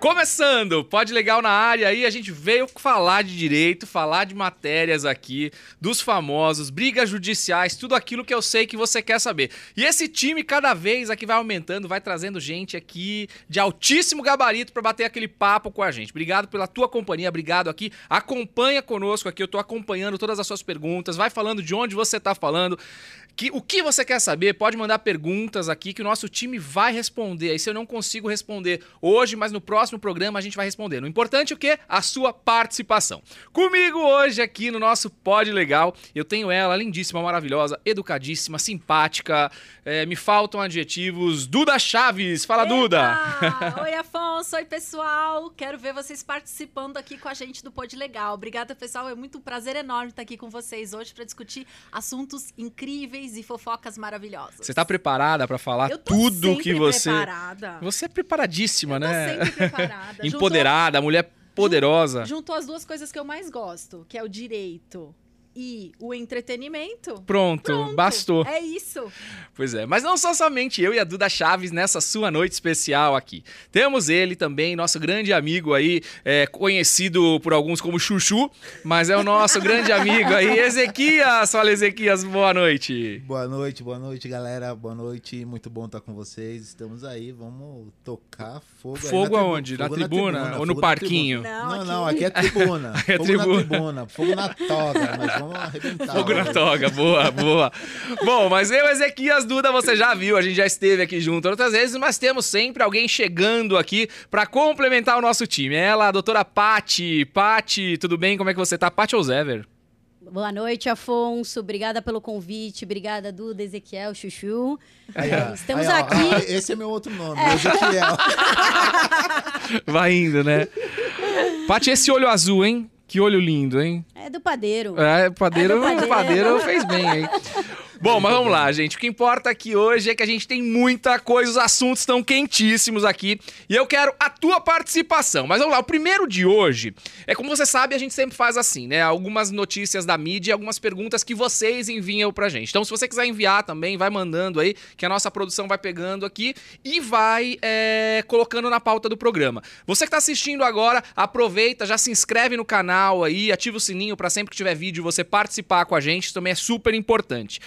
Começando, pode legal na área aí, a gente veio falar de direito, falar de matérias aqui, dos famosos, brigas judiciais, tudo aquilo que eu sei que você quer saber. E esse time cada vez aqui vai aumentando, vai trazendo gente aqui de altíssimo gabarito para bater aquele papo com a gente. Obrigado pela tua companhia, obrigado aqui. Acompanha conosco aqui, eu tô acompanhando todas as suas perguntas, vai falando de onde você tá falando. Que, o que você quer saber, pode mandar perguntas aqui que o nosso time vai responder. Aí se eu não consigo responder hoje, mas no próximo programa a gente vai responder. O importante é o quê? A sua participação. Comigo hoje aqui no nosso Pod Legal, eu tenho ela, lindíssima, maravilhosa, educadíssima, simpática. é, me faltam adjetivos. Duda Chaves, fala Duda! Eita! Oi, Afonso. Oi, pessoal. Quero ver vocês participando aqui com a gente do Pod Legal. Obrigada, pessoal. É muito um prazer enorme estar aqui com vocês hoje para discutir assuntos incríveis e fofocas maravilhosas. Você tá preparada para falar Eu tô tudo sempre que você. Preparada. Você é preparadíssima, Eu tô né? sempre preparada. Empoderada, mulher poderosa. Juntou, juntou as duas coisas que eu mais gosto, que é o direito e o entretenimento. Pronto, bastou. É isso. Pois é, mas não só somente eu e a Duda Chaves nessa sua noite especial aqui. Temos ele também, nosso grande amigo aí, é, conhecido por alguns como Chuchu, mas é o nosso grande amigo aí, Ezequias. Fala, Ezequias, boa noite. Boa noite, boa noite, galera. Boa noite. Muito bom estar com vocês. Estamos aí, vamos tocar fogo. aí Fogo na tribu- aonde? Na fogo tribuna? Ou no fogo na parquinho? tribuna. Não, Não, aqui- não, aqui é tribuna. é fogo tribuna. na tribuna, fogo na toga, mas vamos arrebentar. Fogo na Vamos- toga, boa, boa. Bom, mas eu, Ezequias Duda, você já viu, a gente já esteve aqui junto outras vezes, mas temos sempre alguém chegando aqui pra complementar o nosso time. É Ela, a doutora Pati. Pati, tudo bem? Como é que você tá? Pati ou Zever? Boa noite, Afonso. Obrigada pelo convite. Obrigada, Duda, Ezequiel, Chuchu. Aí, ó. Estamos Aí, ó. aqui. Ah, esse é meu outro nome, é. Ezequiel. Vai indo, né? Pati, esse olho azul, hein? Que olho lindo, hein? É do padeiro. É, padeiro, É padeiro. do padeiro. fez bem, hein? Bom, mas vamos lá, gente. O que importa aqui hoje é que a gente tem muita coisa, os assuntos estão quentíssimos aqui e eu quero a tua participação. Mas vamos lá, o primeiro de hoje é como você sabe, a gente sempre faz assim, né? Algumas notícias da mídia e algumas perguntas que vocês enviam pra gente. Então, se você quiser enviar também, vai mandando aí, que a nossa produção vai pegando aqui e vai é, colocando na pauta do programa. Você que tá assistindo agora, aproveita, já se inscreve no canal aí, ativa o sininho pra sempre que tiver vídeo você participar com a gente, isso também é super importante.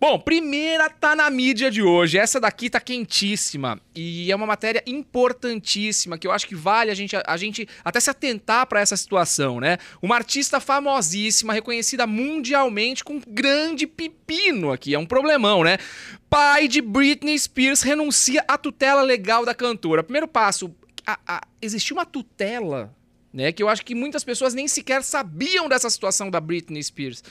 Bom, primeira tá na mídia de hoje. Essa daqui tá quentíssima e é uma matéria importantíssima que eu acho que vale a gente, a gente até se atentar pra essa situação, né? Uma artista famosíssima, reconhecida mundialmente com um grande pepino aqui, é um problemão, né? Pai de Britney Spears renuncia à tutela legal da cantora. Primeiro passo, a, a- existia uma tutela, né? Que eu acho que muitas pessoas nem sequer sabiam dessa situação da Britney Spears.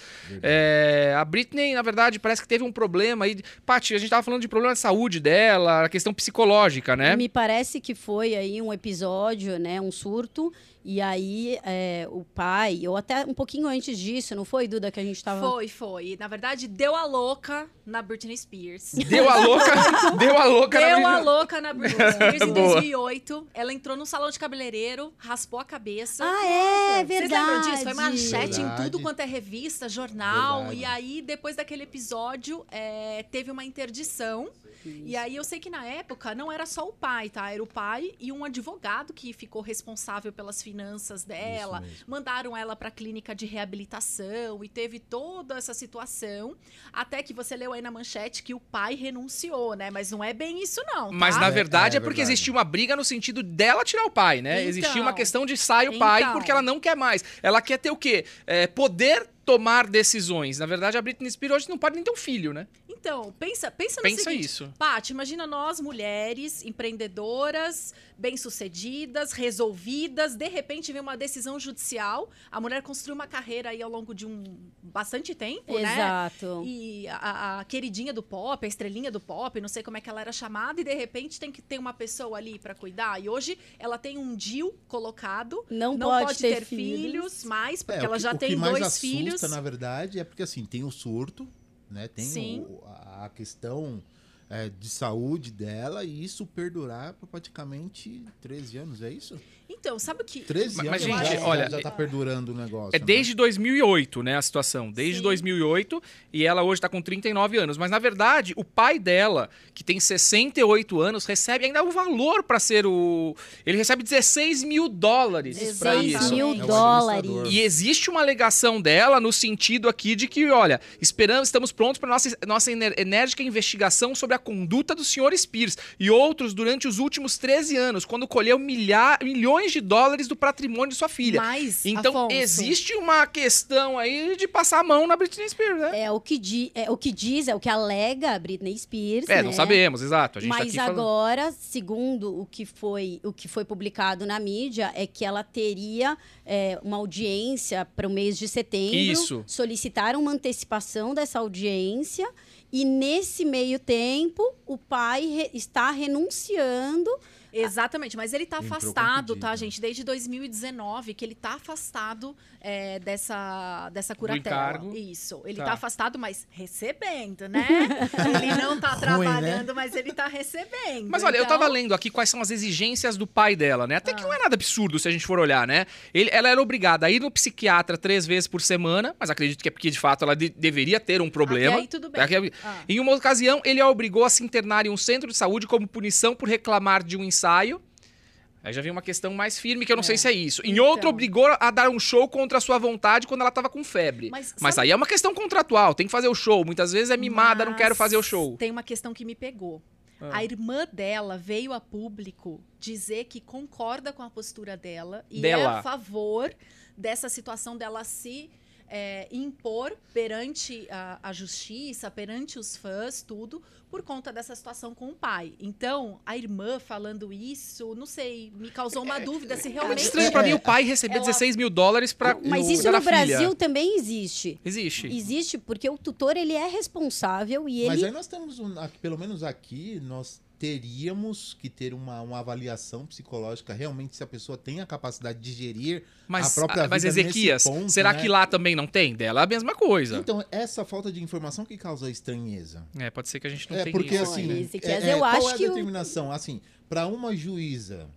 É, a Britney, na verdade, parece que teve um problema aí. Paty, a gente tava falando de problema de saúde dela, a questão psicológica, né? Me parece que foi aí um episódio, né? Um surto. E aí é, o pai, ou até um pouquinho antes disso, não foi, Duda, que a gente tava. Foi, foi. Na verdade, deu a louca na Britney Spears. Deu a louca, deu a louca na Deu Britney. a louca na Britney É Spears em Boa. 2008. Ela entrou num salão de cabeleireiro, raspou a cabeça. Ah, é Vocês verdade. lembram disso? Foi manchete em Verdade. tudo quanto é revista, jornal. Verdade. E aí, depois daquele episódio, é, teve uma interdição. E aí, eu sei que na época não era só o pai, tá? Era o pai e um advogado que ficou responsável pelas finanças dela Isso mesmo. mandaram ela para clínica de reabilitação e teve toda essa situação até que você leu aí na manchete que o pai renunciou, né? Mas não é bem isso não, tá? Mas na É, verdade é, é porque verdade. existia uma briga no sentido dela tirar o pai, né? Então. existia uma questão de sai o pai Então. porque ela não quer mais. Ela quer ter o quê? É, poder tomar decisões. Na verdade, a Britney Spears hoje não pode nem ter um filho, né? Então, pensa, pensa no Pensa seguinte. isso. Paty, imagina nós mulheres, empreendedoras, bem-sucedidas, resolvidas, de repente vem uma decisão judicial, a mulher construiu uma carreira aí ao longo de um bastante tempo, né? Exato. E a, a queridinha do pop, a estrelinha do pop, não sei como é que ela era chamada, e de repente tem que ter uma pessoa ali pra cuidar. E hoje ela tem um deal colocado. Não, Não, pode, ter, filhos, filhos. mais, É, porque o ela que- já o que tem mais dois assusta, filhos. na verdade, é porque assim, tem o surto, né? Tem o- Sim. a, a questão é, de saúde dela e isso perdurar por praticamente 13 anos, é isso? Então, sabe o que? 13 Mas, anos mas, já, gente, já- olha, já tá perdurando o negócio. É né? desde 2008, né, a situação. Desde Sim. 2008 e ela hoje tá com 39 anos, mas na verdade, o pai dela, que tem 68 anos, recebe ainda o valor pra ser o ele recebe 16 mil dólares pra 16 isso. mil É o dólares. administrador. E existe uma alegação dela no sentido aqui de que, olha, esperamos, estamos prontos para nossa, nossa ener- enérgica investigação sobre a conduta do senhor Spears e outros durante os últimos 13 anos, quando colheu milha- milhões de dólares do patrimônio de sua filha. Mas, então Afonso, existe uma questão aí de passar a mão na Britney Spears, né? É o, que di- é o que diz, é o que alega a Britney Spears. É, né? não sabemos, exato. A gente tá Mas aqui falando. agora, segundo o que, foi, o que foi publicado na mídia, é que ela teria é, uma audiência para o mês de setembro. Isso. Solicitaram uma antecipação dessa audiência. E nesse meio tempo, o pai re- está renunciando. Exatamente, mas ele tá Entrou com afastado, tá, pedido. gente? Desde 2019, que ele tá afastado é, dessa, dessa curatela. encargo. Isso. Ele Tá. tá. afastado, mas recebendo, né? ele não tá Ruim, né? trabalhando, mas ele tá recebendo. Mas olha, eu Então, tava lendo aqui quais são as exigências do pai dela, né? Até que não é nada absurdo se a gente for olhar, né? Ele- ela era obrigada a ir no psiquiatra três vezes por semana, mas acredito que é porque de fato ela de- deveria ter um problema. é Até aí tudo bem. Até aí- Ah. Em uma ocasião, ele a obrigou a se internar em um centro de saúde como punição por reclamar de um ensaio. Aí já vem uma questão mais firme, que eu não É. sei se é isso. Em Então. outro, obrigou a dar um show contra a sua vontade quando ela tava com febre. Mas, Mas, sabe- aí é uma questão contratual, tem que fazer o show. Muitas vezes é mimada, não quero Mas fazer o show. Tem uma questão que me pegou. Ah. A irmã dela veio a público dizer que concorda com a postura dela e é Dela. a favor dessa situação dela se é, impor perante a, a justiça, perante os fãs, tudo, por conta dessa situação com o pai. Então, a irmã falando isso, não sei, me causou uma dúvida se É muito realmente. estranho pra mim o pai receber Ela- 16 mil dólares pra. Mas cuidar isso no da filha. Brasil também existe. Existe. Existe porque o tutor ele é responsável e Mas ele aí nós temos, um, aqui- pelo menos aqui, nós teríamos que ter uma, uma avaliação psicológica realmente se a pessoa tem a capacidade de gerir. Mas, A própria mas vida Ezequias, nesse ponto, será né? que lá também não tem? Dela é a mesma coisa. Então, essa falta de informação que causa a estranheza. Então- É, pode ser que a gente não É, tenha porque isso. isso, assim, né? é, Esse que- é, eu qual acho é a que o- determinação? Assim, para uma juíza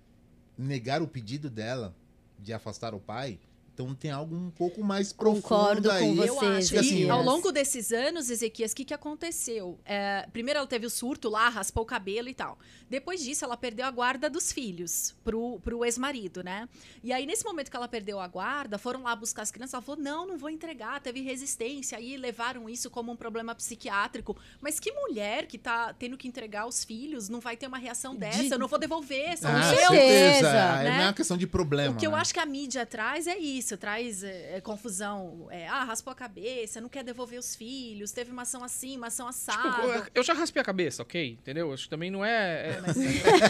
negar o pedido dela de afastar o pai, então tem algo um pouco mais profundo Concordo com aí. você. Eu acho. Assim, E né? ao longo desses anos, Ezequias, o que, que aconteceu? É, primeiro ela teve o surto lá, raspou o cabelo e tal. Depois disso, ela perdeu a guarda dos filhos pro, pro ex-marido, né? E aí, nesse momento que ela perdeu a guarda, foram lá buscar as crianças. Ela falou: não, não vou entregar, teve resistência. Aí levaram isso como um problema psiquiátrico. Mas que mulher que tá tendo que entregar os filhos não vai ter uma reação dessa? De- Eu não vou devolver, são Ah, meus. certeza, certeza. É né? uma questão de problema. O que eu né? acho que a mídia traz é isso, traz é, é, confusão. É, ah, raspou a cabeça, não quer devolver os filhos, teve uma ação assim, uma ação Tipo, assada. Eu já raspei a cabeça, ok? Entendeu? Acho que também não é. é- Mas-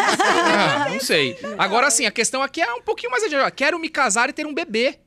Ah, não sei. Agora sim, a questão aqui é um pouquinho mais adiantada. Quero me casar e ter um bebê.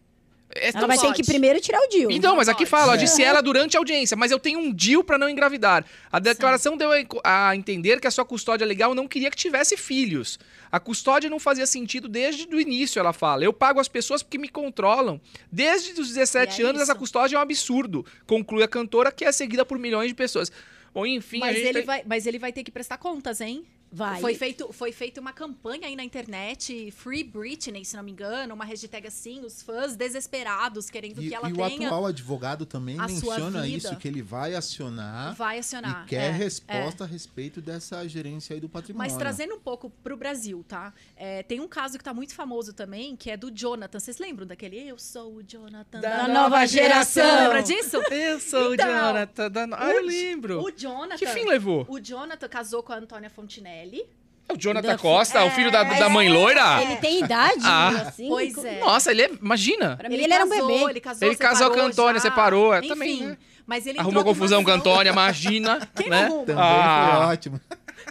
É ela tão- vai ter pode. que primeiro tirar o DIU. Então, mas aqui Pode. fala, ó, É. disse ela durante a audiência, mas eu tenho um deal pra não engravidar. A declaração deu a enco- a entender que a sua custódia legal não queria que tivesse filhos. A custódia não fazia sentido desde o início, ela fala. Eu pago as pessoas porque me controlam. Desde os 17 E é anos, essa isso. custódia é um absurdo, conclui a cantora, que é seguida por milhões de pessoas. Bom, enfim, a mas, gente ele tem- vai, mas ele vai ter que prestar contas, hein? vai. Foi feita foi feito uma campanha aí na internet, Free Britney, se não me engano, uma hashtag assim, os fãs desesperados querendo E, que ela e o tenha, atual advogado também a sua menciona vida. isso, que ele vai acionar vai acionar. né? e quer é. resposta a respeito dessa gerência aí do patrimônio. Mas trazendo um pouco pro Brasil, tá? É, tem um caso que tá muito famoso também, que é do Jonathan. Vocês lembram daquele? Eu sou o Jonathan Da Da nova Você geração. lembra disso? Eu sou Então, o Jonathan. Da... Ah, eu o- lembro. O Jonathan. Que fim levou? O Jonathan casou com a Antônia Fontinelli. É O Jonathan Da- Costa, o filho da, da mãe loira? Ele tem idade? Ah. assim? Pois Co- é. Nossa, ele é... Imagina. Pra mim, ele, era um casou, bebê. Ele casou, Ele casou separou com a Antônia, já. separou, é, Enfim, também, né? Mas ele Arrumou entrou confusão com a uma ação- Antônia, imagina. Quem né? arruma? Também Ah. foi ótimo.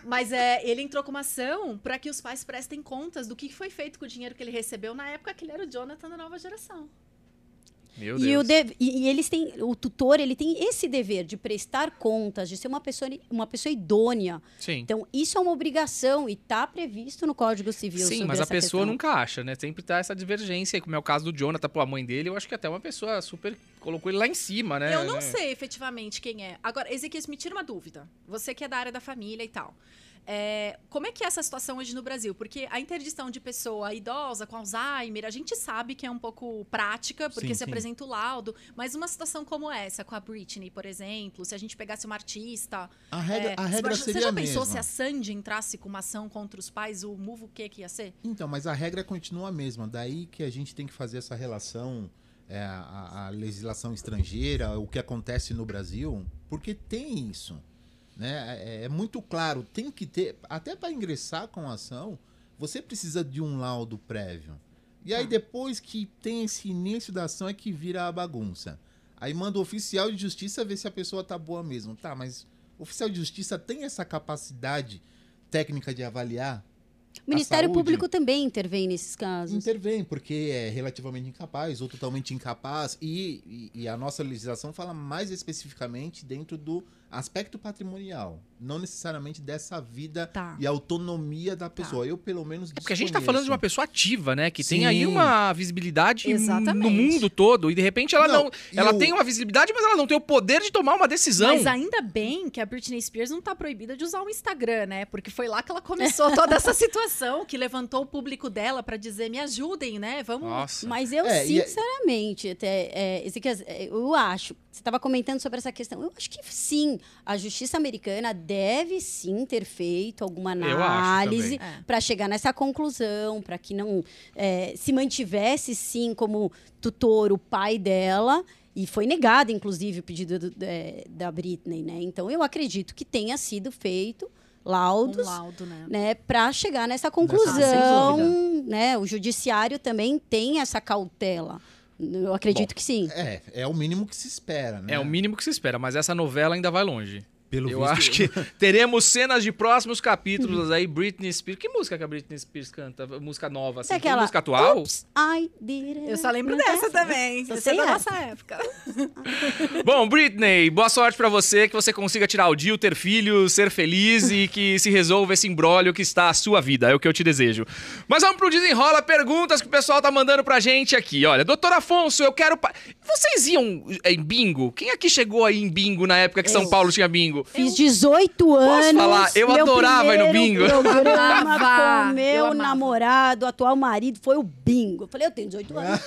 Mas é, ele entrou com uma ação para que os pais prestem contas do que foi feito com o dinheiro que ele recebeu na época que ele era o Jonathan da nova geração. Meu E, o dev- e- e eles têm, o tutor ele tem esse dever de prestar contas, de ser uma pessoa, uma pessoa idônea. Sim. Então, isso é uma obrigação e está previsto no Código Civil. Sim, sobre mas a essa pessoa questão. nunca acha, né? Sempre tá essa divergência, aí, como é o caso do Jonathan, pô, a mãe dele, eu acho que até uma pessoa super colocou ele lá em cima, né? eu não Né? é. sei efetivamente quem é. Agora, Ezequias, me tira uma dúvida. Você que é da área da família e tal. É, como é que é essa situação hoje no Brasil? Porque a interdição de pessoa idosa com Alzheimer, a gente sabe que é um pouco prática, porque Sim, se sim. apresenta o laudo, mas uma situação como essa, com a Britney, por exemplo, se a gente pegasse uma artista. A regra, é, a regra você seria já a pensou mesma. se a Sandy entrasse com uma ação contra os pais, o muvo que que ia ser? Então, mas a regra continua a mesma. Daí que a gente tem que fazer essa relação, é, a, a legislação estrangeira, o que acontece no Brasil, porque tem isso. Né? É, é muito claro, tem que ter. Até para ingressar com a ação, você precisa de um laudo prévio. E aí, Tá. depois que tem esse início da ação, é que vira a bagunça. Aí manda o oficial de justiça ver se a pessoa tá boa mesmo. Tá, mas o oficial de justiça tem essa capacidade técnica de avaliar O Ministério saúde- Público também intervém nesses casos. Intervém, porque é relativamente incapaz ou totalmente incapaz. E, e- e a nossa legislação fala mais especificamente dentro do aspecto patrimonial, não necessariamente dessa vida Tá. e autonomia da pessoa. Eu, pelo menos. Tá. É porque a gente tá falando de uma desconheço. pessoa ativa, né? Que tem Sim. aí uma visibilidade Exatamente. no mundo todo. E de repente ela não. e ela o- tem um uma visibilidade, mas ela não tem o poder de tomar uma decisão. Mas ainda bem que a Britney Spears não tá proibida de usar o Instagram, né? Porque foi lá que ela começou toda essa situação, que levantou o público dela pra dizer, me ajudem, né? Vamos... Nossa. Mas eu, É, e é- sinceramente, até, é, Ezequias, é, eu acho. Você estava comentando sobre essa questão. Eu acho que sim. A justiça americana deve sim ter feito alguma Eu acho análise É. para chegar nessa conclusão, para que não é, se mantivesse sim como tutor o pai dela. E foi negado, inclusive, o pedido do- é, da Britney, né? Então eu acredito que tenha sido feito Um laudos laudo, né? né, para chegar nessa Ah, conclusão, sem né? O judiciário também tem essa cautela. Eu acredito que sim. É, é o mínimo que se espera, né? É o mínimo que se espera, mas essa novela ainda vai longe. Pelo Eu visto- acho que teremos cenas de próximos capítulos aí, Britney Spears. Que música que a Britney Spears canta? Música nova, assim? É Tem aquela- Música atual? Oops, I did it. Eu só lembro Não é dessa essa? também. Só Essa é sei da essa. nossa época. Bom, Britney, boa sorte pra você, que você consiga tirar o Dio, ter filhos, ser feliz e que se resolva esse imbróglio que está a sua vida. É o que eu te desejo. Mas vamos pro desenrola perguntas que o pessoal tá mandando pra gente aqui. Olha, doutor Afonso, eu quero. pa- Vocês iam é, em bingo? Quem aqui chegou aí em bingo na época que São Eu. Paulo tinha bingo? Fiz 18 anos. falar? Eu meu adorava ir no primeiro bingo. Programa Amava, com eu meu amava. namorado, atual marido, foi o bingo. Eu falei, eu tenho 18 anos.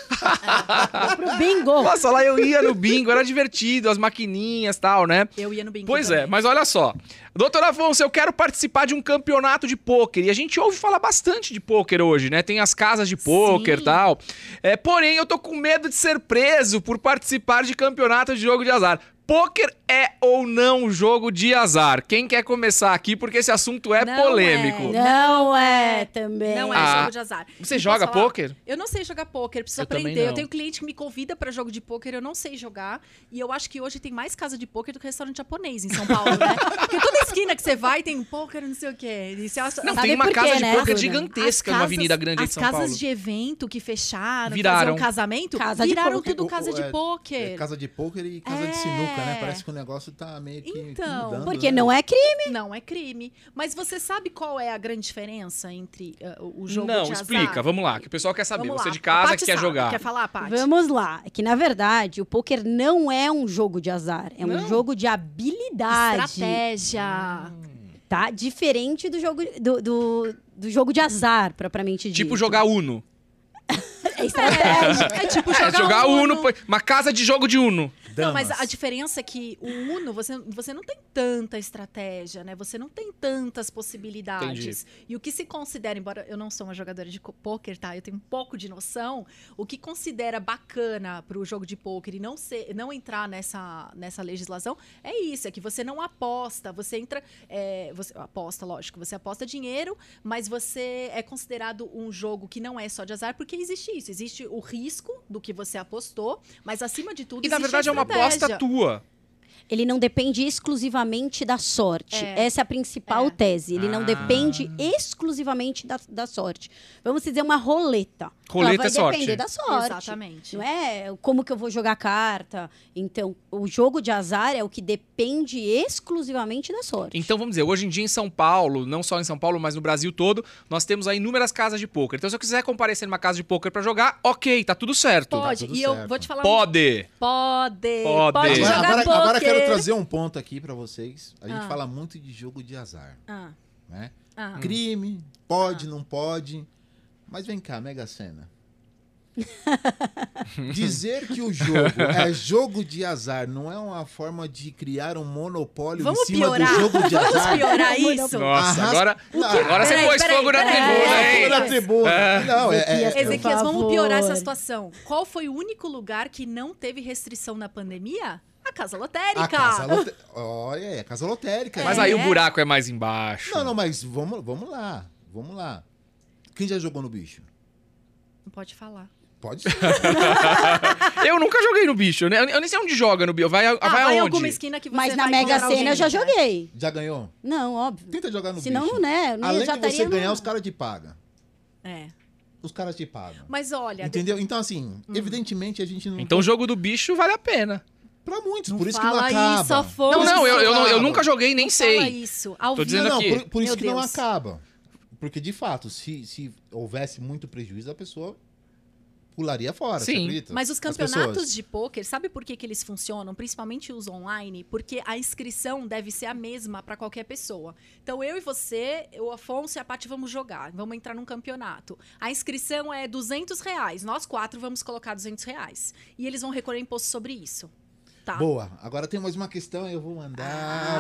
Vou pro bingo. Nossa, lá eu ia no bingo, era divertido, as maquininhas e tal, né? Eu ia no bingo Pois também. é, mas olha só. Doutor Afonso, eu quero participar de um campeonato de pôquer. E a gente ouve falar bastante de pôquer hoje, né? Tem as casas de pôquer e Sim. tal. É, porém, eu tô com medo de ser preso por participar de campeonato de jogo de azar. Pôquer é ou não jogo de azar? Quem quer começar aqui? Porque esse assunto é Não polêmico. Não é também. Não é Ah. jogo de azar. Você Posso joga falar? pôquer? Eu não sei jogar pôquer, preciso Eu também aprender. não. Eu tenho cliente que me convida pra jogo de pôquer, eu não sei jogar. E eu acho que hoje tem mais casa de pôquer do que restaurante japonês em São Paulo, né? Porque toda esquina que você vai tem um pôquer, não sei o quê. E você acha- Não, Sabe tem uma por quê, casa de né, pôquer Duda? As gigantesca casas- numa avenida grande de São As Paulo. casas de evento que fecharam, Viraram. faziam casamento, Casa de viraram pôquer. tudo casa de É, É pôquer. casa de pôquer e casa É. de sinuca, né? Parece que o negócio tá meio que. Então, mudando, né? Porque não é crime. Não é crime. Mas você sabe qual é a grande diferença entre eh, o jogo não, de azar? explica, vamos lá, que o pessoal quer saber. Vamos Você lá, de casa Paty que quer sabe, jogar. Quer falar, Paty? Vamos lá. É que, na verdade, o pôquer não é um jogo de azar. É Não. um jogo de habilidade. Estratégia. tá? Diferente do jogo do, do, do jogo de azar, propriamente dito. Tipo jogar Uno. É estratégia. É tipo É, jogar, jogar um Uno, põe- uma casa de jogo de Uno. Não, mas Damas. a diferença é que o Uno, você, você não tem tanta estratégia, né? Você não tem tantas possibilidades. E o que se considera, embora eu não sou uma jogadora de co- pôquer, tá? Eu tenho um pouco de noção. O que considera bacana pro jogo de pôquer e não, ser, não entrar nessa, nessa legislação é isso, é que você não aposta. Você entra... é, você, aposta, lógico. Você aposta dinheiro, mas você é considerado um jogo que não é só de azar, porque existe isso. Existe o risco do que você apostou, mas acima de tudo E na existe a verdade é uma aposta estratégia. tua. Ele não depende exclusivamente da sorte. É. Essa é a principal É. tese. Ele não Ah. depende exclusivamente da, da sorte. Vamos dizer uma roleta. Roleta Ela vai é sorte. depender da sorte. Exatamente. Não é como que eu vou jogar carta. Então, o jogo de azar é o que depende exclusivamente da sorte. Então vamos dizer, hoje em dia em São Paulo, não só em São Paulo, mas no Brasil todo, nós temos aí inúmeras casas de pôquer. Então se eu quiser comparecer numa casa de pôquer pra jogar, ok, tá tudo certo. Pode, tudo e eu certo. vou te falar. um- Pode. Pode. Pode. Pode, Agora, jogar agora, agora pôquer. quero trazer um ponto aqui pra vocês. A gente Ah. fala muito de jogo de azar. Ah, né? Ah. Crime, pode, não pode. Mas vem cá, Mega Sena. Dizer que o jogo é jogo de azar não é uma forma de criar um monopólio em Vamos cima piorar. do jogo de Vamos azar. piorar é isso. Nossa, Arrasta- agora, agora você Peraí, pôs peraí, fogo na peraí. tribuna, É, hein? Fogo na tribuna. Não, é, é- Ezequias, é- Ezequias, Por vamos favor. piorar essa situação. Qual foi o único lugar que não teve restrição na pandemia? A casa lotérica. a casa lote... Olha, é a casa lotérica. Mas É. aí o buraco é mais embaixo. Não, não, mas vamos, vamos lá. Vamos lá. Quem já jogou no bicho? Não pode falar. Pode ser. Eu nunca joguei no bicho, né? Eu nem sei onde joga no bicho. Vai, a- Ah, vai vai em aonde? alguma esquina que você Mas na vai Mega encontrar Sena eu alguém. já joguei. Já ganhou? Não, óbvio. Tenta jogar Tá no Senão, bicho. né? eu Não, Além já de você estaria no- ganhar, os caras te pagam. É. Os caras te pagam. Mas olha, Entendeu? Então, assim, evidentemente a gente não. Então o jogo do bicho vale a pena. Pra muitos, Não por isso que não fala acaba. isso, Afonso. Não, não, eu, eu, não- eu acaba. nunca joguei, nem Fala sei. isso. Ao Tô vivo. dizendo não, não, aqui. por, por isso Meu que não Deus. acaba. Porque, de fato, se, se houvesse muito prejuízo, a pessoa pularia fora, você Sim. acredita? Mas os As pessoas. campeonatos de pôquer, sabe por que, que eles funcionam? Principalmente os online? Porque a inscrição deve ser a mesma para qualquer pessoa. Então, eu e você, o Afonso e a Paty vamos jogar, vamos entrar num campeonato. A inscrição é 200 reais. Nós quatro vamos colocar 200 reais. E eles vão recolher imposto sobre isso. Tá? Boa. Agora tem mais uma questão, eu vou mandar.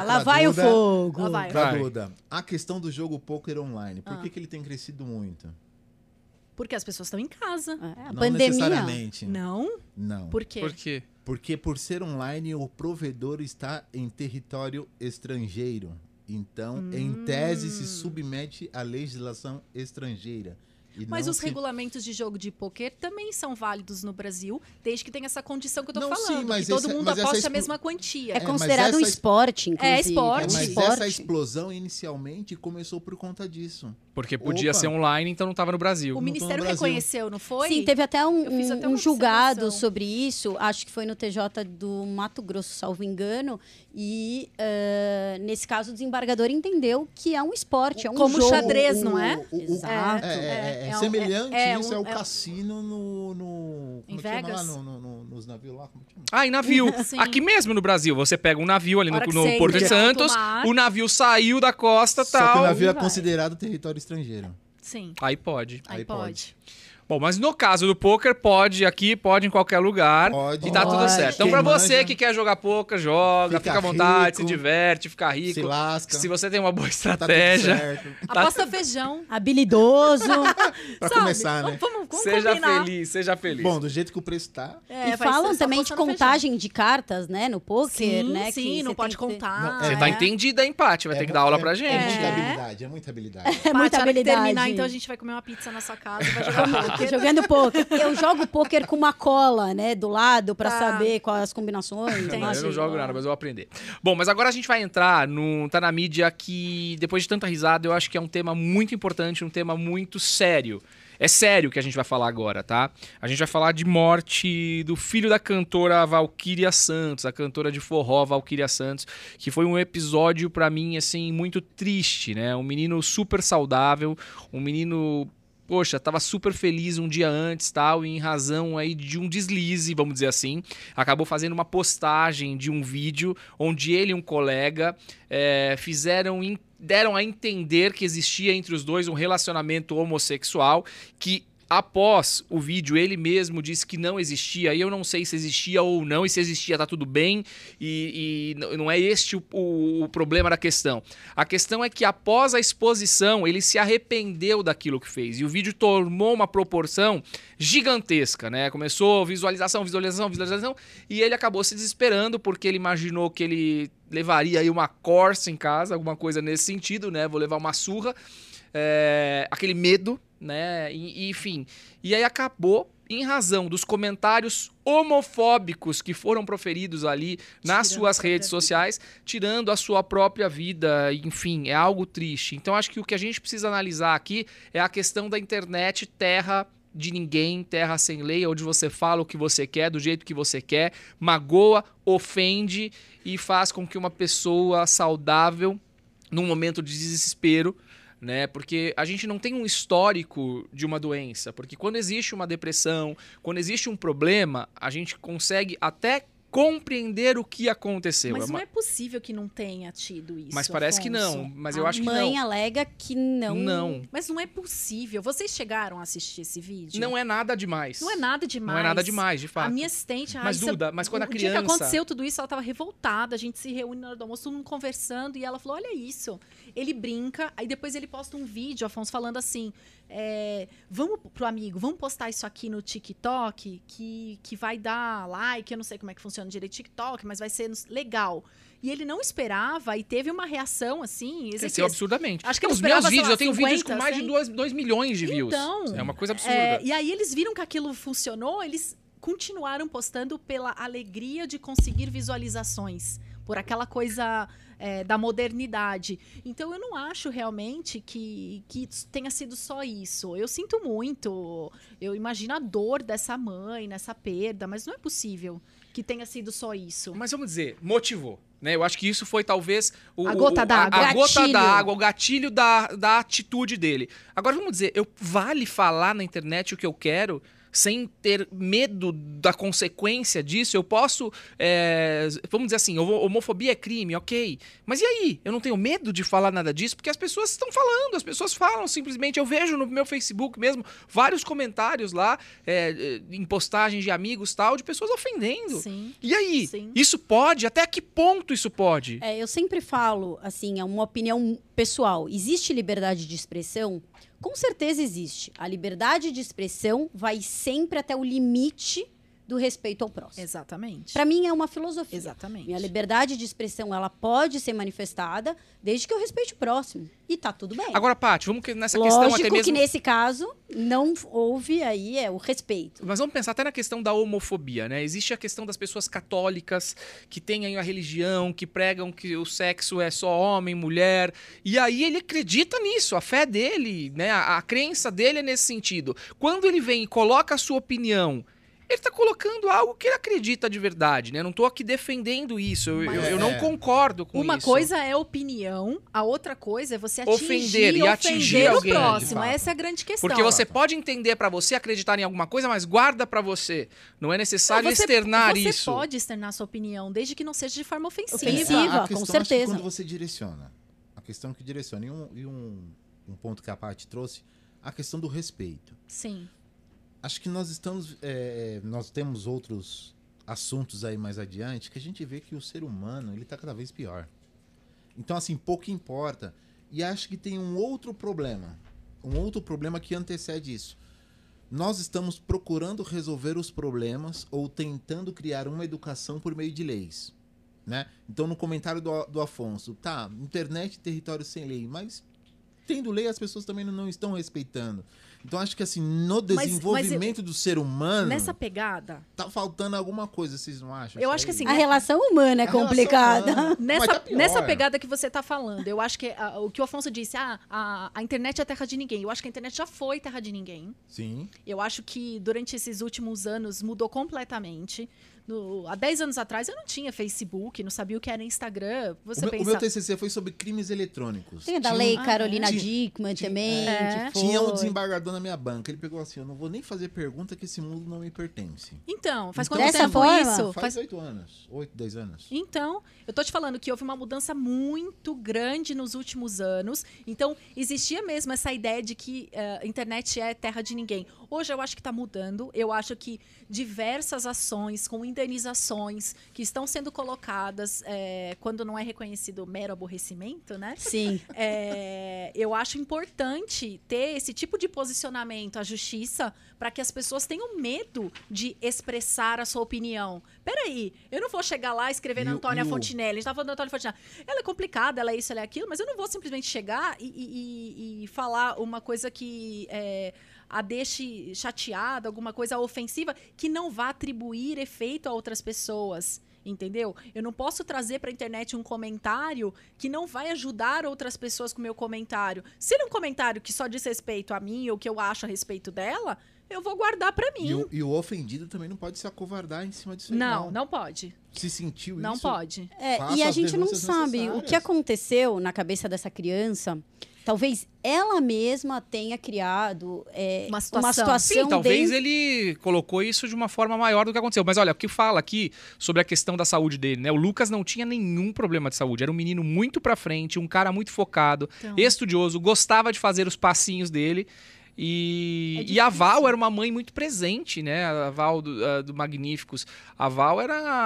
Ah, lá pra vai o Duda. fogo. Lá vai. Pra Vai. Duda. A questão do jogo poker online. Por Ah. que, que ele tem crescido muito? Porque as pessoas estão em casa. É, a não pandemia. necessariamente. Não? Não. Por quê? Ah, Por quê? Porque por ser online, o provedor está em território estrangeiro. Então, Hum. em tese, se submete à legislação estrangeira. E Mas não os se- regulamentos de jogo de pôquer também são válidos no Brasil, desde que tenha essa condição que eu tô Não, sim, falando. mas que todo essa- mundo mas essa aposta a explo- mesma quantia. É mas considerado um essa- esporte, inclusive. esporte. um É, Mas essa esporte. explosão inicialmente começou por conta disso. Porque podia Opa. ser online, então não tava no Brasil. O não tô no Ministério Brasil. reconheceu, não foi? Sim, teve até um, Eu fiz um- até um uma julgado observação. sobre isso, acho que foi no TJ do Mato Grosso, salvo engano, e eh, nesse caso o desembargador entendeu que é um esporte, é um Como jogo. xadrez, não é? O, o- Exato. é, é, é, É, é um- semelhante é, é um- isso, é o é um- cassino no. no Em como é chama lá? Vegas? No- no- no- nos navios lá? Como é chama? Ah, e navio. Sim. Aqui mesmo no Brasil, você pega um navio ali no, Hora que no você Porto entra é de no alto Santos, mar. o navio saiu da costa Só que o tal. navio é vai. considerado território estrangeiro. Sim. Aí pode. Aí, Aí pode. Bom, mas no caso do poker, pode aqui, pode em qualquer lugar. Pode. E tá tudo Pode. certo. Então, Quem pra você manja, que quer jogar poker, joga, fica, Fica à vontade, rico, se diverte, fica rico. se lasca, Se você tem uma boa tá estratégia, tudo certo. Tá- Aposta feijão. Habilidoso. Pra sabe? começar, né? Vamos- Vamos, vamos seja combinar. feliz, seja feliz. Bom, do jeito que o preço tá. É, e vai falam ser só também de apostando contagem de cartas, né? feijão. No poker, Sim, né? sim, que não você pode tem que ter- contar. Não, Você é. tá entendida, hein, Paty? Vai é ter que mu- dar aula é- pra gente. É muita É. habilidade, é muita habilidade. É muita Paty, a hora que habilidade. terminar, então a gente vai comer uma pizza na sua casa e vai jogar poker. Tá Jogando poker. Eu jogo poker com uma cola, né? Do lado, pra Tá. saber quais as combinações. Entendi. Não, né? eu não Entendi. jogo nada, mas eu vou aprender. Bom, mas agora a gente vai entrar num. Tá na mídia que, depois de tanta risada, eu acho que é um tema muito importante, um tema muito sério. É sério que a gente vai falar agora, tá? A gente vai falar de morte do filho da cantora Valquíria Santos, a cantora de forró Valquíria Santos, que foi um episódio pra mim assim muito triste, né? Um menino super saudável, um menino Poxa, tava super feliz um dia antes, tal, e em razão aí de um deslize, vamos dizer assim, acabou fazendo uma postagem de um vídeo onde ele e um colega eh, fizeram in- deram a entender que existia entre os dois um relacionamento homossexual que Após o vídeo, ele mesmo disse que não existia, e eu não sei se existia ou não, e se existia, tá tudo bem, e, e n- não é este o- o- o problema da questão. A questão é que após a exposição, ele se arrependeu daquilo que fez. E o vídeo tomou uma proporção gigantesca, né? Começou visualização, visualização, visualização, e ele acabou se desesperando porque ele imaginou que ele levaria aí uma Corsa em casa, alguma coisa nesse sentido, né? Vou levar uma surra. É, aquele medo, né? E, e, enfim. E aí acabou em razão dos comentários homofóbicos que foram proferidos ali nas Tirando suas a própria redes vida. sociais, tirando a sua própria vida, enfim, é algo triste. Então acho que o que a gente precisa analisar aqui é a questão da internet terra de ninguém, terra sem lei, onde você fala o que você quer, do jeito que você quer, magoa, ofende e faz com que uma pessoa saudável, num momento de desespero, né? Porque a gente não tem um histórico de uma doença, porque quando existe uma depressão, quando existe um problema, a gente consegue até compreender o que aconteceu. É Mas não uma- é possível que não tenha tido isso. Mas parece que Afonso. não. Mas eu a acho que mãe não. alega que não. Não. Mas não é possível. Vocês chegaram a assistir esse vídeo? Não é nada demais. Não é nada demais. Não é nada demais, de A fato. minha assistente, a Mas, Raíssa, Duda, mas quando a o dia que criança- aconteceu tudo isso, é ela estava revoltada. A gente se reúne na hora do almoço, todo mundo conversando. E ela falou, olha isso. Ele brinca, aí depois ele posta um vídeo, Afonso, falando assim... é, vamos pro amigo, vamos postar isso aqui no TikTok, que, que vai dar like. Eu não sei como é que funciona direito o TikTok, mas vai ser nos- legal. E ele não esperava e teve uma reação assim... Cresceu Ezequiel, absurdamente. Acho que Não, ele os meus esperava, sei vídeos, lá, eu tenho vídeos com 50, mais de 2, milhões de views. Então, é uma coisa absurda. É, e aí eles viram que aquilo funcionou, eles continuaram postando pela alegria de conseguir visualizações, por aquela coisa é, da modernidade. Então eu não acho realmente que, que tenha sido só isso. Eu sinto muito, eu imagino a dor dessa mãe, nessa perda, mas não é possível que tenha sido só isso. Mas vamos dizer, motivou. Né? Eu acho que isso foi talvez o, A gota o- d'água. a, a gota Gatilho. d'água, o gatilho da, da atitude dele. Agora vamos dizer, eu vale falar na internet o que eu quero sem ter medo da consequência disso? Eu posso, é, vamos dizer assim, homo- homofobia é crime, ok. Mas e aí? Eu não tenho medo de falar nada disso porque as pessoas estão falando, as pessoas falam simplesmente. Eu vejo no meu Facebook mesmo vários comentários lá é, é, em postagens de amigos tal de pessoas ofendendo. Sim. E aí? Sim. Isso pode? Até que ponto isso pode? É, eu sempre falo, assim, é uma opinião pessoal. Existe liberdade de expressão? Com certeza existe. A liberdade de expressão vai sempre até o limite do respeito ao próximo. Exatamente. Para mim é uma filosofia. Exatamente. Minha liberdade de expressão, ela pode ser manifestada desde que eu respeite o próximo. E tá tudo bem. Agora, Paty, vamos que nessa questão Lógico até mesmo. que nesse caso não houve aí é o respeito. Mas vamos pensar até na questão da homofobia, né? Existe a questão das pessoas católicas que têm aí a religião, que pregam que o sexo é só homem, mulher. E aí ele acredita nisso, a fé dele, né? A, a crença dele é nesse sentido. Quando ele vem e coloca a sua opinião. Ele tá colocando algo que ele acredita de verdade, né? Não tô aqui defendendo isso. Eu, eu- Mas- eu não É. concordo com Uma isso. coisa é opinião, a outra coisa é você atingir, Ofender e atingir ofender alguém, o de próximo. fato. Essa é a grande questão. Porque você pode entender pra você, acreditar em alguma coisa, mas guarda pra você. Não é necessário Não, você- externar você isso. pode externar sua opinião, desde que não seja de forma ofensiva. Ofensiva. A- a com questão, acho que certeza. quando você direciona. A questão que direciona. E um, e um, um ponto que a Paty trouxe, a questão do respeito. Sim. Acho que nós estamos. é, nós temos outros assuntos aí mais adiante que a gente vê que o ser humano ele tá cada vez pior. Então, assim, pouco importa. E acho que tem um outro problema. Um outro problema que antecede isso. Nós estamos procurando resolver os problemas ou tentando criar uma educação por meio de leis. Né? Então, no comentário do, do Afonso, tá, internet, território sem lei, mas tendo lei, as pessoas também não estão respeitando. Então, acho que assim, no mas eu- desenvolvimento do ser humano, Nessa pegada, tá faltando alguma coisa, vocês não acham? Eu Isso acho que aí? assim, A relação humana é A relação complicada. humana. Mas nessa, tá pior. nessa pegada que você tá falando, eu acho que ah, o que o Afonso disse, ah, a, a internet é terra de ninguém. Eu acho que a internet já foi terra de ninguém. Sim. Eu acho que durante esses últimos anos mudou completamente. No- há 10 anos atrás eu não tinha Facebook, não sabia o que era Instagram. Você o, meu, o pensa. meu TCC foi sobre crimes eletrônicos. Tem a da Tinha- lei Ah, Carolina é? Dickman Tinha- também. É. que Tinha um foi. desembargador na minha banca. Ele pegou assim: eu não vou nem fazer pergunta que esse mundo não me pertence. Então, faz Então, quanto dessa tempo forma, isso? Faz oito anos. Oito, dez anos. Então, eu tô te falando que houve uma mudança muito grande nos últimos anos. Então, existia mesmo essa ideia de que eh, a internet é terra de ninguém. Hoje eu acho que tá mudando. Eu acho que diversas ações com indenizações que estão sendo colocadas eh, quando não é reconhecido mero aborrecimento, né? Sim. É, eu acho importante ter esse tipo de posicionamento à justiça para que as pessoas tenham medo de expressar a sua opinião. Peraí, eu não vou chegar lá escrevendo E o- Antônia e o- Fontinelli. A gente tá falando da Antônia Fontinelli. Ela é complicada, ela é isso, ela é aquilo, mas eu não vou simplesmente chegar e, e- e- e falar uma coisa que é, a deixe chateada, alguma coisa ofensiva, que não vá atribuir efeito a outras pessoas. Entendeu? Eu não posso trazer para a internet um comentário que não vai ajudar outras pessoas com o meu comentário. Se ele é um comentário que só diz respeito a mim ou que eu acho a respeito dela, eu vou guardar para mim. E o, e o ofendido também não pode se acovardar em cima disso. aí, Não, não pode. Se sentiu Não isso. pode. É, Faça e a as gente não denúncias sabe o que necessárias. aconteceu na cabeça dessa criança Talvez ela mesma tenha criado é, Uma uma situação. situação, Sim, um talvez dentro- ele colocou isso de uma forma maior do que aconteceu. Mas olha, o que fala aqui sobre a questão da saúde dele, né? O Lucas não tinha nenhum problema de saúde. Era um menino muito pra frente, um cara muito focado, Então. estudioso, gostava de fazer os passinhos dele. E, É e a Val difícil. era uma mãe muito presente, né? A Val do, a- do Magníficos. A Val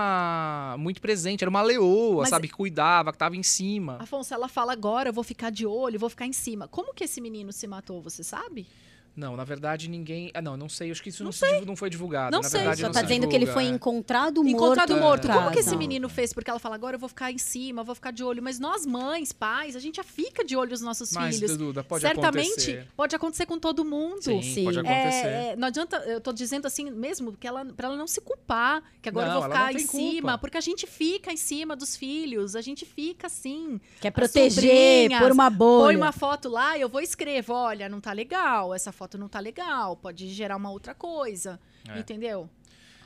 era muito presente, era uma leoa, Mas- sabe? Que cuidava, que tava em cima. Afonso, ela fala agora, eu vou ficar de olho, vou ficar em cima. Como que esse menino se matou, você sabe? Não, na verdade, ninguém. Ah, não, não sei. Acho que isso não, Não se divu- não foi divulgado. Não na sei, verdade, Só não tá se dizendo que ele divulga, é. foi encontrado morto. Encontrado em morto. Como casa. que esse menino fez? Porque ela fala, agora eu vou ficar em cima, vou ficar de olho. Mas nós, mães, pais, a gente já fica de olho nos nossos Mas, filhos. Duda, pode Certamente acontecer. pode acontecer com todo mundo. Sim, Sim. pode É, acontecer. É, é, não adianta, eu tô dizendo assim mesmo, que ela, pra ela não se culpar, que agora Não, eu vou ela ficar não em tem cima, culpa. porque a gente fica em cima dos filhos, a gente fica assim. Quer As proteger, sobrinhas, pôr uma bolha. Põe uma foto lá, eu vou e escrevo, olha, não tá legal, essa foto não tá legal, pode gerar uma outra coisa, É. entendeu?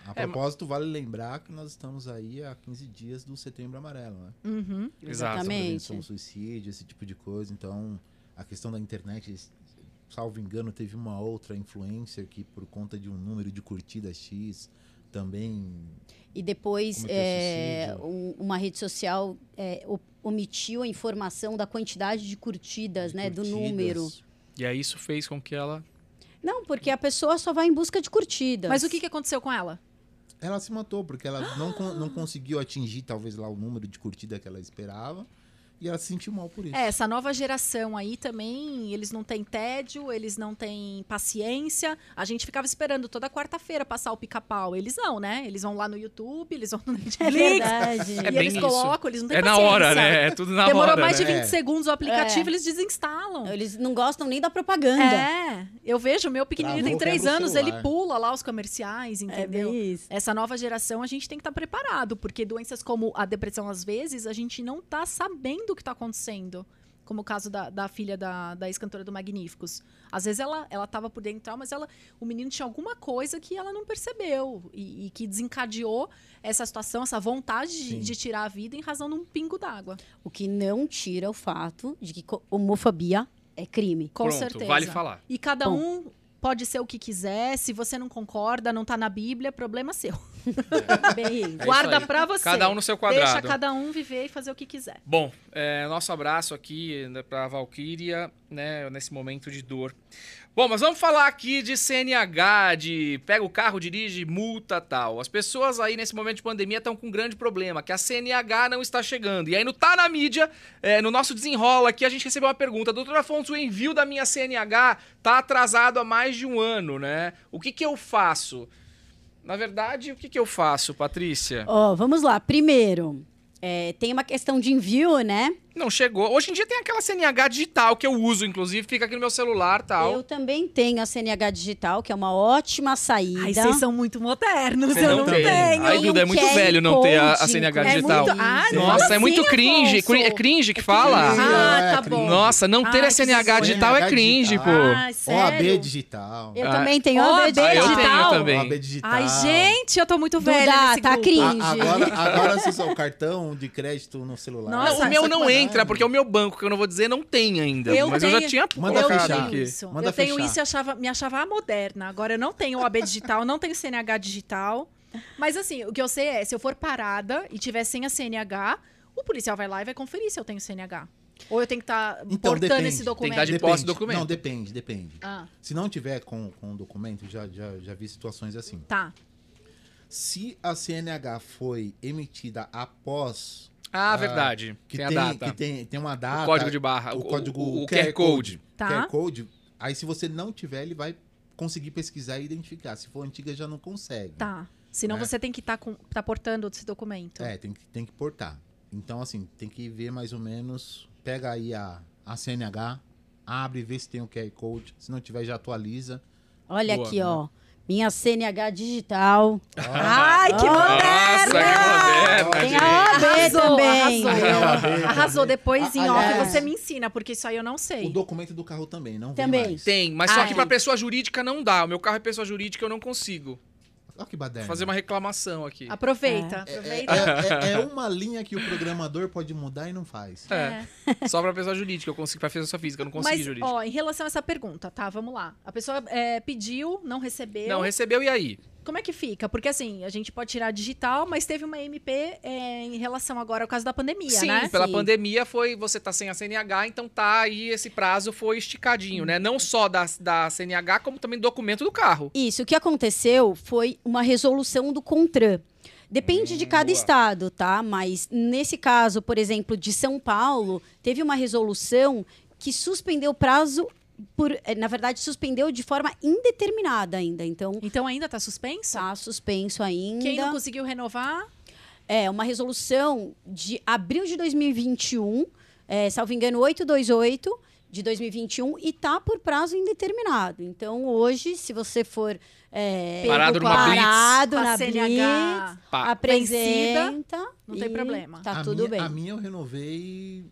A propósito, vale lembrar que nós estamos aí há 15 dias do Setembro Amarelo, né? Uhum. Exato. Exatamente. Prevenção ao é um suicídio, esse tipo de coisa. Então, a questão da internet, salvo engano, teve uma outra influencer que, por conta de um número de curtidas X, também E depois Cometeu é, suicídio. um- uma rede social é, o- omitiu a informação da quantidade de curtidas, né? Do curtidas. número. E aí isso fez com que ela. Não, porque a pessoa só vai em busca de curtidas. Mas o que, que aconteceu com ela? Ela se matou, porque ela não, con- não conseguiu atingir, talvez, lá o número de curtida que ela esperava. E ela se sentiu mal por isso. É, essa nova geração aí também, eles não têm tédio, eles não têm paciência. A gente ficava esperando toda quarta-feira passar o pica-pau. Eles não, né? Eles vão lá no YouTube, eles vão no É Netflix. É verdade. e bem eles isso. colocam, eles não têm É na paciência. hora, né? É tudo na Demorou hora. mais né? de 20 É. segundos o aplicativo, É. eles desinstalam. Eles não gostam nem da propaganda. É, eu vejo, o meu pequenininho Travou, tem 3 quebra o anos, celular. ele pula lá os É comerciais, entendeu? bem isso. Essa nova geração a gente tem que estar preparado, porque doenças como a depressão, às vezes, a gente não tá sabendo o que tá acontecendo. Como o caso da, da filha da, da ex-cantora do Magníficos. Às vezes ela, ela tava por dentro, e tal, mas ela, o menino tinha alguma coisa que ela não percebeu e, e que desencadeou essa situação, essa vontade de, Sim. de tirar a vida em razão de um pingo d'água. O que não tira o fato de que co- homofobia é crime. Com Pronto, certeza. vale falar. E cada Bom. um pode ser o que quiser. Se você não concorda, não tá na Bíblia, problema seu. Bem isso. É isso Guarda É aí. pra você. Cada um no seu quadrado. Deixa cada um viver e fazer o que quiser. Bom, é, nosso abraço aqui né, pra Valkyria, né? Nesse momento de dor. Bom, mas vamos falar aqui de CNH, de pega o carro, dirige, multa tal. As pessoas aí nesse momento de pandemia estão com um grande problema, que a CNH não está chegando. E aí no Tá na Mídia, é, no nosso desenrola aqui, a gente recebeu uma pergunta. Doutor Afonso, o envio da minha CNH tá atrasado há mais de um ano, né? O que que eu faço? Na verdade, o que que eu faço, Patrícia? Ó, vamos lá. Primeiro, é, tem uma questão de envio, né? Não chegou. Hoje em dia tem aquela CNH digital que eu uso, inclusive, fica aqui no meu celular tal. Eu também tenho a CNH digital, que é uma ótima saída. Ai, vocês são muito modernos, Você eu não não tem. tenho. Ai, Tem Duda, um é muito QR velho não ter a- a Code, É CNH inclusive. digital. Ah, não, Nossa, é Sim, muito Afonso. cringe. cri- É cringe que cringe. fala? Ah, É, tá bom. Nossa, não ter Ai, a CNH que digital é CNH cringe, digital. Ah, pô. Ai, OAB sério? digital. Eu Ah, também tenho ó, OAB ah, eu tenho digital. também. OAB digital. Ah, Ai, gente, eu tô muito Duda, velha nesse tá grupo. cringe. A- agora, agora se usar o cartão de crédito no celular. Não, Não, Nossa, o meu Isso não é entra, banana. porque o meu banco, que eu não vou dizer, não tem ainda. Eu mas eu já tenho- tinha Eu Manda colocado fechar. tenho aqui. isso. Manda eu tenho fechar. isso e achava, me achava a moderna. Agora eu não tenho OAB digital, não tenho CNH digital. Mas assim, o que eu sei é, se eu for parada e tiver sem a CNH, o policial vai lá e vai conferir se eu tenho CNH. Ou eu tenho que estar Então, portando depende. esse Tem que dar documento. de posse do documento. Não, depende, depende. Ah, Se não tiver com, com o documento, já, já, já vi situações assim. tá. Se a CNH foi emitida após Ah, Ah, verdade. que tem tem, a data. que tem, tem uma data. o código de barra. o, código o, QR, Code. Tá. QR Code. Aí se você não tiver, ele vai conseguir pesquisar e identificar. Se for antiga, já não consegue. Tá. Senão É. você tem que estar com, tá portando esse documento. É, tem que, tem que portar. Então, assim, tem que ver mais ou menos. Pega aí a, a CNH, abre, vê se tem o QR Code. Se não tiver, já atualiza. Olha Boa, aqui, né? ó. Minha CNH digital. Ai, Nossa, que que moderna, Tem gente. a OAB Ah, Arrasou, também. É. arrasou. Arrasou. Depois em Ah, off aliás, você me ensina, porque isso aí eu não sei. O documento do carro também, não vem É Também. mais. Tem, mas só Ah, que é. pra pessoa jurídica não dá. O meu carro é pessoa jurídica, eu não consigo. Olha que baderna. fazer uma reclamação aqui. Aproveita, aproveita. É, é- é uma linha que o programador pode mudar e não Tá, faz. É. Só pra pessoa jurídica, eu consigo pra pessoa física, eu não consegui Mas, jurídica. ó, em relação a essa pergunta, tá? Vamos lá. A pessoa é, pediu, não recebeu. Não, recebeu e aí? Como é que fica? Porque assim, a gente pode tirar digital, mas teve uma MP é, em relação agora ao caso da pandemia, Sim, né? pela Sim. pandemia foi, você tá sem a CNH, então tá aí, esse prazo foi esticadinho, né? Não só da, da CNH, como também do documento do carro. Isso, o que aconteceu foi uma resolução do CONTRAN. Depende de cada Boa. estado, tá? Mas nesse caso, por exemplo, de São Paulo, teve uma resolução que suspendeu o prazo por, eh, na verdade, suspendeu de forma indeterminada ainda. Então, Então ainda tá suspensa? está suspenso ainda. Quem não conseguiu renovar, É, uma resolução de abril de 2021, é, salvo engano, 828 de 2021, e tá por prazo indeterminado. Então, hoje, se você for é, Pego Parado numa com a- blitz. parado com a na CNH. blitz, Pá. apresenta. não tem e problema. Tá a tudo minha, bem. A minha eu renovei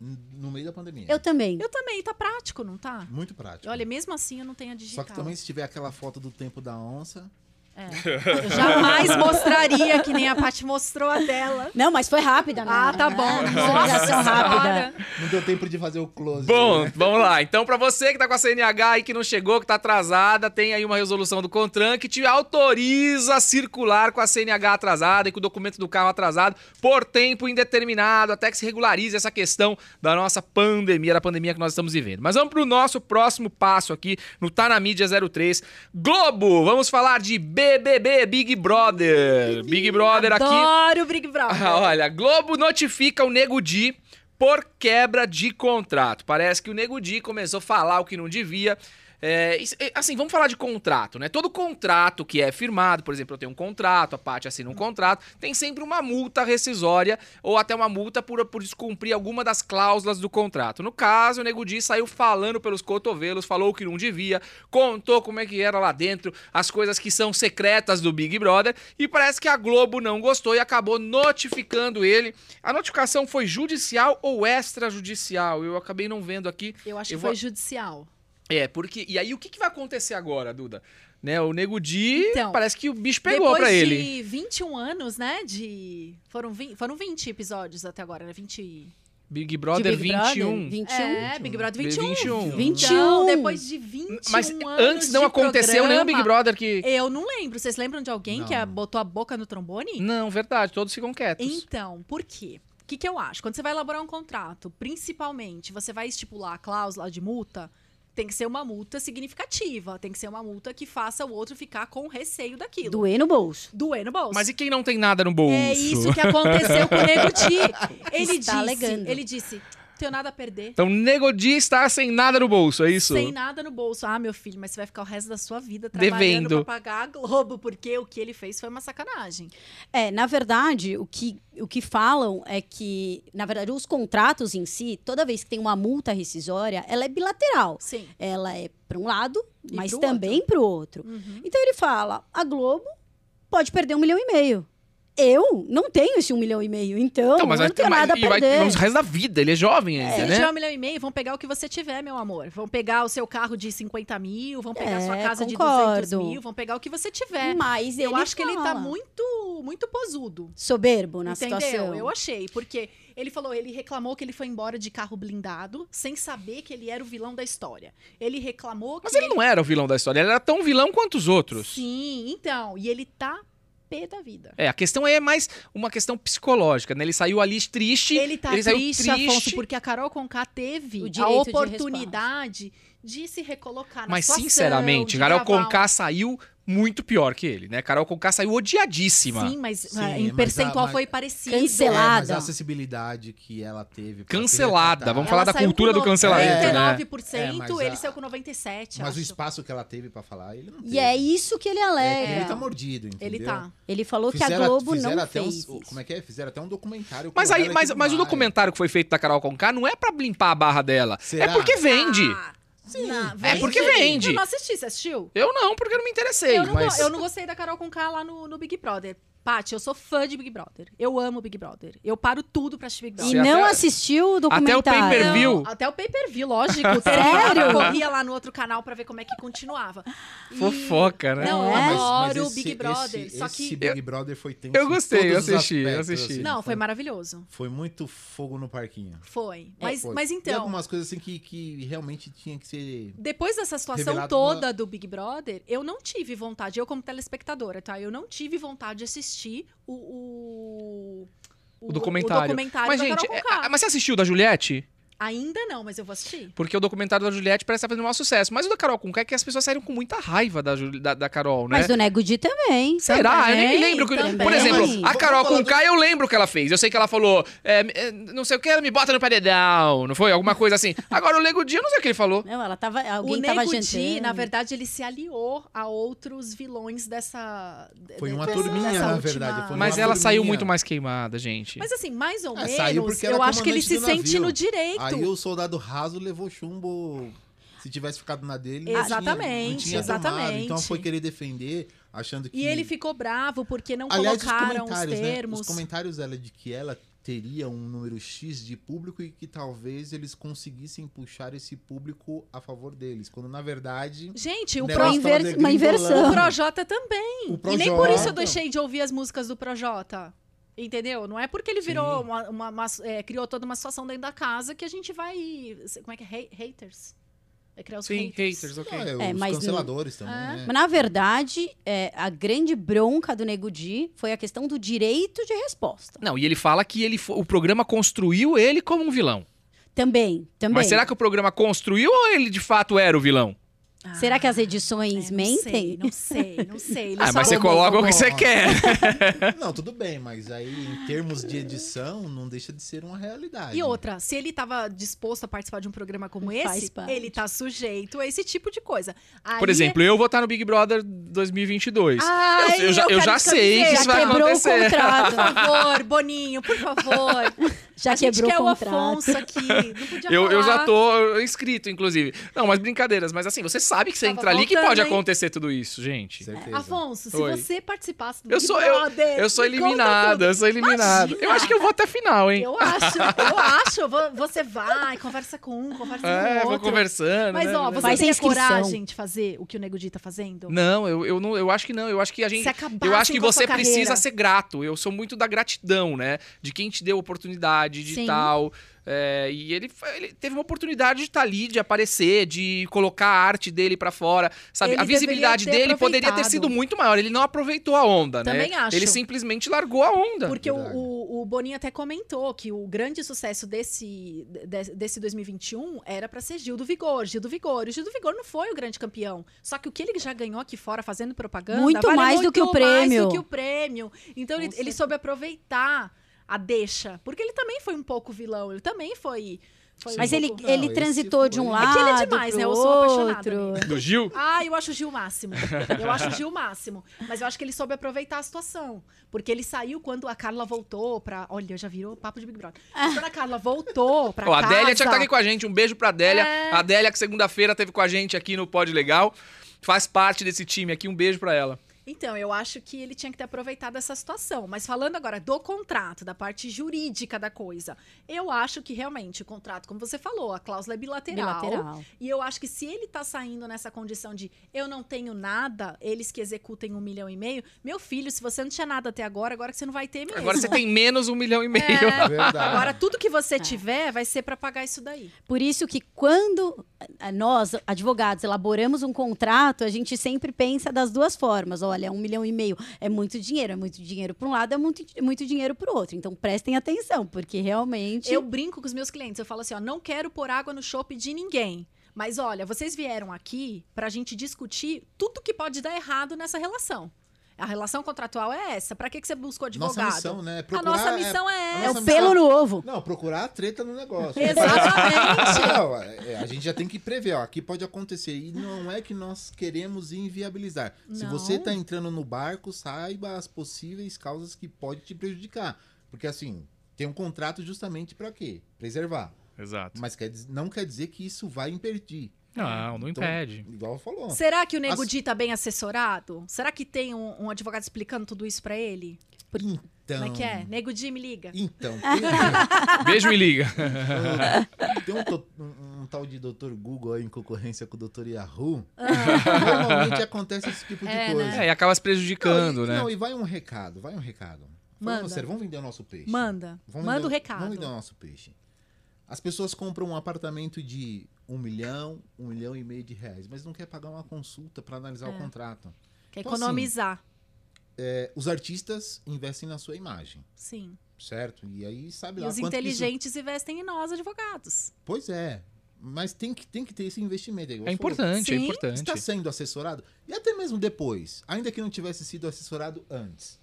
no meio da pandemia. Eu também. eu também, tá prático, não tá? Muito prático. Olha, mesmo assim eu não tenho a digital. Só que também se tiver aquela foto do tempo da onça, tá Eu jamais mostraria que nem a Paty mostrou a dela. Não, mas foi rápida, né? Ah, tá bom. É, Nossa consideração rápida. Senhora. não deu tempo de fazer o close. Bom, né? vamos lá. Então, pra você que tá com a CNH aí que não chegou, que tá atrasada, tem aí uma resolução do CONTRAN que te autoriza a circular com a CNH atrasada e com o documento do carro atrasado por tempo indeterminado, até que se regularize essa questão da nossa pandemia, da pandemia que nós estamos vivendo. Mas vamos pro nosso próximo passo aqui no Tá na Mídia 03 Globo. Vamos falar de BBB Big Brother. Big Brother aqui. Adoro o Big Brother. Ah, olha, Globo notifica o Nego Di por quebra de contrato. Parece que o Nego Di começou a falar o que não devia. É, isso- é, assim, vamos falar de contrato, né? Todo contrato que é firmado, por exemplo, eu tenho um contrato, a parte assina um contrato, tem sempre uma multa rescisória ou até uma multa por, por descumprir alguma das cláusulas do contrato. No caso, o Nego Di saiu falando pelos cotovelos, falou o que não devia, contou como é que era lá dentro, as coisas que são secretas do Big Brother, e parece que a Globo não gostou e acabou notificando ele. A notificação foi judicial ou extrajudicial? Eu acabei não vendo aqui. Eu acho Eu que vou- foi judicial. É, porque. E aí, o que, que vai acontecer agora, Duda? Né, o Nego Di, Então, parece que o bicho pegou Depois pra de ele. 21 anos, né? De. Foram 20, foram 20 episódios até agora, né? 20. Big De Brother Big 21. Brother, 21. É, Big Brother 21. 21. 21. Então, depois de 21 Mas anos antes não de aconteceu nenhum programa, Big Brother que. Eu não lembro. Vocês lembram de alguém que Não. a- botou a boca no trombone? Não, verdade, todos ficam quietos. Então, por quê? O que, que eu acho? Quando você vai elaborar um contrato, principalmente, você vai estipular a cláusula de multa, tem que ser uma multa significativa, tem que ser uma multa que faça o outro ficar com receio daquilo. Doer no bolso. Doer no bolso. Mas e quem não tem nada no bolso? É isso que aconteceu com o Nego Di. Ele Está disse, alegando. ele disse, tenho nada a perder. Então, Nego Di está sem nada no bolso, é isso? Sem nada no bolso. Ah, meu filho, mas você vai ficar o resto da sua vida trabalhando Devendo. pra pagar a Globo, porque o que ele fez foi uma sacanagem. É, na verdade, o que, o que falam é que, na verdade, os contratos em si, toda vez que tem uma multa rescisória, ela é bilateral. Sim. Ela é para um lado, E mas pro também para o outro. Uhum. Então ele fala: a Globo pode perder um milhão e meio. Eu não tenho esse um milhão e meio, então, Então, mas eu vai não tenho mas- nada a e vai- perder. Vamos o resto da vida, ele é jovem Se ainda, ele né? tiver um milhão e meio, vão pegar o que você tiver, meu amor. Vão pegar o seu carro de 50 mil, vão pegar a sua É, casa de 200 concordo. mil, vão pegar o que você tiver. Mas É, Eu ele acho que ele tá fala. muito, muito posudo. soberbo na Entendeu? situação. Eu achei, porque ele falou, ele reclamou que ele foi embora de carro blindado, sem saber que ele era o vilão da história. Ele reclamou Mas que ele não era o vilão da história, ele era tão vilão quanto os outros. Sim, então, e ele tá pé da vida. É, a questão aí é mais uma questão psicológica, né? Ele saiu ali triste. Ele tá ele saiu triste, Afonso, porque a Carol Conká O teve a direito de oportunidade de, se recolocar na Mas, situação, sinceramente, de Carol gravar um- Conká saiu muito pior que ele, né? Carol Conká saiu odiadíssima. Sim, mas Sim, ah, mas em a- percentual mas- foi parecido. Cancela- É, mas Pelada. a acessibilidade que ela teve. pra ser Cancelada, retratada- vamos Ela falar da saiu cultura com do cancelamento, né? 99%, É, mas a- ele saiu com 97%, Mas acho. o espaço que ela teve pra falar, ele não E é teve. isso que ele É que alega. ele tá mordido, entendeu? Ele tá. Ele falou que Fizeram- a Globo fizeram não até um- fez. isso. como é que é? Fizeram até um documentário. Mas com aí, ela e mas, tudo mas o mais. documentário que foi feito da Carol Conká não é pra limpar a barra dela. É Será? porque vende. Ah, Sim. não, É porque vende. Eu não assisti, você assistiu? Eu não, porque eu não me interessei. Eu não, go- mas... eu não gostei da Carol Conká lá no, no Big Brother. Paty, eu sou fã de Big Brother. Eu amo Big Brother. Eu paro tudo pra assistir Big E Você até- Brother. não assistiu o até o documentário. pay-per-view. Não, até o pay-per-view, lógico. Sério? Corria lá no outro canal pra ver como é que continuava. E- Fofoca, né? Não, É? eu Mas- adoro o esse- Big Brother. Esse, só esse que. Big Brother foi tenso. Eu em gostei, todos eu os assisti, eu aspectos, assisti. assim, Não, foi maravilhoso. Foi muito fogo no parquinho. Foi. Mas, É, Foi. mas Tem então. algumas coisas assim que, que realmente tinha que ser. Depois dessa situação Revelado toda do Big Brother, eu não tive vontade, eu como telespectadora, tá? Eu não tive vontade de assistir o. O, O documentário. o documentário mas, da gente, Carol é- Conká. ah, mas você assistiu o da Juliette? Ainda não, mas eu vou assistir. Porque o documentário da Juliette parece estar fazendo um maior sucesso. Mas o da Carol Conká é que as pessoas saíram com muita raiva da, Juli- da, da Carol, né? Mas do Nego Di também. Será? eu nem me Também, lembro. que- também. Por exemplo, Mas a vamos Carol falar Conká, eu lembro o que ela fez. Eu sei que ela falou, é, é, não sei o que, me bota no paredão, não foi? Alguma coisa assim. Agora o Lego Dia, eu não sei o que ele falou. Não, ela tava. Alguém o tava Nego jantando. Di, na verdade, ele se aliou a outros vilões dessa. Foi de- uma dessa- turminha, dessa na última- verdade, foi uma Mas ela turminha. saiu muito mais queimada, gente. Mas assim, mais ou Ah, saiu menos, porque era eu acho que ele se comandante do sente navio. no direito. Aí o soldado raso levou chumbo. Se tivesse ficado na dele, não Exatamente, tinha, não tinha tomado. exatamente. Então foi querer defender, achando que. E ele ficou bravo porque não Aliás, os colocaram os, comentários, né? termos. Os comentários dela de que ela teria um número X de público e que talvez eles conseguissem puxar esse público a favor deles. Quando na verdade. Gente, o Né, pro... Uma Ela estava inver- uma inversão. O degringolando. Projota também. O E nem por Projota. isso eu deixei de ouvir as músicas do Projota. Entendeu? Não é porque ele virou uma, uma- uma- é, criou toda uma situação dentro da casa que a gente vai. Como é que é? Ha- Haters? É criar os Sim, haters. haters, ok. Ah, é, É, os mas canceladores também, Ah. É. né? Mas, na verdade, é, a grande bronca do Nego Di foi a questão do direito de resposta. Não, e ele fala que ele, fo- o programa construiu ele como um vilão. Também, também. Mas será que o programa construiu ou ele de fato era o vilão? Ah, Será que as é, edições mentem? Não sei, não sei. Não sei. Ele Ah, só- mas você tomou coloca o que uma você bola. quer. Não, tudo bem, mas aí em termos de edição, não deixa de ser uma realidade. E outra, se ele estava disposto a participar de um programa como Faz esse, parte. ele tá sujeito a esse tipo de coisa. Por Aí- é- exemplo, eu vou estar no Big Brother 2022. Ai, eu, eu já, eu quero já te sei que camiseta. isso vai quebrou o acontecer. Por favor, Boninho, por favor. Já a gente quebrou quer o o contrato. Afonso aqui. Não podia Eu, eu já falar. tô inscrito, inclusive. Não, mas brincadeiras. Mas assim, você sabe que você Tava entra ali que faltando, pode hein? acontecer tudo isso, gente. Certeza. Afonso, se Oi. você participasse do Eu Big sou- eu- Brother, Eu sou me conta eliminado, eu sou eliminado. Imagina! Eu acho que eu vou até a final, tudo. hein? Eu acho, eu acho. eu vou- Você vai, conversa com um, conversa com o É, outro. vou conversando. Mas, né? ó, você Faz a tem inscrição. coragem de fazer o que o Nego Di tá fazendo? Não, eu, eu não, eu acho que não. Eu acho que a gente. Se acabassem Eu acho que com a você sua precisa carreira. ser grato. Eu sou muito da gratidão, né? De quem te deu oportunidade, de Sim. tal. É, e ele, foi- ele teve uma oportunidade de estar ali, de aparecer, de colocar a arte dele pra fora. Sabe? Ele a visibilidade deveria ter dele poderia ter aproveitado. sido muito maior. Ele não aproveitou a onda, Também né? acho. Ele simplesmente largou a onda. Porque o, Draga. o, o Boninho até comentou que o grande sucesso desse, de- desse 2021 era pra ser Gil do Vigor, Gil do Vigor. E o Gil do Vigor não foi o grande campeão. Só que o que ele já ganhou aqui fora fazendo propaganda Muito vale mais do que o muito mais prêmio. do que o prêmio. Então ele, Com ele soube aproveitar a deixa. Porque ele também foi um pouco vilão. Ele também foi. foi Mas um ele, pouco- Não, ele esse transitou foi- de um É lado. que ele é demais, pro né? Eu sou apaixonada outro. nele. Do Gil? Ah, eu acho o Gil o máximo. Eu acho o Gil o máximo. Mas eu acho que ele soube aproveitar a situação. Porque ele saiu quando a Carla voltou pra. Olha, já virou papo de Big Brother. Quando a Carla voltou pra. Ó, a casa, Adélia tinha que estar aqui com a gente. Um beijo pra Adélia. É. A Adélia, que segunda-feira teve com a gente aqui no Pod Legal. Faz parte desse time aqui. Um beijo pra ela. Então, eu acho que ele tinha que ter aproveitado essa situação. Mas falando agora do contrato, da parte jurídica da coisa, eu acho que realmente o contrato, como você falou, a cláusula é Bilateral. E eu acho que se ele tá saindo nessa condição de eu não tenho nada, eles que executem um milhão e meio, meu filho, se você não tinha nada até agora, agora que você não vai ter mesmo. Agora você tem menos um milhão e meio. É verdade. Agora tudo que você tiver vai ser pra pagar isso daí. Por isso que quando eh, nós, advogados, elaboramos um contrato, a gente sempre pensa das duas formas. Olha, um milhão e meio é muito dinheiro. É muito dinheiro para um lado, é muito, muito dinheiro para o outro. Então prestem atenção, porque realmente... Eu brinco com os meus clientes, eu falo assim, ó, não quero pôr água no chope de ninguém. Mas olha, vocês vieram aqui pra gente discutir tudo que pode dar errado nessa relação. A relação contratual é essa. Pra que, que você buscou advogado? Nossa missão, né? a Procurar, nossa é- missão é, a É essa. o pelo no ovo. Não, procurar a treta no negócio. Exatamente. Não, é, a gente já tem que prever, ó, aqui pode acontecer. E não é que nós queremos inviabilizar. Se Não. você tá entrando no barco, saiba as possíveis causas que pode te prejudicar. Porque assim, tem um contrato justamente para quê? Preservar. Exato. Mas quer diz- não quer dizer que isso vai impedir. Não, não Então, impede. Igual falou. Será que o Nego As- Di tá bem assessorado? Será que tem um, um advogado explicando tudo isso pra ele? Então. Como é que é? Nego Di, me liga. Então, tem, Beijo, me liga. tem um, to- um- um tal de Dr. Google aí em concorrência com o Dr. Yahoo. Ah, Normalmente acontece esse tipo de É, né? coisa. É, e acaba se prejudicando, não, e, né? Não, e vai um recado, vai um recado. Falando Manda. sério, vamos vender o nosso peixe. manda. Vamos manda o vender- recado. Vamos vender o nosso peixe. As pessoas compram um apartamento de um milhão, um milhão e meio de reais, mas não quer pagar uma consulta para analisar É. o contrato. Quer Então, assim, economizar. É, os artistas investem na sua imagem, Sim. certo? E aí sabe E lá os Ah, quanto que isso- inteligentes investem em nós, advogados. Pois é. Mas tem que, tem que ter esse investimento. igual É você falou. importante, é Sim, importante. Está sendo assessorado. E até mesmo depois, ainda que não tivesse sido assessorado antes.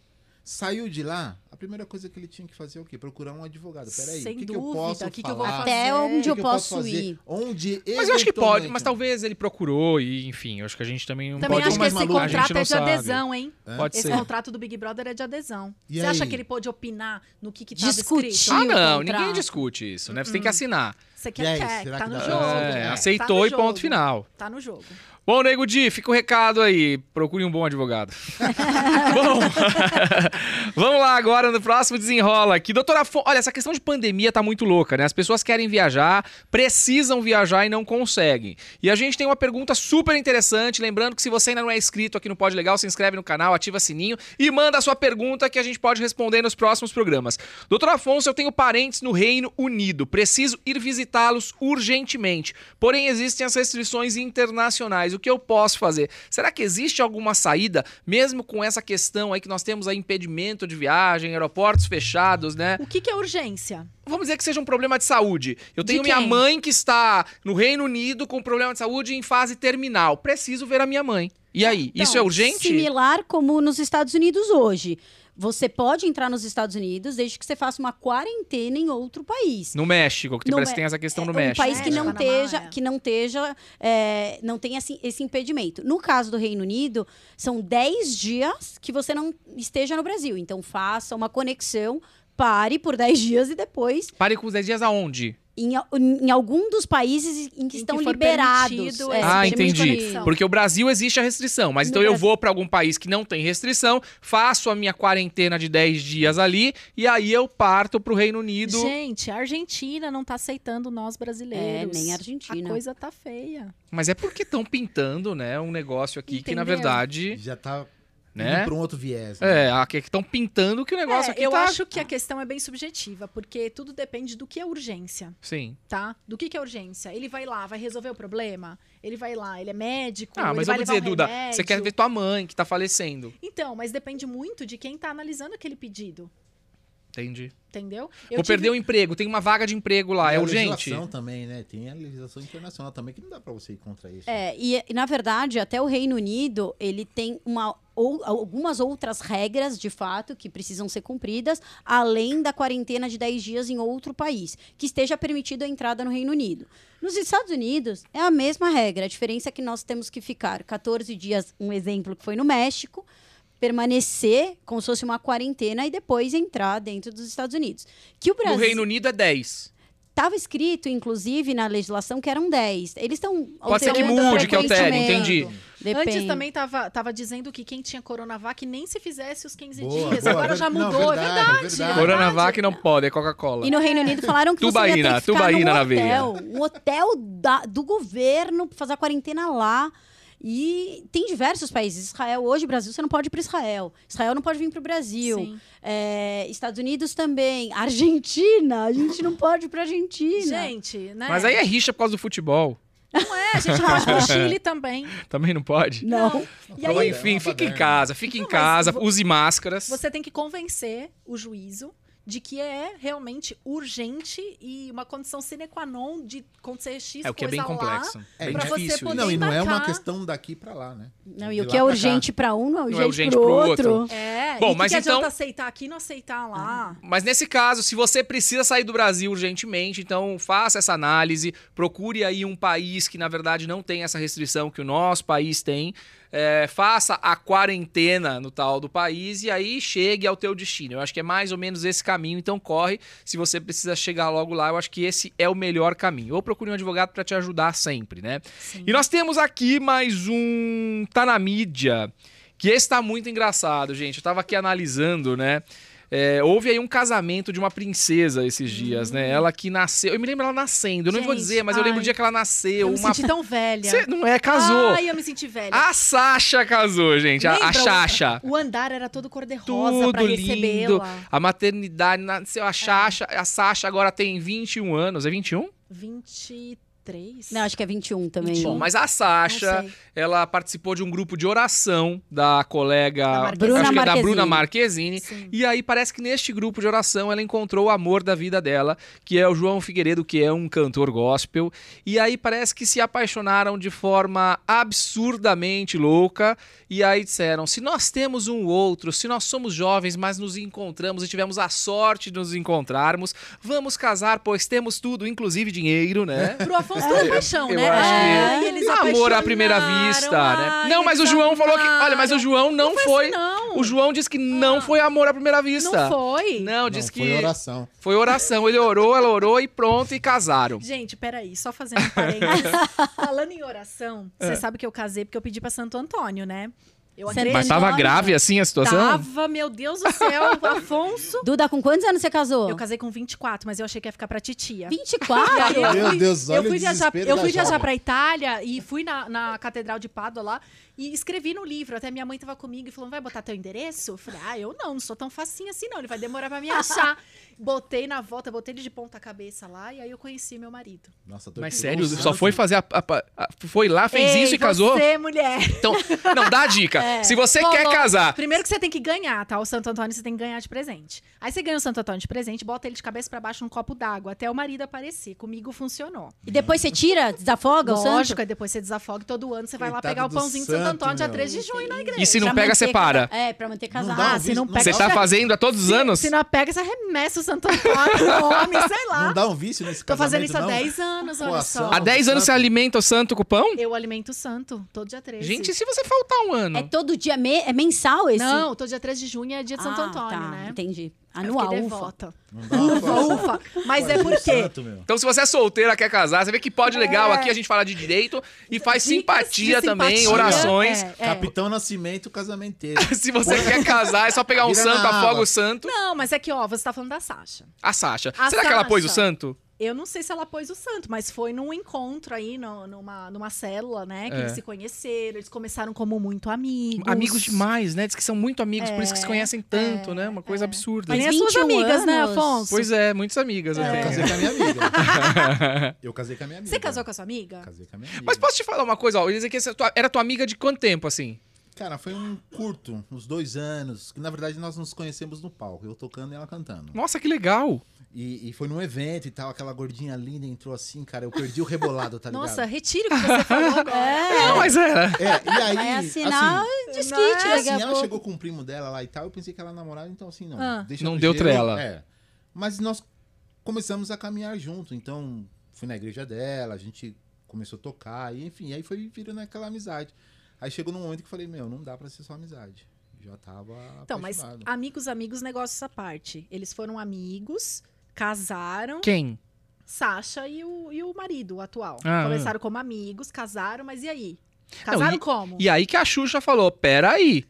Saiu de lá, a primeira coisa que ele tinha que fazer é o quê? Procurar um advogado. Peraí, Sem o que, que eu dúvida, posso o que que eu vou falar? fazer? Até O onde que eu que posso fazer? ir. Onde Mas eu acho que pode, eventualmente- mas talvez ele procurou e, enfim, eu acho que a gente também não então, Também pode Ah, acho que mais esse maluco. A gente contrato não é de sabe. adesão, hein? Pode Esse ser. contrato do Big Brother é de adesão. E Você acha aí? que ele pode opinar no que que tava Discutir. escrito? Ah, tinha o não, contrato. ninguém discute isso, né? Você tem que assinar. Você E quer, aí, quer, será tá que no dá- Hum. jogo. É, né? Tá aceitou no e ponto jogo. final. Tá no jogo. Bom, Nego Di, fica o recado aí. Procure um bom advogado. bom, vamos lá agora no próximo desenrola aqui. Doutora Afon... Olha, essa questão de pandemia tá muito louca, né? As pessoas querem viajar, precisam viajar e não conseguem. E a gente tem uma pergunta super interessante. Lembrando que se você ainda não é inscrito aqui no Pode Legal, se inscreve no canal, ativa sininho e manda a sua pergunta que a gente pode responder nos próximos programas. Doutor Afonso, eu tenho parentes no Reino Unido. Preciso ir visitá-los urgentemente. Porém, existem as restrições internacionais. O que eu posso fazer? Será que existe alguma saída, mesmo com essa questão aí que nós temos aí impedimento de viagem, aeroportos fechados, né? O que que é urgência? Vamos dizer que seja um problema de saúde. Eu De tenho minha quem? mãe que está no Reino Unido com problema de saúde em fase terminal. Preciso ver a minha mãe. E aí, Então, isso é urgente? Similar como nos Estados Unidos hoje. Você pode entrar nos Estados Unidos desde que você faça uma quarentena em outro país. No México, que No parece que Me- tem essa questão no um México. país que né? não Panamá, esteja, é. que não esteja, é, não tenha esse, esse impedimento. No caso do Reino Unido, são 10 dias que você não esteja no Brasil. Então faça uma conexão, pare por 10 dias e depois Pare com os 10 dias aonde? em, a- em algum dos países em que Em estão que for liberados. permitido é, esse Ah, permite entendi. conexão. Então. Porque o Brasil existe a restrição, mas No então eu Brasil. vou para algum país que não tem restrição, faço a minha quarentena de 10 dias ali e aí eu parto pro Reino Unido. Gente, a Argentina não tá aceitando nós É, brasileiros. nem a A Argentina. coisa tá feia. Mas é porque estão pintando, né, um negócio aqui que na Entendeu? verdade, Já tá né? indo pra um outro viés. né? É, aqui que estão pintando que o negócio É, aqui eu tá acho que a questão é bem subjetiva, porque tudo depende do que é urgência. Sim. tá? Do que, que é urgência? Ele vai lá, vai resolver o problema? Ele vai lá, ele é médico? Ah, ele mas eu vai vou levar dizer, um Duda, você remédio? quer ver tua mãe que tá falecendo. Então, mas depende muito de quem tá analisando aquele pedido, Entendi. entendeu? um vou perder o emprego, tem uma vaga de emprego lá, Tem é a urgente. legislação também, né? Tem a legislação internacional também que não dá pra você ir contra isso. É, e, e, na verdade, até o Reino Unido, ele tem uma, ou, algumas outras regras, de fato, que precisam ser cumpridas, além da quarentena de 10 dias em outro país, que esteja permitida a entrada no Reino Unido. Nos Estados Unidos, é a mesma regra. A diferença é que nós temos que ficar 14 dias, um exemplo que foi no México, permanecer como se fosse uma quarentena e depois entrar dentro dos Estados Unidos. Que o No Brasil... Reino Unido é 10. Tava escrito, inclusive, na legislação que eram 10. Eles estão Pode ser que alterando mude, que altere, frequentemente. entendi. Antes Depende. também tava, tava dizendo que quem tinha Coronavac nem se fizesse os 15 Boa, dias. boa, Agora ver- já não, mudou, é verdade, verdade. verdade. Coronavac não pode, é Coca-Cola. E no Reino Unido falaram que você Tubaína, ia ter que ficar tubaína num na hotel, um hotel da- do governo, fazer a quarentena lá. E tem diversos países. Israel, hoje, Brasil, você não pode ir para Israel. Israel não pode vir para o Brasil. Sim. É, Estados Unidos também. Argentina, a gente não pode ir para Argentina. Gente, né? Mas aí é rixa por causa do futebol. Não é, a gente pode pro Chile também. Também não pode? não. E Então, aí, enfim, fique em é baderna. casa, fique em Não, mas casa, vo- use máscaras. Você tem que convencer o juízo de que é realmente urgente e uma condição sine qua non de acontecer X É o que é coisa bem lá. complexo. É, bem pra você difícil. poder- isso. Não, e não é uma embarcar. questão daqui pra lá, né? Não, De e o lá que é pra cá. urgente para um não é urgente, urgente para o pro outro. outro. É, Bom, e que mas que então- Ah, adianta aceitar aqui e não aceitar lá? Mas nesse caso, se você precisa sair do Brasil urgentemente, então faça essa análise, procure aí um país que na verdade não tem essa restrição que o nosso país tem, é, faça a quarentena no tal do país e aí chegue ao teu destino. Eu acho que é mais ou menos esse caminho, então corre. Se você precisa chegar logo lá, eu acho que esse é o melhor caminho. Ou procure um advogado para te ajudar sempre, né? Sim. E nós temos aqui mais um Tá na mídia, que esse tá muito engraçado, gente. Eu tava aqui analisando, né? É, houve aí um casamento de uma princesa esses dias, né? Ela que nasceu. Eu me lembro ela nascendo, eu não vou Hum. Gente, dizer, mas eu lembro o ai. dia que ela nasceu. Eu me Uma... senti tão velha. Cê- não é, casou. Ai, eu me senti velha. A Sasha casou, gente. A, a Lembra? Sasha. O andar era todo cor-de-rosa pra Ah. Tudo lindo. recebê-la. A maternidade nasceu. É. A Sasha, a Sasha agora tem 21 anos. É 21? 23? Não, acho que é 21 também. Bom, Sim. mas a Sasha, um. Não sei. ela participou de um grupo de oração da Da colega. Marquezine. acho que é da Bruna Bruna Marquezine. Marquezine. Sim. E aí parece que neste grupo de oração ela encontrou o amor da vida dela, que é o João Figueiredo, que é um cantor gospel. E aí parece que se apaixonaram de forma absurdamente louca. E aí disseram: se nós temos um outro, se nós somos jovens, mas nos encontramos e tivemos a sorte de nos encontrarmos, vamos casar, pois temos tudo, inclusive dinheiro, né? Pro Afonso toda paixão, eu né? acho é. que- Ai, eles Amor à primeira apaixonaram, vista, ai, né? Não, mas o eles João falou que. Olha, mas o amaram. João não, Não foi. assim, não. O João disse que não Ah. foi amor à primeira vista. Não foi? Não, Não, disse que foi oração. foi oração. Ele orou, ela orou e pronto, e casaram. Gente, peraí, só fazendo um parênteses. Falando em oração, É. você sabe que eu casei porque eu pedi pra Santo Antônio, né? Eu Santo acredito- Mas tava Enorme. grave assim a situação? Tava, meu Deus do céu, Afonso. Duda, com quantos anos você casou? Eu casei com 24, mas eu achei que ia ficar pra titia. 24? E aí eu Meu fui- Deus, olha eu fui o viajar, desespero eu da fui viajar jovem. pra Itália e fui na, na Catedral de Pádua lá e escrevi no livro. Até minha mãe tava comigo e falou: vai botar teu endereço? Eu falei, ah, eu não, não sou tão facinha assim, não. Ele vai demorar pra me achar. Botei na volta, botei ele de ponta cabeça lá e aí eu conheci meu marido. Nossa, tô Mas tô sério, gostando. só foi fazer a, a- a- Foi lá, fez Ei, isso e casou? Você, É. mulher. Então, não, dá a dica. Se você Rolou. quer casar. Primeiro que você tem que ganhar, tá? O Santo Antônio você tem que ganhar de presente. Aí você ganha o Santo Antônio de presente, bota ele de cabeça pra baixo num copo d'água até o marido aparecer. Comigo funcionou. E depois você tira, desafoga o santo? Lógico, aí depois você desafoga e todo ano você vai lá Coitado pegar o do pãozinho de santo, Santo Antônio dia meu. 3 de junho na igreja. E se não Pra pega, manter separa. casa- É, pra manter casado. dá Ah, se vídeo- não não pega. Você tá fazendo há todos os anos? Se não pega, você arremessa o Santo Antônio, come, sei lá. Não dá um vício nesse Tô casamento, fazendo isso há não? 10 anos, olha Coação. só. Há 10 anos você alimenta o santo com pão? Eu alimento o santo, todo dia 13. Gente, e se você faltar um ano? É todo dia, me- é mensal esse? Não, todo dia 3 de junho é dia de Santo Ah, Antônio, tá, né? entendi. Eu fiquei Anual, ufa. devota. Não dá uma Ufa, coação. ufa. Mas é Coação por quê? santo, meu. Então, se você é solteira, quer casar, você vê que pode legal É. aqui a gente fala de direito e faz Dicas de simpatia também, simpatia, orações. é, é. Capitão Nascimento, casamenteiro. Se você quer casar, é só pegar um Vira santo, na água. afoga o santo. Não, mas é que, ó, você tá falando da Sasha. A Sasha. A Será que ela pôs o Sasha. santo? Eu não sei se ela pôs o santo, mas foi num encontro aí, no- numa, numa célula, né? Que É. eles se conheceram, eles começaram como muito amigos. É. Amigos demais, né? Diz que são muito amigos, por isso que se conhecem tanto, né? Uma coisa absurda. Mas nem as Mas suas 21 amigas, né, anos? Afonso? Pois é, muitas amigas eu Eu tenho. casei com a minha amiga. Eu casei com a minha é. amiga. Você casou com a sua amiga? Casei com a minha amiga. Mas posso te falar uma coisa, ó? Eles aqui, essa tua- era tua amiga de quanto tempo, assim? Cara, foi um curto, uns dois anos. Que, na verdade, nós nos conhecemos no palco. Eu tocando e ela cantando. Nossa, que legal! E, e foi num evento e tal. Aquela gordinha linda entrou assim, cara. Eu perdi o rebolado, tá ligado? Nossa, retire o que você falou agora. Não, mas era. É, e aí... É assinar assim, de skit, não é? Tipo, daqui a assim, ela pouco. chegou com o primo dela lá e tal. Eu pensei que ela namorava, então assim, não. Ah. deixa Não no deu gelo, trela. É. Mas nós começamos a caminhar junto. Então, fui na igreja dela, a gente começou a tocar, e enfim, aí foi virando aquela amizade. Aí chegou num momento que eu falei, meu, não dá pra ser só amizade. Já tava. Então, mas apaixonado. amigos, amigos, negócios à parte. Eles foram amigos, casaram, Quem? Sasha e o, e o marido o atual. Ah, Começaram como amigos, casaram, mas e aí? Casaram e- como? E aí que a Xuxa falou: peraí.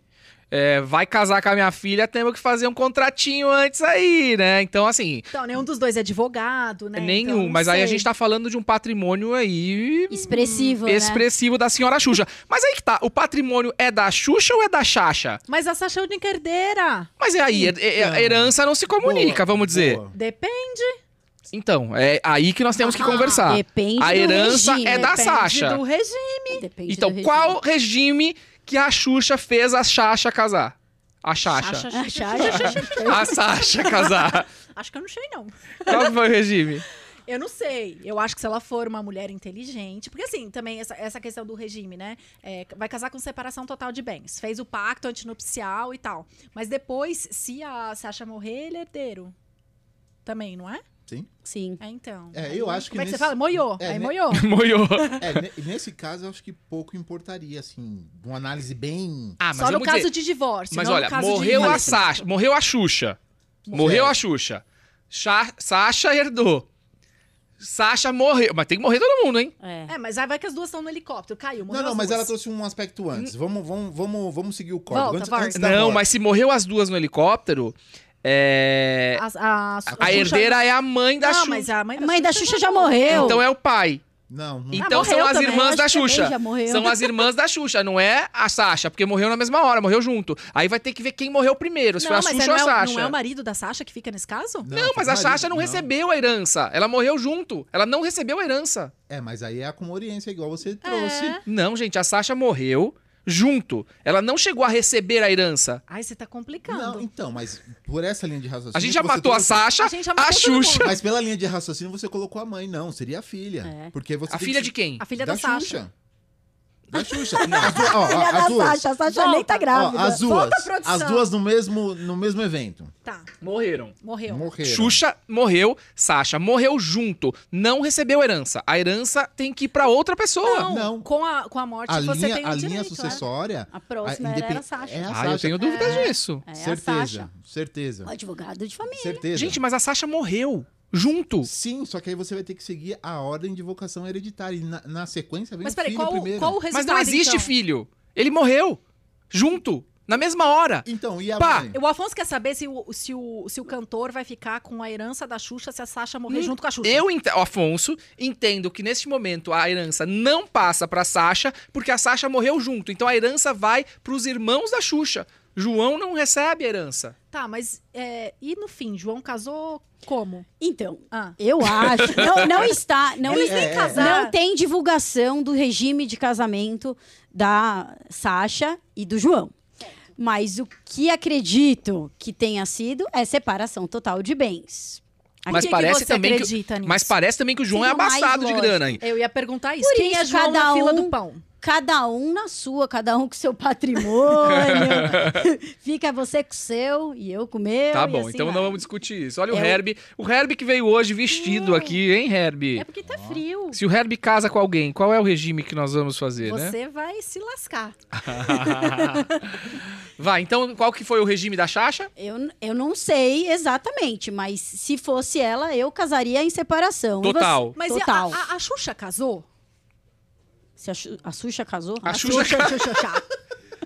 É, vai casar com a minha filha, temos que fazer um contratinho antes aí, né? Então, assim, Então, nenhum dos dois é advogado, né? nenhum. Então, não mas aí a sei. gente tá falando de um patrimônio aí Expressivo, né? expressivo da senhora Xuxa. Mas aí que tá, o patrimônio é da Xuxa ou é da Xaxa? Mas a Sasha é única herdeira. Mas é aí, é- é- a Então. herança não se comunica, Boa, vamos dizer. boa. Depende. Então, é aí que nós temos que Ah, conversar. Depende A do herança regime. é da Depende Sasha. do regime. Depende Então, do regime. qual regime que a Xuxa fez a Xaxa casar? A Xaxa. Sasha, Xaxa. A Sasha casar. Acho que eu não sei, não. Qual que foi o regime? Eu não sei. Eu acho que se ela for uma mulher inteligente. Porque, assim, também essa, essa questão do regime, né? É, vai casar com separação total de bens. Fez o pacto antinupcial e tal. Mas depois, se a Sasha morrer, ele é herdeiro. Também, não é? Sim. Sim. É, então. É, Aí, eu acho que Como é que você nesse- fala? Moiou. É, aí ne- moiou. Moiou. É, ne- nesse caso, eu acho que pouco importaria, assim, uma análise bem. Ah, mas Só no vamos caso dizer- de divórcio. Mas não olha, no caso morreu de a Sasha, morreu a Xuxa. Morreu a Xuxa. Cha- Sasha herdou. Sasha morreu. Mas tem que morrer todo mundo, hein? É. É, mas aí vai que as duas estão no helicóptero. Caiu, morreu Não, não, as mas duas. ela trouxe um aspecto antes. Vamos, vamos, vamos, vamos seguir o código. Volta, antes, volta. antes da Não, morte. mas se morreu as duas no helicóptero, é... A, Ah, a, a, a herdeira é a mãe da não, Xuxa. mas a mãe A da mãe da Xuxa já morreu. Então é o pai. Não, não. Então Ah, são morreu as também, irmãs acho da que também Xuxa. já morreu. São as irmãs da Xuxa, não é a Sasha, porque morreu na mesma hora, morreu junto. Aí vai ter que ver quem morreu primeiro, se Não, foi a mas Xuxa não, ou a é, o- Sasha. não é o marido da Sasha que fica nesse caso? Não, mas a foi o Sasha marido, não, recebeu a herança. Ela morreu junto. Ela não recebeu a herança. É, mas aí é a comoriência, igual você trouxe. É. Não, gente, a Sasha morreu junto. Ela não chegou a receber a herança. Ai, você tá complicando. Não, então, mas por essa linha de raciocínio. A gente já que você matou a trouxe- Sasha, A gente já a matou todo Xuxa. Mas pela linha de raciocínio você colocou a mãe, não, seria a filha. É. Porque você A tem filha que- de quem? A filha da, Sasha. Xuxa. Da Xuxa. Não, as duas, ó, ó, Filha as da duas. Sasha, a Sasha nem tá Volta. Ó, grávida. as duas. Volta, produção. As duas no mesmo, no mesmo evento. Tá, Morreram. morreu. Morreram. Xuxa morreu, Sasha morreu junto. Não recebeu a herança. A herança tem que ir pra outra pessoa. Não, Não. Com, a, com a morte A você linha, tem o a direito. linha é. sucessória. A próxima a era, independ- a Sasha. É a Ah, eu Sasha. tenho dúvida disso. É a certeza, Sasha. certeza. O advogado de família. Certeza. Gente, mas a Sasha morreu junto. Sim, só que aí você vai ter que seguir a ordem de vocação hereditária. E na, na sequência vem Mas o peraí, filho qual, o- primeiro. qual o resultado? Mas não existe então? filho. Ele morreu junto, na mesma hora. Então, e a Pá, mãe? O Afonso quer saber se o, se, o, se o cantor vai ficar com a herança da Xuxa se a Sasha morrer Hum, junto com a Xuxa. Eu, ent- Afonso, entendo que neste momento a herança não passa pra Sasha, porque a Sasha morreu junto. Então a herança vai pros irmãos da Xuxa. João não recebe a herança. Tá, mas é, e no fim, João casou como? Então, Ah, eu acho. não, não está. Não, Eles está- nem é, casaram. não tem divulgação do regime de casamento da Sasha e do João. Mas o que acredito que tenha sido é separação total de bens. Mas que que parece você também que- acredita nisso? Mas parece também que o João é Seria mais abastado de lógico. grana aí. Eu ia perguntar isso. Por Quem é isso, João na cada fila um- do pão? Cada um na sua, cada um com seu patrimônio. Fica você com o seu e eu com o meu. Tá e bom, assim então vai. não vamos discutir isso. Olha o É o- Herbie. O Herbie que veio hoje vestido aqui, hein, Herbie? É porque tá frio. Se o Herbie casa com alguém, qual é o regime que nós vamos fazer, né? Você vai se lascar. Vai, então qual que foi o regime da Xaxa? Eu, n- eu não sei exatamente, mas se fosse ela, eu casaria em separação. E Total. você- Mas e a- Total. a, a Xuxa casou? Se a, Xu- a Xuxa casou? A A Xuxa- Xuxa, Xuxa.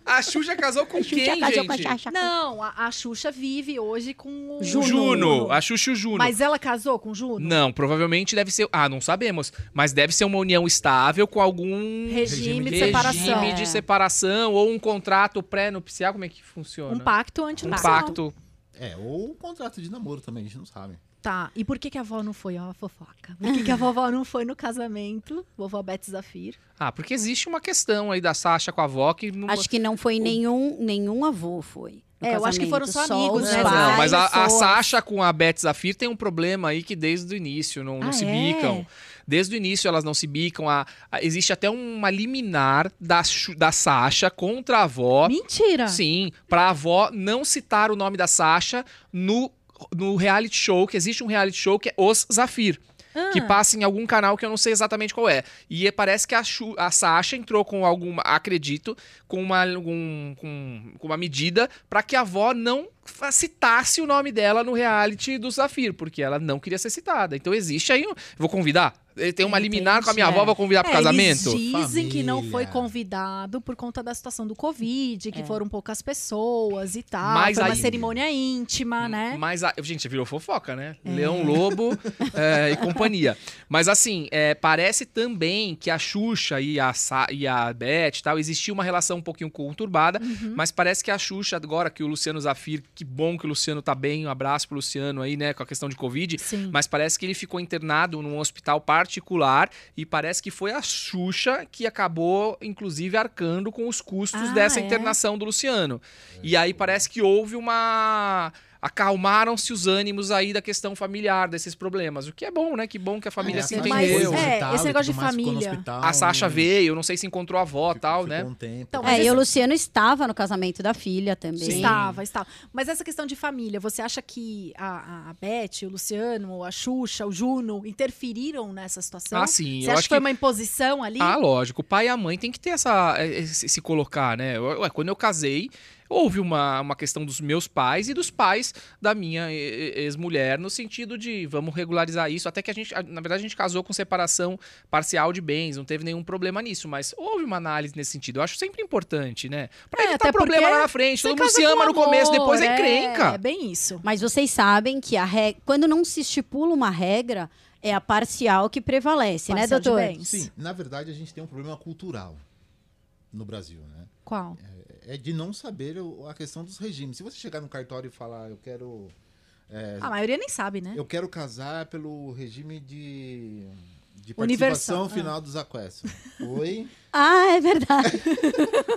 A Xuxa casou com Xuxa quem, casou com a gente? Xaxa. Não, a, a Xuxa vive hoje com o Juno. Juno. A Xuxa e o Juno. Mas ela casou com o Juno? Não, provavelmente deve ser. Ah, não sabemos. Mas deve ser uma união estável com algum Regime de regime separação. É. de separação ou um contrato pré-nupcial. Como é que funciona? Um pacto Um antinupcial. pacto. É, ou o contrato de namoro também, a gente não sabe. Tá. E por que, que a avó não foi? Ó, a fofoca. Por que, que a vovó não foi no casamento? Vovó Beth Zafir. Ah, porque existe uma questão aí da Sasha com a avó que não. Acho que não foi nenhum, nenhum avô, foi. no É, eu acho que casamento, foram só amigos, os né? pais, Não, mas a, a pessoas. Sasha com a Beth Zafir tem um problema aí que desde o início não, não Ah, se é? bicam. Desde o início elas não se bicam. A- a- existe até uma liminar da, Xu- da Sasha contra a avó. Mentira! Sim, pra avó não citar o nome da Sasha no, no reality show, que existe um reality show que é Os Zafir, Ah, que passa em algum canal que eu não sei exatamente qual é. E é- parece que a, Xu- a Sasha entrou com alguma, acredito, com uma, algum- com, com uma medida pra que a avó não fa- citasse o nome dela no reality do Zafir, porque ela não queria ser citada. Então existe aí, um- vou convidar, tem uma liminar com a minha Entendi, avó, é. vou convidar pro É, casamento. Eles dizem que não foi Família. É. convidado por conta da situação do Covid, que foram poucas pessoas e tal. Mas foi uma aí- Uhum. cerimônia íntima, né? Mas, a, gente, virou fofoca, né? Leão Lobo é, e companhia. Mas, assim, é, parece também que a Xuxa e a, Sa- e a Beth e tal, existia uma relação um pouquinho conturbada, Uhum. mas parece que a Xuxa, agora que o Luciano Zafir, que bom que o Luciano tá bem, um abraço pro Luciano aí, né, com a questão de Covid, Sim. mas parece que ele ficou internado num hospital particular e parece que foi a Xuxa que acabou, inclusive, arcando com os custos Ah, dessa é? internação do Luciano. E aí parece que houve uma. acalmaram-se os ânimos aí da questão familiar, desses problemas. O que é bom, né? Que bom que a família É, se a família entendeu. Mas, é, hospital esse e negócio tudo de mais, ficou no família. hospital, A Sasha né? veio, não sei se encontrou a avó Ficou- tal, ficou né? um tempo. Então, É, mas e o esse- Luciano estava no casamento da filha também. Estava, estava. Mas essa questão de família, você acha que a, a Beth, o Luciano, a Xuxa, o Juno interferiram nessa situação? Ah, sim. Você eu acha acho que foi uma imposição ali? Ah, lógico. O pai e a mãe tem que ter essa. esse- se colocar, né? Ué, quando eu casei, houve uma, uma questão dos meus pais e dos pais da minha e- e- ex-mulher, no sentido de vamos regularizar isso. Até que a gente. a- Na verdade, a gente casou com separação parcial de bens, não teve nenhum problema nisso, mas houve uma análise nesse sentido. Eu acho sempre importante, né? Pra É, evitar até problema lá porque na frente. Você Todo mundo casa se com ama no começo, amor, depois é É encrenca. bem isso. Mas vocês sabem que a re... quando não se estipula uma regra, é a parcial que prevalece, né, Parcela de doutor? bens. Sim, na verdade a gente tem um problema cultural no Brasil, né? Qual? É de não saber o- a questão dos regimes. Se você chegar no cartório e falar, eu quero, A maioria nem sabe, né? É. eu quero casar pelo regime de, de Universal, é. participação final dos aquestos. Oi? Ah, é verdade.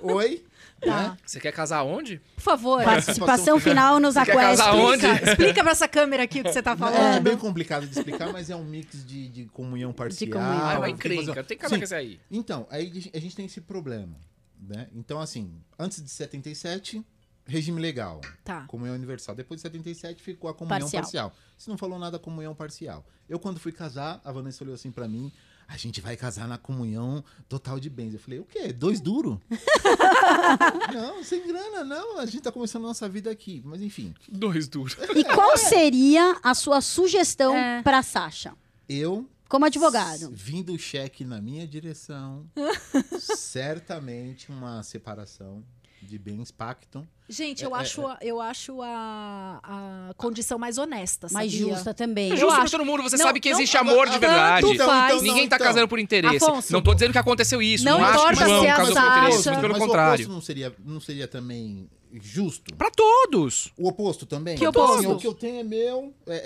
Oi? Tá. Né? Você quer casar onde? Por favor, Participação final nos Você quer casar aquestos. onde? explica, explica pra essa câmera aqui o que você tá É falando. bem complicado de explicar, mas é um mix de, de comunhão parcial. comunhão. Ah, é uma tem que fazer- encrenca. Tem que casar Sim. com esse aí. Então, aí a gente- a gente tem esse problema, né? Então, assim, antes de 77, regime legal, Tá. comunhão universal. Depois de 77 ficou a comunhão Parcial. parcial. Você não falou nada da comunhão parcial. Eu quando fui casar, a Vanessa olhou assim pra mim, a gente vai casar na comunhão total de bens. Eu falei, o quê? Dois duro? não, sem grana, não. A gente tá começando a nossa vida aqui. Mas enfim, Dois duros. E qual seria a sua sugestão É. para Sasha, eu como advogado? Vindo o cheque na minha direção, certamente uma separação de bens pactam. Gente, É, eu acho, a- eu acho a, a condição mais honesta, Mais sabia? justa também. É justo pra acho. todo mundo, você Não, sabe que não, existe amor de tanto verdade. faz. Então, Ninguém tá casando por interesse. Afonso. não tô dizendo que aconteceu isso. Não, Não acho que importa João se é a casou por Sasha. interesse, muito pelo mas o contrário. oposto não seria, não seria também justo? Pra todos. O oposto também? Que Então, assim, oposto? o que eu tenho é meu, é,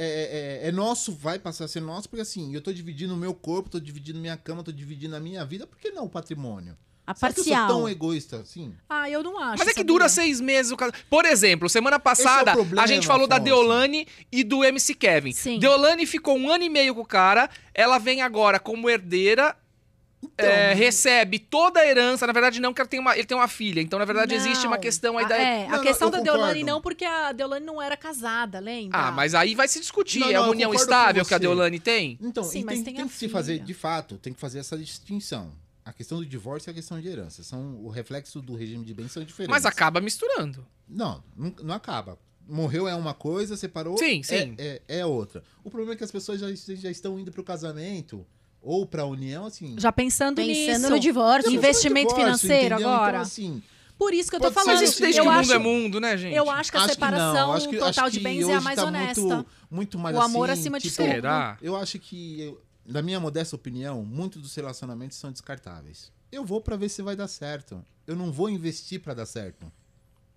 é- é- é nosso, vai passar a ser nosso, porque assim, eu tô dividindo o meu corpo, tô dividindo minha cama, tô dividindo a minha vida, por que não o patrimônio? A Será que eu sou parcial. tão egoísta assim? Ah, eu não acho. Mas é que sabia? dura seis meses o casamento. Por exemplo, semana passada, Esse é o problema, a gente falou da Afonso. Deolane e do MC Kevin. Sim. Deolane ficou um ano e meio com o cara, ela vem agora como herdeira. Então. é, recebe toda a herança, na verdade não, que ela tem uma, ele tem uma filha, então na verdade existe uma Não. questão aí Ah, da... É, Não, a não, questão eu da concordo. Deolane não, porque a Deolane não era casada, lembra? Ah, mas aí vai se discutir, Não, é não, uma eu união concordo com estável que a você. Deolane tem? Então, Sim, e mas tem, tem tem, a que se fazer, filha. de fato, tem que fazer essa distinção. A questão do divórcio e a questão de herança. São, o reflexo do regime de bens são diferentes. Mas acaba misturando. Não, não, não acaba. Morreu é uma coisa, separou Sim, é- sim. É, é outra. O problema é que as pessoas já, já estão indo pro casamento ou pra união, assim. Já pensando, Pensando nisso. no já divórcio. pensou em investimento divórcio, financeiro entendeu? agora? Então, assim, Por isso que eu tô Pode ser falando. Mas isso desde eu que o mundo acho, é mundo, né, gente? Eu acho que a acho separação que não, acho que- total acho de que bens é a hoje mais tá honesta. Muito, muito mais O amor assim, acima de tipo, tudo. Será? Eu acho que, eu- na minha modesta opinião, muitos dos relacionamentos são descartáveis. Eu vou pra ver se vai dar certo. Eu não vou investir pra dar certo.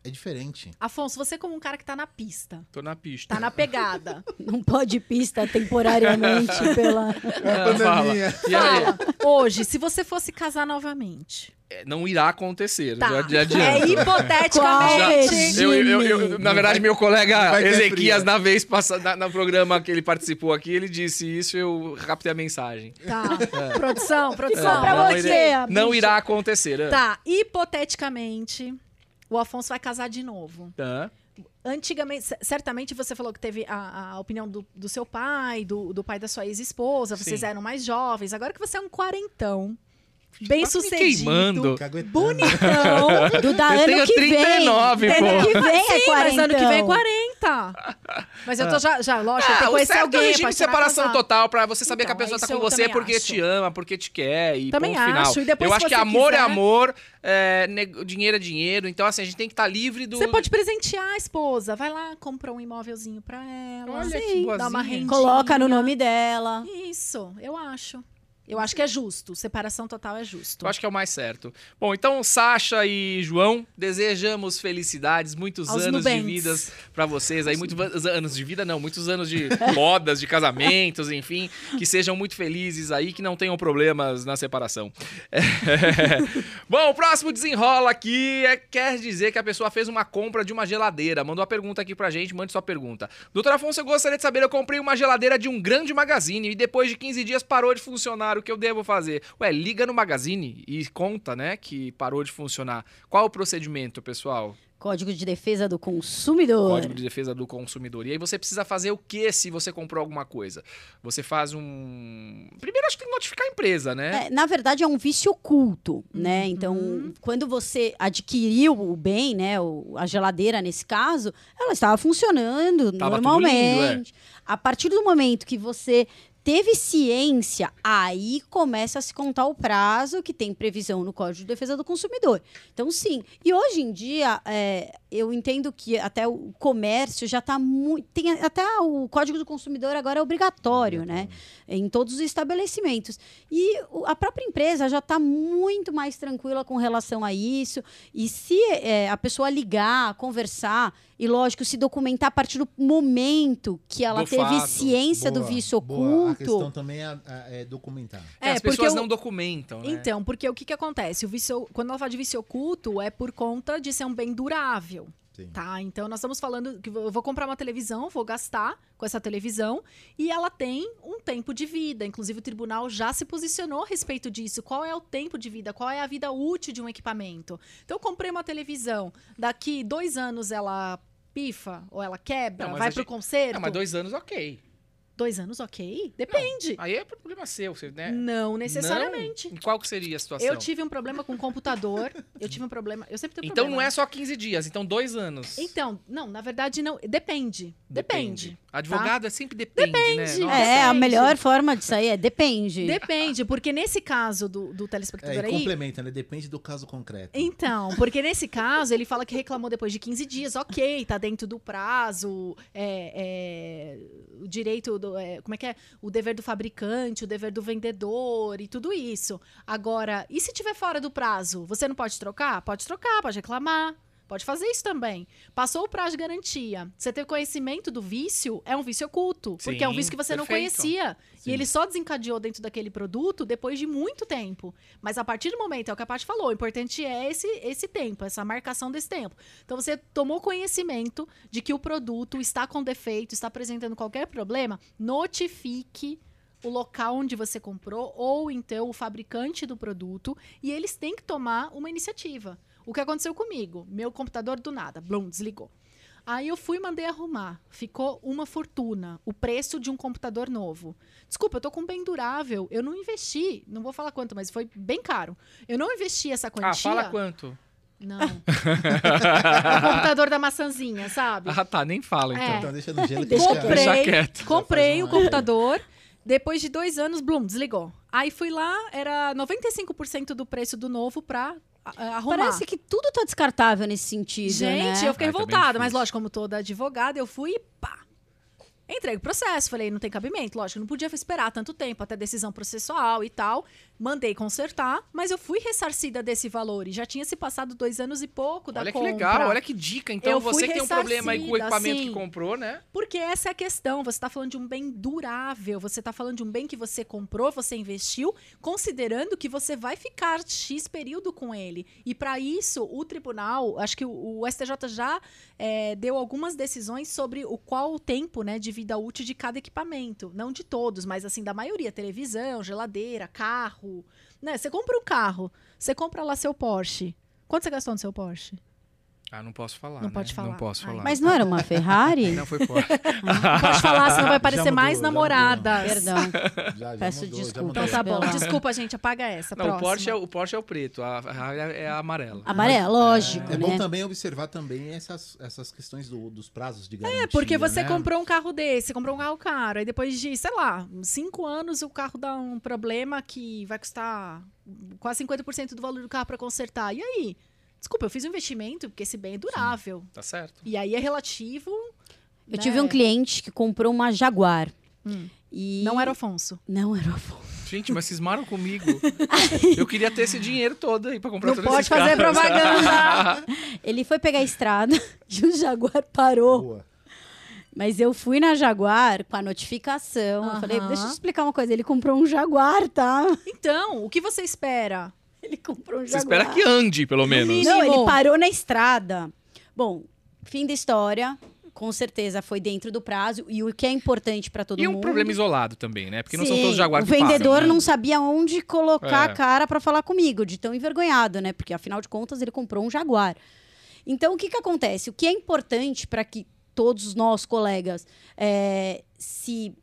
É diferente. Afonso, você como um cara que tá na pista, Tô na pista. tá na pegada. Não pode pista temporariamente pela. Ah, fala. pandemia. E aí? Fala, hoje, se você fosse casar novamente. É, Não irá acontecer, Tá. já, já É adianto. hipoteticamente. Já- eu- eu- eu- eu- na verdade, meu colega vai ter Ezequias, fria. na vez passada, no programa que ele participou aqui, ele disse isso eu captei a mensagem. Tá. É. Produção, produção. pra não, você, irá, a não bicha. irá acontecer. ah. Tá, hipoteticamente, o Afonso vai casar de novo. Tá. Antigamente, c- certamente você falou que teve a, a opinião do, do seu pai, do, do pai da sua ex-esposa, vocês Sim. eram mais jovens. Agora que você é um quarentão, bem Tá me sucedido, queimando. Caguetando. bonitão, Do da Eu ano tenho que 39, vem. Ano pô. que vem é 40. mas ano que vem é 40. Mas eu tô já, já lógico, eu tenho Ah, que o conhecer certo é o alguém. regime de apaixonar, separação casar. total, pra você saber Então, que a pessoa é tá isso com eu você também porque acho. te ama, porque te quer e Também ponto final. acho, e eu depois se acho que você amor é quiser- amor, é, nego- dinheiro é dinheiro, então assim, a gente tem que estar livre do... Você pode presentear a esposa. Vai lá, compra um imóvelzinho pra ela. Olha que dá uma boazinha. rendinha. Coloca no nome dela. Isso, eu acho. Eu acho que é justo. Separação total é justo. Eu acho que é o mais certo. Bom, então, Sasha e João, desejamos felicidades, muitos Aos anos de Nubanks. vidas pra vocês aí. Muitos va- anos de vida, não, muitos anos de modas, de casamentos, enfim. Que sejam muito felizes aí, que não tenham problemas na separação. É. Bom, o próximo desenrola aqui é, quer dizer que a pessoa fez uma compra de uma geladeira. Mandou a pergunta aqui pra gente, mande sua pergunta. Doutor Afonso, eu gostaria de saber, eu comprei uma geladeira de um grande magazine e depois de 15 dias parou de funcionar, o que eu devo fazer? Ué, liga no magazine e conta, né, que parou de funcionar. Qual o procedimento, pessoal? Código de defesa do consumidor. Código de Defesa do Consumidor. E aí você precisa fazer o que se você comprou alguma coisa? Você faz um... Primeiro, acho que tem que notificar a empresa, né? É, na verdade, é um vício oculto, né? Então, Uhum. quando você adquiriu o bem, né? o- a geladeira, nesse caso, ela estava funcionando Tava tudo é. normalmente. A partir do momento que você teve ciência, aí começa a se contar o prazo que tem previsão no Código de Defesa do Consumidor. Então, sim. E hoje em dia, é, eu entendo que até o comércio já está muito. Tem a- até o Código do Consumidor agora é obrigatório, né? Em todos os estabelecimentos. E o- a própria empresa já está muito mais tranquila com relação a isso. E se é, a pessoa ligar, conversar, e lógico, se documentar a partir do momento que ela Do teve fato. ciência do Boa, vício boa. A questão oculto. também é, é- é documentar. É, É, as porque pessoas o- não documentam, né? Então, porque o que, que acontece? O vício, quando ela fala de vício oculto, é por conta de ser um bem durável. Sim. Tá, então nós estamos falando que eu vou comprar uma televisão, vou gastar com essa televisão e ela tem um tempo de vida. Inclusive o tribunal já se posicionou a respeito disso. Qual é o tempo de vida? Qual é a vida útil de um equipamento? Então eu comprei uma televisão, daqui dois anos ela pifa ou ela quebra, Não, mas a vai pro gente- conserto. Ah, mas dois anos, ok. Dois anos, ok? Depende. Aí é problema seu, você, né? Não necessariamente. Não? Qual que seria a situação? Eu tive um problema com o computador. Eu tive um problema. Eu sempre tenho Então problema. não é só 15 dias, então dois anos. Então, não, na verdade não. Depende. Depende. tá? Advogado é sempre depende, Depende. né? Nossa. É, a Depende. melhor forma disso aí é depende. Depende, porque nesse caso do, do É, telespectador e aí. complementa, né? Depende do caso concreto. Então, porque nesse caso ele fala que reclamou depois de 15 dias, ok, tá dentro do prazo, é, é, o direito do. é, como é que é? O dever do fabricante, o dever do vendedor e tudo isso. Agora, e se tiver fora do prazo? Você não pode trocar? Pode trocar, pode reclamar. Pode fazer isso também. Passou o prazo de garantia. Você ter conhecimento do vício é um vício oculto. porque é um Sim, vício que você não perfeito. conhecia. Sim. E ele só desencadeou dentro daquele produto depois de muito tempo. Mas a partir do momento, é o que a Paty falou, o importante é esse, esse tempo, essa marcação desse tempo. Então você tomou conhecimento de que o produto está com defeito, está apresentando qualquer problema, notifique o local onde você comprou ou então o fabricante do produto e eles têm que tomar uma iniciativa. O que aconteceu comigo? Meu computador do nada, blum, desligou. Aí eu fui e mandei arrumar. Ficou uma fortuna, o preço de um computador novo. Desculpa, eu tô com um bem durável. Eu não investi, não vou falar quanto, mas foi bem caro. Eu não investi essa quantia. Ah, fala quanto. Não. o computador da maçãzinha, sabe? Ah, tá, nem É, fala então. Então deixa no gelo que Comprei. fica- Deixa quieto. Comprei Já faz um o ano. computador. Depois de dois anos, Bloom, desligou. Aí fui lá, era 95% do preço do novo pra ah, ah, arrumar. Parece que tudo tá descartável nesse sentido, né? Gente, Ah, eu fiquei tá bem revoltada, mas difícil. lógico, como toda advogada, eu fui e pá. Entrei o processo, falei, não tem cabimento, lógico, não podia esperar tanto tempo até decisão processual e tal. Mandei consertar, mas eu fui ressarcida desse valor e já tinha se passado dois anos e pouco da Olha que compra. legal, olha que dica. Então Eu você fui que tem um problema aí com o ressarcida, assim. equipamento que sim. comprou, né? Porque essa é a questão. Você está falando de um bem durável, você está falando de um bem que você comprou, você investiu, considerando que você vai ficar X período com ele. E para isso, o tribunal, acho que o, o STJ já eh, deu algumas decisões sobre o qual o tempo né, de vida útil de cada equipamento. Não de todos, mas assim, da maioria: televisão, geladeira, carro. Né? Você compra um carro, você compra lá seu Porsche. Quanto você gastou no seu Porsche? Ah, não posso falar. Não né? pode falar. Não posso Ai. falar. Mas não era uma Ferrari? Não foi por. Pode falar, assim senão vai Já parecer mudou, mais já mudou. namorada. Perdão. Já- já Peço mudou, já desculpa. mudou. Então tá bom. Pela- Desculpa, gente, apaga essa. Não, o próxima. Porsche, é, o Porsche é o preto, a Ferrari é a amarela. Amarelo, lógico, É bom né? também observar também essas, essas questões do- dos prazos de garantia. É, porque você né? comprou um carro desse, comprou um carro caro, aí depois de, sei lá, cinco anos o carro dá um problema que vai custar quase 50% do valor do carro pra consertar. E aí? Desculpa, eu fiz um investimento porque esse bem é durável. Tá certo? E aí é relativo. Eu tive um cliente que comprou uma Jaguar. É. Hum. E... Não era Afonso. Não era o Afonso. Gente, mas cismaram comigo. Eu queria ter esse dinheiro todo aí pra comprar Não todos pode esses fazer caras. propaganda. Ele foi pegar a estrada e o Jaguar parou. Boa. Mas eu fui na Jaguar com a notificação. Eu falei, Aham. deixa eu te explicar uma coisa. Ele comprou um Jaguar, tá? Então, o que você espera? Ele comprou um Você Jaguar. espera que ande, pelo menos. Não, Mínimo. ele parou na estrada. Bom, fim da história. Com certeza foi dentro do prazo. E o que é importante pra todo E mundo... um problema isolado também, né? Porque não são Sim, todos jaguar O que param, vendedor né? não sabia onde colocar É. a cara pra falar comigo, de tão envergonhado, né? Porque afinal de contas ele comprou um Jaguar. Então o que que acontece? O que é importante para que todos nós, colegas, é, se,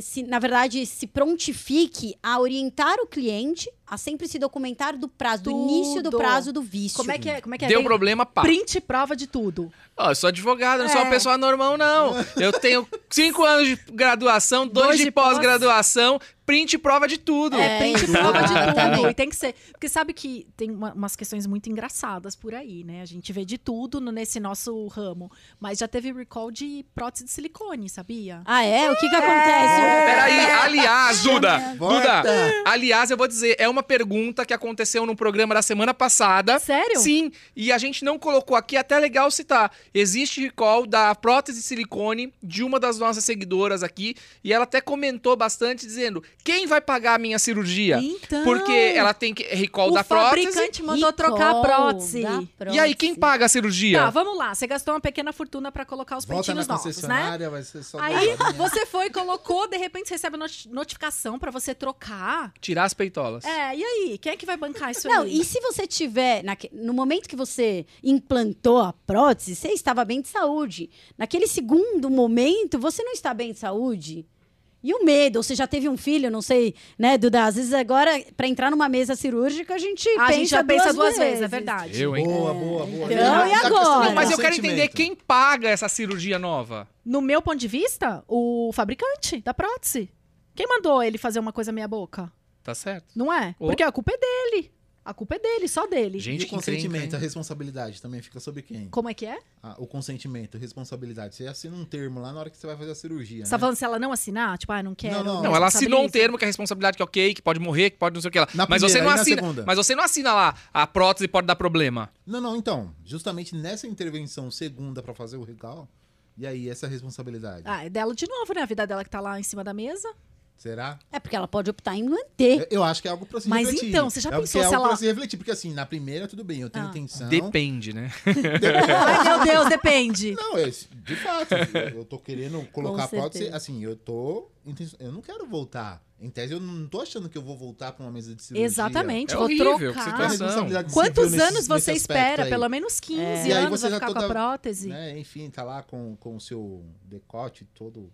se, na verdade, se prontifique a orientar o cliente a sempre se documentar do prazo, do início do Tudo. prazo do vício. Como é que é? Como é que é? Deu Vem- problema, pá. Print e prova de tudo. Ó, eu sou advogado, eu não sou uma É. pessoa normal, não. Eu tenho cinco anos de graduação, dois, Dois de, de pós. pós-graduação, print e prova de tudo. É, print e prova de tudo. exatamente. E tem que ser. Porque sabe que tem uma- umas questões muito engraçadas por aí, né? A gente vê de tudo no- nesse nosso ramo. Mas já teve recall de prótese de silicone, sabia? Ah, é? O que que acontece? Peraí, aliás, Duda, Volta. Duda, aliás, eu vou dizer, é uma pergunta que aconteceu num programa da semana passada. Sério? Ah, Sim, e a gente não colocou aqui, é até legal citar. Existe recall da prótese de silicone de uma das nossas seguidoras aqui, e ela até comentou bastante dizendo: "Quem vai pagar a minha cirurgia?" Então. Porque ela tem que recall o da prótese. fabricante mandou trocar a Recall prótese. da E aí quem prótese. paga a cirurgia? Tá, vamos lá. Você gastou uma pequena fortuna pra colocar os Volta na pentinhos novos, né? concessionária, vai ser só Aí dois caminhos. você foi, colocou, de repente recebe a noti- notificação pra você trocar. Tirar as peitolas. É, e aí? Quem é que vai bancar isso Não, aí? e se você tiver, naque- no momento que você implantou a prótese, você estava bem de saúde. Naquele segundo momento, você não está bem de saúde. E o medo, ou você já teve um filho, não sei, né, Duda? Às vezes agora, para entrar numa mesa cirúrgica, a gente, Ah, pensa, a gente já pensa duas vezes, é vezes. verdade. Eu, hein? Boa, boa, boa. Então, Já- e já questão do agora? Não, mas eu quero consentimento. entender quem paga essa cirurgia nova. No meu ponto de vista, o fabricante da prótese. Quem mandou ele fazer uma coisa meia boca? Tá certo? Não é? Ô. Porque a culpa é dele. A culpa é dele, só dele. Gente, E o que encrenca, consentimento, hein? a responsabilidade também fica sobre quem? Como é que é? Ah, o consentimento, responsabilidade. Você assina um termo lá na hora que você vai fazer a cirurgia. Você tá né? falando se ela não assinar? Tipo, ah, não quero. Não, não. Não, ela assinou um responsabiliza. termo que é responsabilidade, que é ok, que pode morrer, que pode não sei o que lá. Na mas primeira, você não aí na assina. segunda. Mas você não assina lá, a prótese pode dar problema. Não, não, então. Justamente nessa intervenção segunda pra fazer o recall, e aí essa é a responsabilidade. Ah, é dela de novo, né? A vida dela que tá lá em cima da mesa. Será? É porque ela pode optar em manter. Eu- Eu acho que é algo pra se Mas refletir. então, você já é algo- pensou é se algo ela- pra se refletir, porque assim, na primeira tudo bem, eu tenho Ah. intenção. Depende, né? Ai, meu Deus, depende. Não, é, de fato, eu tô querendo colocar a Com prótese, certeza. assim, eu tô, inten- eu não quero voltar. Em tese, eu não tô achando que eu vou voltar pra uma mesa de cirurgia. Exatamente, É vou horrível, que trocar. você Então, a tá- responsabilidade civil Quantos nesse- anos você nesse aspecto espera? aí, Pelo menos 15 É. E aí anos você vai já ficar com toda- a prótese. né? Enfim, tá lá com, com o seu decote todo.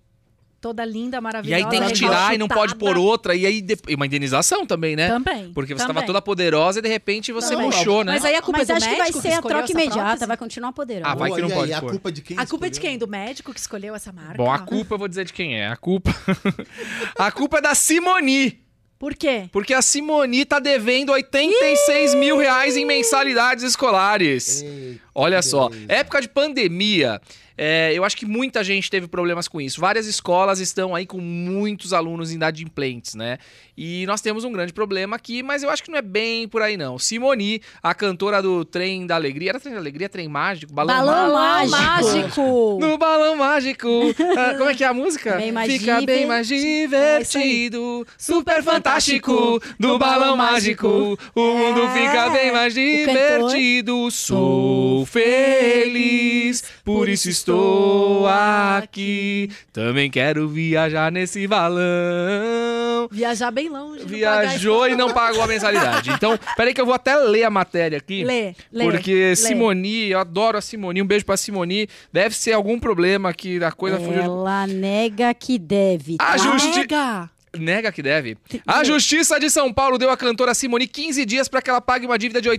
Toda linda, E maravilhosa. aí tem que tirar e não pode pôr outro. outra, e aí de- e uma indenização também, né? Também. Porque você também. tava toda poderosa e de repente você Também. murchou, né? Mas aí a culpa mas é do acho que vai médico ser a escolheu troca essa imediata, prótese? vai continuar poderosa. Ah, vai Boa, que não e aí, pode a pôr. culpa de quem A culpa é de escolheu? quem? Do médico que escolheu essa marca? Bom, a culpa eu vou dizer de quem é. A culpa. a culpa é da Simoni. Por quê? Porque a Simoni tá devendo 86 mil reais em mensalidades escolares. Ei, Olha que só, beleza. época de pandemia, é, eu acho que muita gente teve problemas com isso. Várias escolas estão aí com muitos alunos inadimplentes, né? E nós temos um grande problema aqui, mas eu acho que não é bem por aí não. Simoni, a cantora do Trem da Alegria, era Trem da Alegria, Trem Mágico, Balão, Balão Mágico. mágico. No Balão Mágico, Ah, como é que é a música? Bem mais Fica bem divertido. mais É isso aí. divertido, super fantástico, no Balão Mágico, o mundo fica bem mais cantor. divertido, sou feliz, por isso estou aqui, também quero viajar nesse balão. Viajar bem longe. Viajou e não pagou a mensalidade. Então, peraí que eu vou até ler a matéria aqui. Lê, lê. Porque Simoni, eu adoro a Simoni, um beijo pra Simoni. Deve ser algum problema que a É. coisa fugiu. de- Ela nega que deve. A Ah, tá? Ju- justi- Nega. Nega que deve. A Justiça de São Paulo deu à cantora Simoni 15 dias para que ela pague uma dívida de R$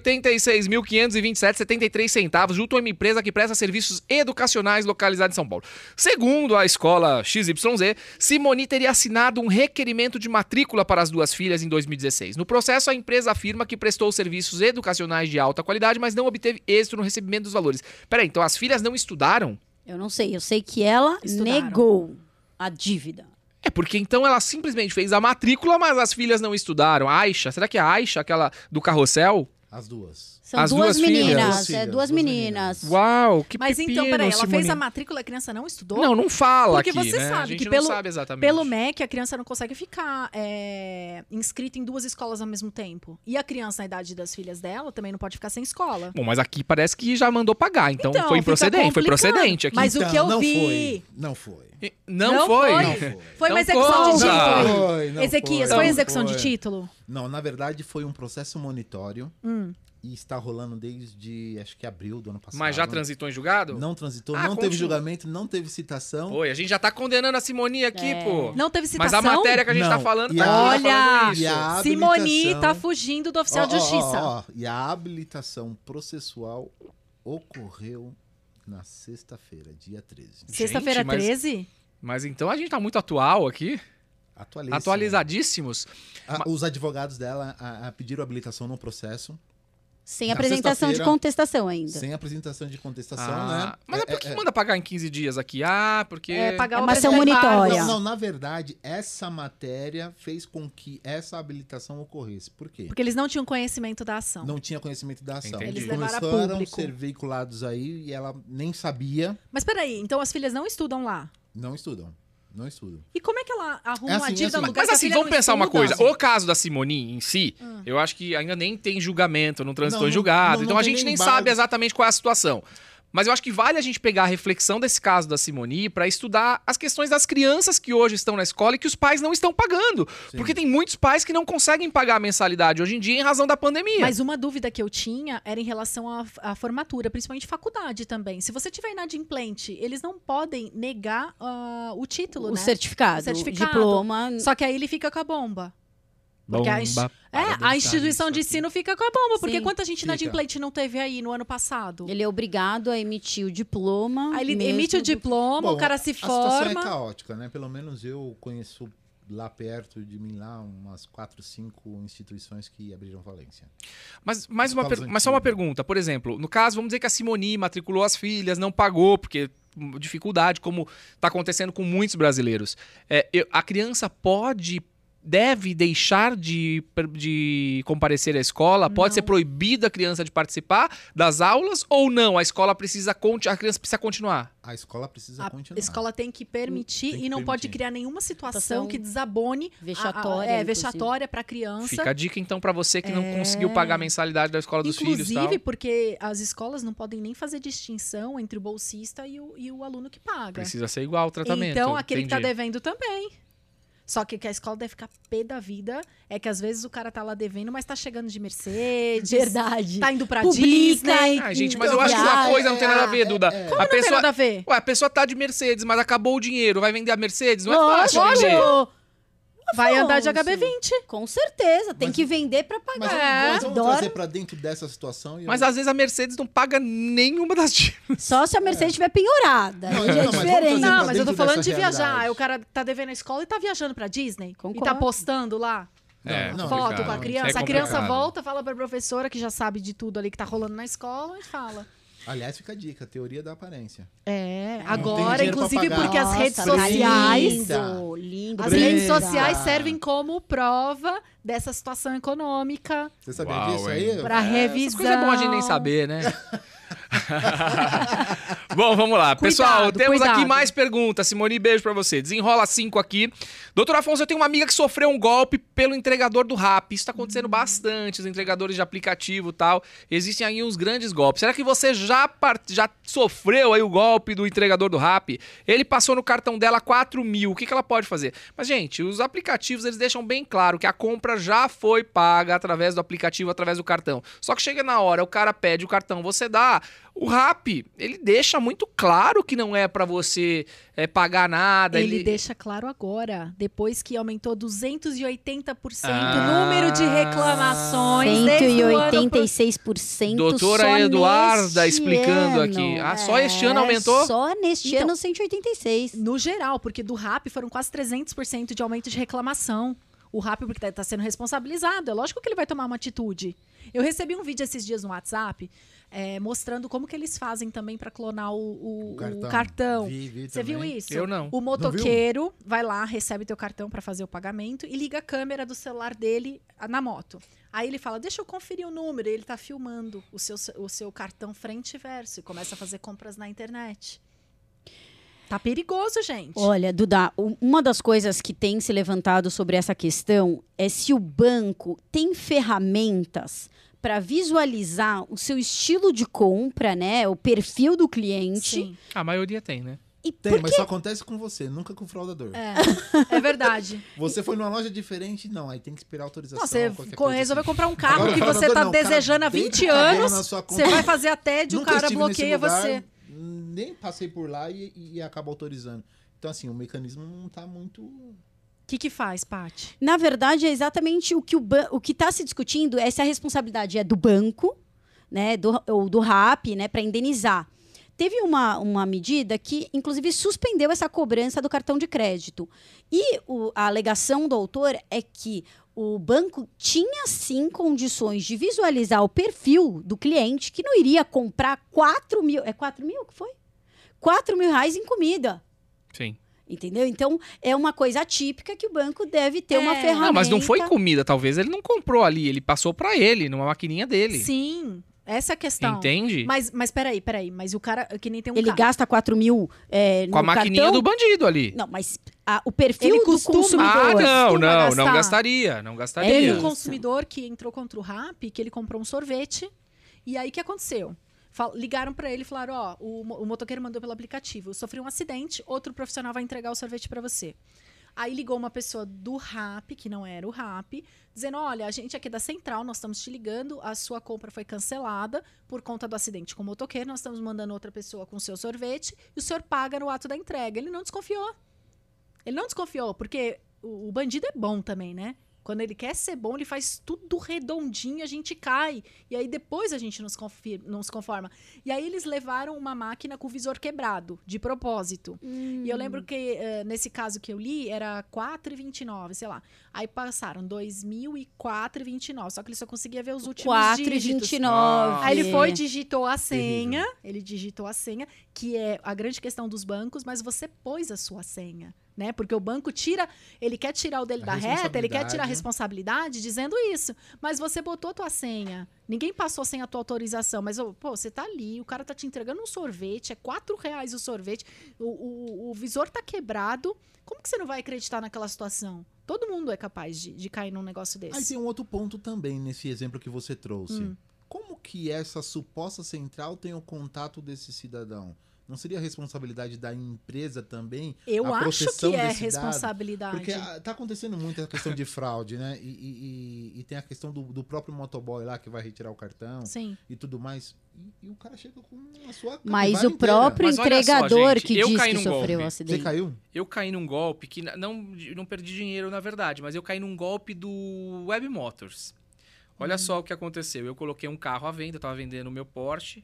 86.527,73 centavos junto a uma empresa que presta serviços educacionais localizada em São Paulo. Segundo a escola XYZ, Simoni teria assinado um requerimento de matrícula para as duas filhas em 2016. No processo, a empresa afirma que prestou serviços educacionais de alta qualidade, mas não obteve êxito no recebimento dos valores. Peraí, então as filhas não estudaram? Eu não sei, eu sei que ela Estudaram. negou a dívida. É porque então ela simplesmente fez a matrícula, mas as filhas não estudaram. A Aisha, será que é a Aisha, aquela do carrossel? As duas. São As duas, duas filhas. meninas, Duas é filhas, duas duas meninas. Uau, que Mas pepino, então, peraí, ela fez a Simone. matrícula, a criança não estudou? Não, não fala Porque aqui, você né? sabe a gente que não pelo- sabe exatamente. Pelo MEC, a criança não consegue ficar é, inscrita em duas escolas ao mesmo tempo. E a criança, na idade das filhas dela, também não pode ficar sem escola. Bom, mas aqui parece que já mandou pagar, então, Então, foi fica improcedente, foi complicado. procedente aqui. Mas o Então, que eu não vi- Foi, não foi. E- Não, Não foi. foi. Não foi. Foi Então uma execução de conta. título. Não foi, não Ezequias, foi. foi Não execução de foi. título? Não, na verdade foi um processo monitório Hum. e está rolando desde acho que abril do ano passado. Mas já transitou em julgado? Não transitou, Ah, não teve continua. julgamento, não teve citação. Foi, a gente já tá condenando a Simoni aqui, É. pô. Não teve citação? Mas a matéria que a gente tá Não. falando E tá a- aqui, tá falando Olha! isso. E a Simoni habilitação- tá fugindo do oficial de Ó, ó, justiça. ó, ó, E a habilitação processual ocorreu na sexta-feira, dia 13. Sexta-feira Gente, mas- 13? Mas então a gente tá muito atual aqui, Atualiza. atualizadíssimos. Ah, Os advogados dela ah, ah, pediram habilitação no processo, Sem Na apresentação de sexta-feira- contestação ainda. sem apresentação de contestação, Ah, né? Mas é, por que manda pagar em 15 dias aqui? Ah, porque... É, pagar É o uma ação preço da barra. monitória. Não, não, na verdade, essa matéria fez com que essa habilitação ocorresse. Por quê? Porque eles não tinham conhecimento da ação. Não tinha conhecimento da ação. Entendi. Eles levaram a Começaram público. ser veiculados aí e ela nem sabia. Mas peraí, então as filhas não estudam lá. Não estudam. Não estudam. E como é que ela arruma É assim, a é dívida assim. no lugar Mas que a assim, filha vamos não pensar uma estuda? coisa. O caso da Simoni em si, Hum. eu acho que ainda nem tem julgamento, não transitou Não, em não- julgado. não- então não a tem gente nem nem sabe base. exatamente qual é a situação. Mas eu acho que vale a gente pegar a reflexão desse caso da Simoni pra estudar as questões das crianças que hoje estão na escola e que os pais não estão pagando. Sim. Porque tem muitos pais que não conseguem pagar a mensalidade hoje em dia em razão da pandemia. Mas uma dúvida que eu tinha era em relação à, à formatura, principalmente faculdade também. Se você tiver inadimplente, eles não podem negar ah, o título, O né? certificado, O certificado. diploma. Só que aí ele fica com a bomba. porque a inst- para é, dançar a instituição isso de aqui. ensino fica com a bomba, porque Sim. quanta gente Fica. inadimplente não teve aí no ano passado? Ele é obrigado a emitir o diploma. Aí ele mesmo emite o do- diploma, o Bom, cara se A situação é forma. caótica, né? Pelo menos eu conheço lá perto de mim, lá, umas quatro, cinco instituições que abriram valência. Mas, mais uma per- Pausa mas só antiga. uma pergunta, por exemplo, no caso, vamos dizer que a Simoni matriculou as filhas, não pagou, porque hum, dificuldade, como está acontecendo com muitos brasileiros. É, eu- a criança pode, deve deixar de, per- de comparecer à escola? Pode Não. ser proibida a criança de participar das aulas ou não? A escola precisa, conti- a criança precisa continuar? A escola precisa A Então tá. continuar. escola tem que permitir Tem que e não pode permitir. criar nenhuma situação Situação que desabone a- a- vexatória, é, inclusive. vexatória para criança. É. Fica a dica então para você que não conseguiu pagar a mensalidade da escola dos Inclusive, filhos, tal. porque as escolas não podem nem fazer distinção entre o bolsista e o, e o aluno que paga. Precisa ser igual o tratamento. então, aquele que tá entendi. devendo também. Só que o que a escola deve ficar pé da vida é que às vezes o cara tá lá devendo, mas tá chegando de Mercedes, Verdade. tá indo pra Publica Disney. e- Ai, gente, mas Então, eu acho que uma viagem. coisa não tem nada a ver, Duda. É. Como a não tem pessoa nada a ver? Ué, a pessoa tá de Mercedes, mas acabou o dinheiro, vai vender a Mercedes? Não é fácil Lógico. vender. é? Vai Afonso. andar de HB20. Com certeza, tem Mas- que vender para Mas É, pagar. vamos, vamos Adoro. trazer pra dentro dessa situação. E Mas eu... às vezes a Mercedes não paga nenhuma das dívidas. Só se a Mercedes estiver penhorada. Não, Aí não, é mas vamos diferente. trazer- Não, pra mas eu tô dentro falando de dessa viajar. realidade. Aí O cara tá devendo a escola e tá viajando pra Disney. E tá Concordo. postando lá. É, não, foto complicado. com a criança. É a criança complicado. volta, fala pra professora que já sabe de tudo ali que tá rolando na escola e fala. Aliás, fica a dica, teoria da aparência. É, Não tem agora, dinheiro pra inclusive pagar. porque as Nossa, redes tá sociais. Lindo, lindo, As Brenda. redes linda. sociais servem como prova dessa situação econômica Você sabia Uau, disso hein? aí? pra revisão. Essas coisas é bom a gente nem saber, né? bom, vamos lá. Pessoal, Cuidado, temos aqui cuidado. mais perguntas. Simone, beijo pra você. Desenrola cinco aqui. Doutor Afonso, eu tenho uma amiga que sofreu um golpe pelo entregador do Rap. Isso tá acontecendo bastante, os entregadores de aplicativo e tal. Existem aí uns grandes golpes. Será que você já, par- já sofreu aí o golpe do entregador do Rap? Ele passou no cartão dela 4 mil. O que, que ela pode fazer? Mas, gente, os aplicativos, eles deixam bem claro que a compra já foi paga através do aplicativo, através do cartão. Só que chega na hora, o cara pede o cartão, você dá. O Rap, ele deixa muito claro que não é pra você é, pagar nada. Ele deixa claro agora, depois que aumentou 280% Ah, o número de reclamações. desde o ano pro- 186% só Doutora Eduarda neste explicando ano. É, aqui. Ah, só este ano aumentou? Só neste Então- ano 186. No geral, porque do RAP foram quase 300% de aumento de reclamação. o rap porque está sendo responsabilizado. É lógico que ele vai tomar uma atitude. Eu recebi um vídeo esses dias no WhatsApp é, mostrando como que eles fazem também para clonar o, o- o cartão. Vi, vi Você viu também. isso? Eu não. O motoqueiro vai lá, recebe teu cartão para fazer o pagamento e liga a câmera do celular dele ah, na moto. Aí ele fala: Deixa eu conferir o número. E ele tá filmando o seu, o seu cartão frente e verso e começa a fazer compras na internet. Tá perigoso, gente. Olha, Duda, u- uma das coisas que tem se levantado sobre essa questão é se o banco tem ferramentas para visualizar o seu estilo de compra, né, o perfil do cliente. Sim. A maioria tem, né? E Tem, por- mas só acontece com você, nunca com o fraudador. É, é verdade. Você foi numa loja diferente, não, aí tem que esperar a autorização. Não, você qualquer co- coisa resolveu assim. comprar um carro Agora, que o você fraudador tá não, o cara desejando há deita 20 o cabelo anos. na sua conta. Você vai fazer a TED, o Nunca cara estive nesse bloqueia lugar, você. Nem passei por lá e, e acaba autorizando. Então, assim, o mecanismo não tá muito. O que, que faz, Paty? Na verdade, é exatamente o que o, ba- o que está se discutindo é se a responsabilidade é do banco, né, do, ou do RAP, né, para indenizar. Teve uma, uma medida que, inclusive, suspendeu essa cobrança do cartão de crédito. E o- a alegação do autor é que o banco tinha sim condições de visualizar o perfil do cliente que não iria comprar 4 mil. É 4 mil que foi? 4 mil reais em comida. Sim. Entendeu? Então, é uma coisa atípica que o banco deve ter É. uma Não, ferramenta. Não, mas não foi comida, talvez. Ele não comprou ali, ele passou pra ele, numa maquininha dele. Sim, essa é a Então, questão. Entende? Mas, mas peraí, peraí. Mas o cara que nem tem um Ele carro. gasta 4 mil é, Com a no maquininha cartão. do bandido ali. Não, mas a- o perfil Ele do costuma- ah, consumidor... não, não, costuma não gastar. gastaria. Não gastaria. Teve um Isso. consumidor que entrou contra o RAP, que ele comprou um sorvete. E aí o que aconteceu? Fal- Ligaram pra ele e falaram: Ó, o, mo- o motoqueiro mandou pelo aplicativo. Eu sofri um acidente, outro profissional vai entregar o sorvete pra você. Aí ligou uma pessoa do RAP, que não era o RAP, dizendo: Olha, a gente aqui da central, nós estamos te ligando, a sua compra foi cancelada por conta do acidente com o motoqueiro, nós estamos mandando outra pessoa com o seu sorvete e o senhor paga no ato da entrega. Ele não desconfiou. Ele não desconfiou, porque o, o bandido é bom também, né? Quando ele quer ser bom, ele faz tudo redondinho, a gente cai. E aí depois a gente nos, confi- não se conforma. E aí eles levaram uma máquina com o visor quebrado, de propósito. Hum. E eu lembro que eh, nesse caso que eu li era 4,29, sei lá. Aí passaram 2.004,29. Só que ele só conseguia ver os últimos 4 e É. dígitos. 29. Aí ele É. foi, digitou a senha, ele digitou a senha, que é a grande questão dos bancos, mas você pôs a sua senha, né? Porque o banco tira, ele quer tirar o dele A da reta, ele quer responsabilidade, tirar a né? responsabilidade dizendo isso. Mas você botou a tua senha. Ninguém passou sem a tua autorização. Mas, ô, pô, você tá ali, o cara tá te entregando um sorvete, é quatro reais o sorvete, o, o- o visor tá quebrado. Como que você não vai acreditar naquela situação? Todo mundo é capaz de, de cair num negócio desse. Aí tem um outro ponto também nesse exemplo que você trouxe. Hum. Como que essa suposta central tem o contato desse cidadão? Não seria responsabilidade da empresa também? Eu a acho proteção que é desse dado, responsabilidade. Porque ah, tá acontecendo muito a questão de fraude, né? E, e- e- e tem a questão do, do próprio motoboy lá que vai retirar o cartão Sim. e tudo mais. E, e o cara chega com a sua Mas capivara o próprio Mas olha só, entregador gente, que eu diz caí que num sofreu golpe. o Você acidente. caiu? Eu caí num golpe que na- não, não perdi dinheiro, na verdade, mas eu caí num golpe do Web Motors. Olha só o que aconteceu. Eu coloquei um carro à venda, eu tava vendendo o meu Porsche.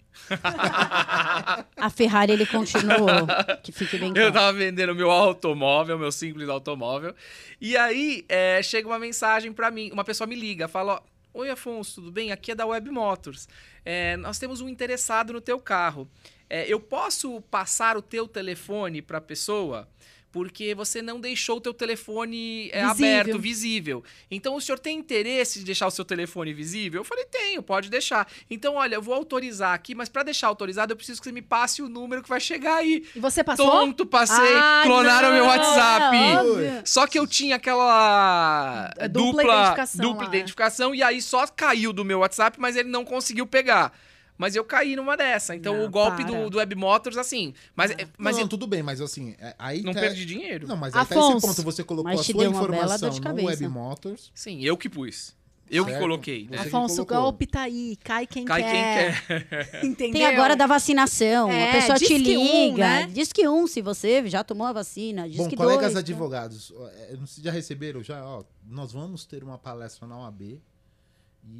A Ferrari, ele continuou. que fique bem Eu claro. tava vendendo meu automóvel, meu simples automóvel. E aí é, chega uma mensagem pra mim, uma pessoa me liga, fala: ó, Oi Afonso, tudo bem? Aqui é da Web Motors. É, nós temos um interessado no teu carro. É, eu posso passar o teu telefone pra pessoa? Porque você não deixou o teu telefone é, Visível. aberto, visível. Então o senhor tem interesse de deixar o seu telefone visível? Eu falei, tenho, pode deixar. Então, olha, eu vou autorizar aqui, mas pra deixar autorizado, eu preciso que você me passe o número que vai chegar aí. E você passou? Tonto, passei, Ah, clonaram não, meu WhatsApp. É, óbvio. Ui. Só que eu tinha aquela Dupla dupla, dupla, identificação lá, né? identificação e aí só caiu do meu WhatsApp, mas ele não conseguiu pegar. Mas eu caí numa dessa. Então Não, o golpe para. do, do Web Motors, assim. Mas, é- mas Mas não, eu tudo bem, mas assim, é- aí não tá- perdi dinheiro. Não, mas aí tá esse Afonso, ponto. Você colocou mas a te sua deu uma bela informação dor de no cabeça. Web Motors. Sim, eu que pus. Eu que Certo. coloquei, né? Você que Afonso, colocou. golpe tá aí. Cai quem Cai quer. quem quer. Entendeu? Tem agora da vacinação. É, a pessoa diz te que liga. um, né? Diz que um, se você já tomou a vacina. Diz Bom, que colegas dois. né? advogados, ó, é, não sei, já receberam? Já, ó, nós vamos ter uma palestra na OAB e,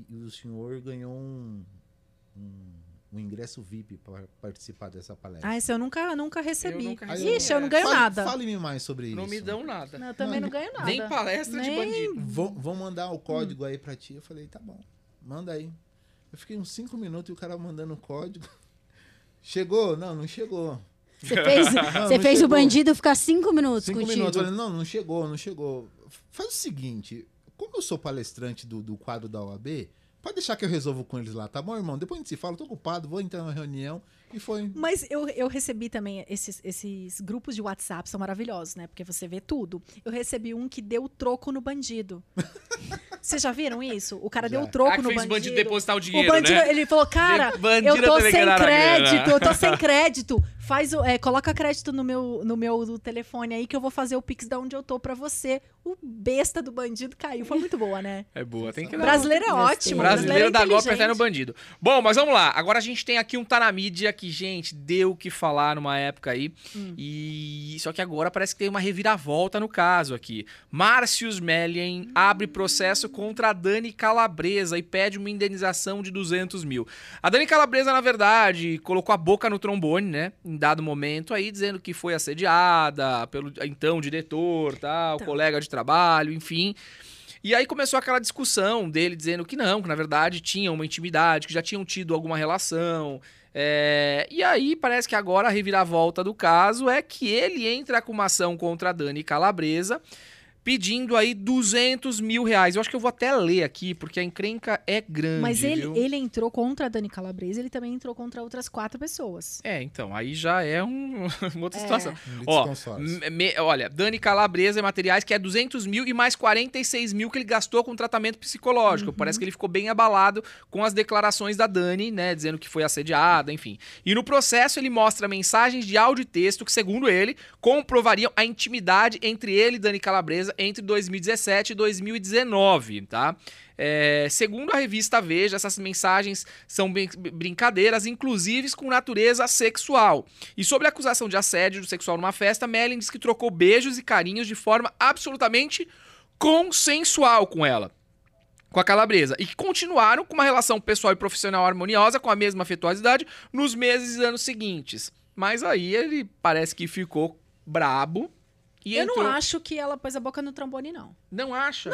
e o senhor ganhou um, um- um ingresso VIP para participar dessa palestra. Ah, esse eu nunca, nunca recebi. nunca Aí recebi. Ixi, eu não ganho Fale- nada. Fale-me mais sobre Não isso. me dão nada. Não, eu também Não, não ganho nada. Nem palestra de Nem- bandido. Vão, vão mandar o código aí pra ti. Eu falei, tá bom, manda aí. Eu fiquei uns cinco minutos e o cara mandando o código. Chegou? Não, não chegou. Você fez, você não fez chegou. o bandido ficar cinco minutos Cinco contigo. minutos. Eu falei, não, não chegou, não chegou. Faz o seguinte, como eu sou palestrante do, do quadro da OAB, pode deixar que eu resolvo com eles lá, tá bom, irmão? Depois a gente se fala, tô ocupado, vou entrar na reunião. E foi. um Mas eu, eu recebi também esses, esses grupos de WhatsApp, são maravilhosos, né? Porque você vê tudo. Eu recebi um que deu troco no bandido. Vocês já viram isso? O cara Já. deu troco Ah, que no fez bandido. o bandido depositar o O dinheiro, bandido, né? ele falou, cara, Bandido eu tô tem que sem dar na crédito, grana. eu tô sem crédito. Faz o, é, coloca crédito no meu, no meu do telefone aí que eu vou fazer o pix da onde eu tô pra você. O besta do bandido caiu. Foi muito boa, né? É boa, tem que O dar. brasileiro é Gostei. ótimo. o Brasileiro é da golpe inteligente. até no bandido. Bom, mas vamos lá. Agora a gente tem aqui um tá na mídia que, gente, deu o que falar numa época aí. Hum. E só que agora parece que tem uma reviravolta no caso aqui. Március Mellien abre processo contra a Dani Calabresa e pede uma indenização de 200 mil. A Dani Calabresa, na verdade, colocou a boca no trombone, né? Em dado momento aí, dizendo que foi assediada pelo então diretor, tal, Tá. colega de trabalho, enfim. E aí começou aquela discussão dele dizendo que não, que na verdade tinha uma intimidade, que já tinham tido alguma relação. É, E aí parece que agora a reviravolta do caso é que ele entra com uma ação contra a Dani Calabresa pedindo aí 200 mil reais. Eu acho que eu vou até ler aqui, porque a encrenca é grande, Mas ele, viu? ele entrou contra a Dani Calabresa, ele também entrou contra outras quatro pessoas. É, então, aí já é um- uma outra É. situação. Ele Ó, desconsórcio. Me- me- olha, Dani Calabresa e materiais que é 200 mil e mais 46 mil que ele gastou com tratamento psicológico. Parece que ele ficou bem abalado com as declarações da Dani, né? Dizendo que foi assediada, enfim. E no processo ele mostra mensagens de áudio e texto que, segundo ele, comprovariam a intimidade entre ele e Dani Calabresa entre 2017 e 2019, tá? É, segundo a revista Veja, essas mensagens são brin- brincadeiras, inclusive com natureza sexual. E sobre a acusação de assédio sexual numa festa, Melin diz que trocou beijos e carinhos de forma absolutamente consensual com ela. Com a calabresa. E que continuaram com uma relação pessoal e profissional harmoniosa, com a mesma afetuosidade, nos meses e anos seguintes. Mas aí ele parece que ficou brabo. E eu entrou... não acho que ela pôs a boca no trombone, não. Não acha?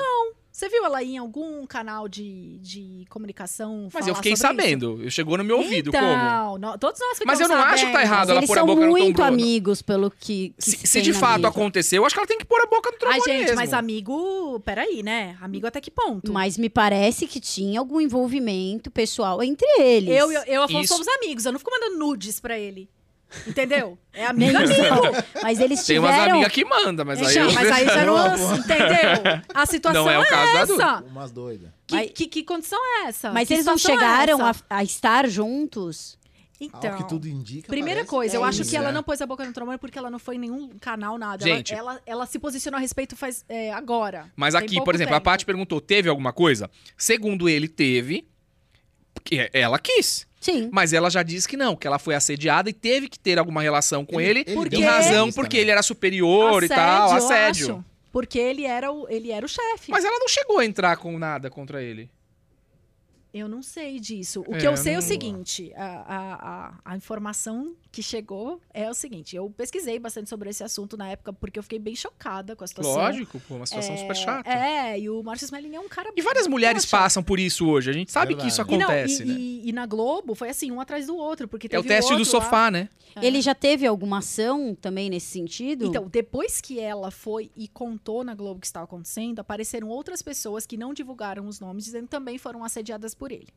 Você viu ela em algum canal de, de comunicação? Mas falar eu fiquei sobre isso? sabendo. Eu Chegou no meu ouvido, como? então, nó- todos nós Mas ficamos eu não acho que tá sabendo. errado ela Eles pôr a são boca no muito trombone. amigos pelo que, que Se, se se tem de na fato mídia. aconteceu, eu acho que ela tem que pôr a boca no Ai, trombone gente, mesmo. mas amigo, peraí, né? Amigo até que ponto? Mas me parece que tinha algum envolvimento pessoal entre eles. Eu, eu, eu e Afonso Isso. somos amigos, eu não fico mandando nudes pra ele. Entendeu? É amigo, amigo. Mas eles Tem umas tiveram. amigas que mandam, mas aí... Então, eu- mas aí já não. assim, Não, Entendeu? A situação Não é é, o caso da Duda. essa. Umas doidas. Que, Mas- que, que condição é essa? Mas Que eles não situação é chegaram a, essa? a estar juntos. Então. Ah, Ao que tudo indica. Primeira parece coisa, eu é acho isso, que ela né? não pôs a boca no trombone porque ela não foi em nenhum canal, nada. Gente. Ela, ela, ela se posicionou a respeito faz é, agora. Mas Tem aqui, pouco por exemplo, a tempo. Paty perguntou, teve alguma coisa? Segundo ele, teve, porque ela quis. Sim. Mas ela já disse que não, que ela foi assediada e teve que ter alguma relação com ele, Ele- ele em deu uma razão entrevista, porque né? ele é- era superior e tal, eu assédio. acho, porque ele era o, ele era o chefe. Mas ela não chegou a entrar com nada contra ele. Eu não sei disso. O É, que eu eu sei é o não- seguinte: a, a, a, a informação que chegou é o seguinte. Eu pesquisei bastante sobre esse assunto na época porque eu fiquei bem chocada com a situação. Lógico, pô, uma situação É, super chata. É, e o Márcio Smelling é um cara. E várias mulheres Poxa, passam por isso hoje, a gente sabe que isso E, não, acontece, e, né? e- e na Globo foi assim, um atrás do outro. Porque É o teve teste do outro lá. sofá, né? É. Ele já teve alguma ação também nesse sentido? Então, depois que ela foi e contou na Globo o que estava acontecendo, apareceram outras pessoas que não divulgaram os nomes, dizendo que também foram assediadas por ele.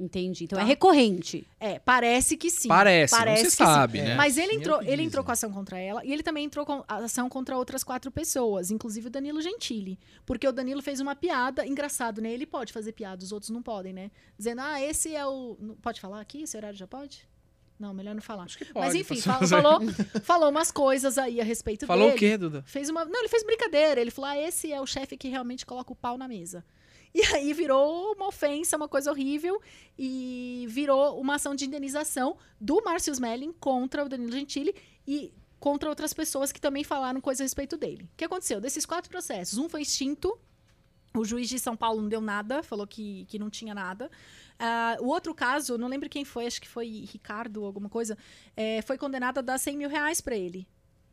Entendi. Então Tá. é recorrente. É, parece que sim. Parece, não se que sim. sabe, É. né? Mas ele Sim, é o entrou, que ele dizem. entrou com ação contra ela e ele também entrou com a ação contra outras quatro pessoas, inclusive o Danilo Gentili. Porque o Danilo fez uma piada, engraçado, né? Ele pode fazer piada, os outros não podem, né? Dizendo, ah, esse é o. não- Pode falar aqui? Esse horário já pode? Não, melhor não falar. Acho que Mas pode, enfim, posso fa- fazer. falou, falou umas coisas aí a respeito Falou dele. o quê, Duda? Fez uma. Não, ele fez brincadeira. Ele falou: ah, esse é o chefe que realmente coloca o pau na mesa. E aí virou uma ofensa, uma coisa horrível, e virou uma ação de indenização do Márcio Smelling contra o Danilo Gentili e contra outras pessoas que também falaram coisa a respeito dele. O que aconteceu? Desses quatro processos, um foi extinto, O juiz de São Paulo não deu nada, falou que, que não tinha nada. Ah, o outro caso, não lembro quem foi, acho que foi Ricardo ou alguma coisa, eh, foi condenado a dar 100 mil reais para ele,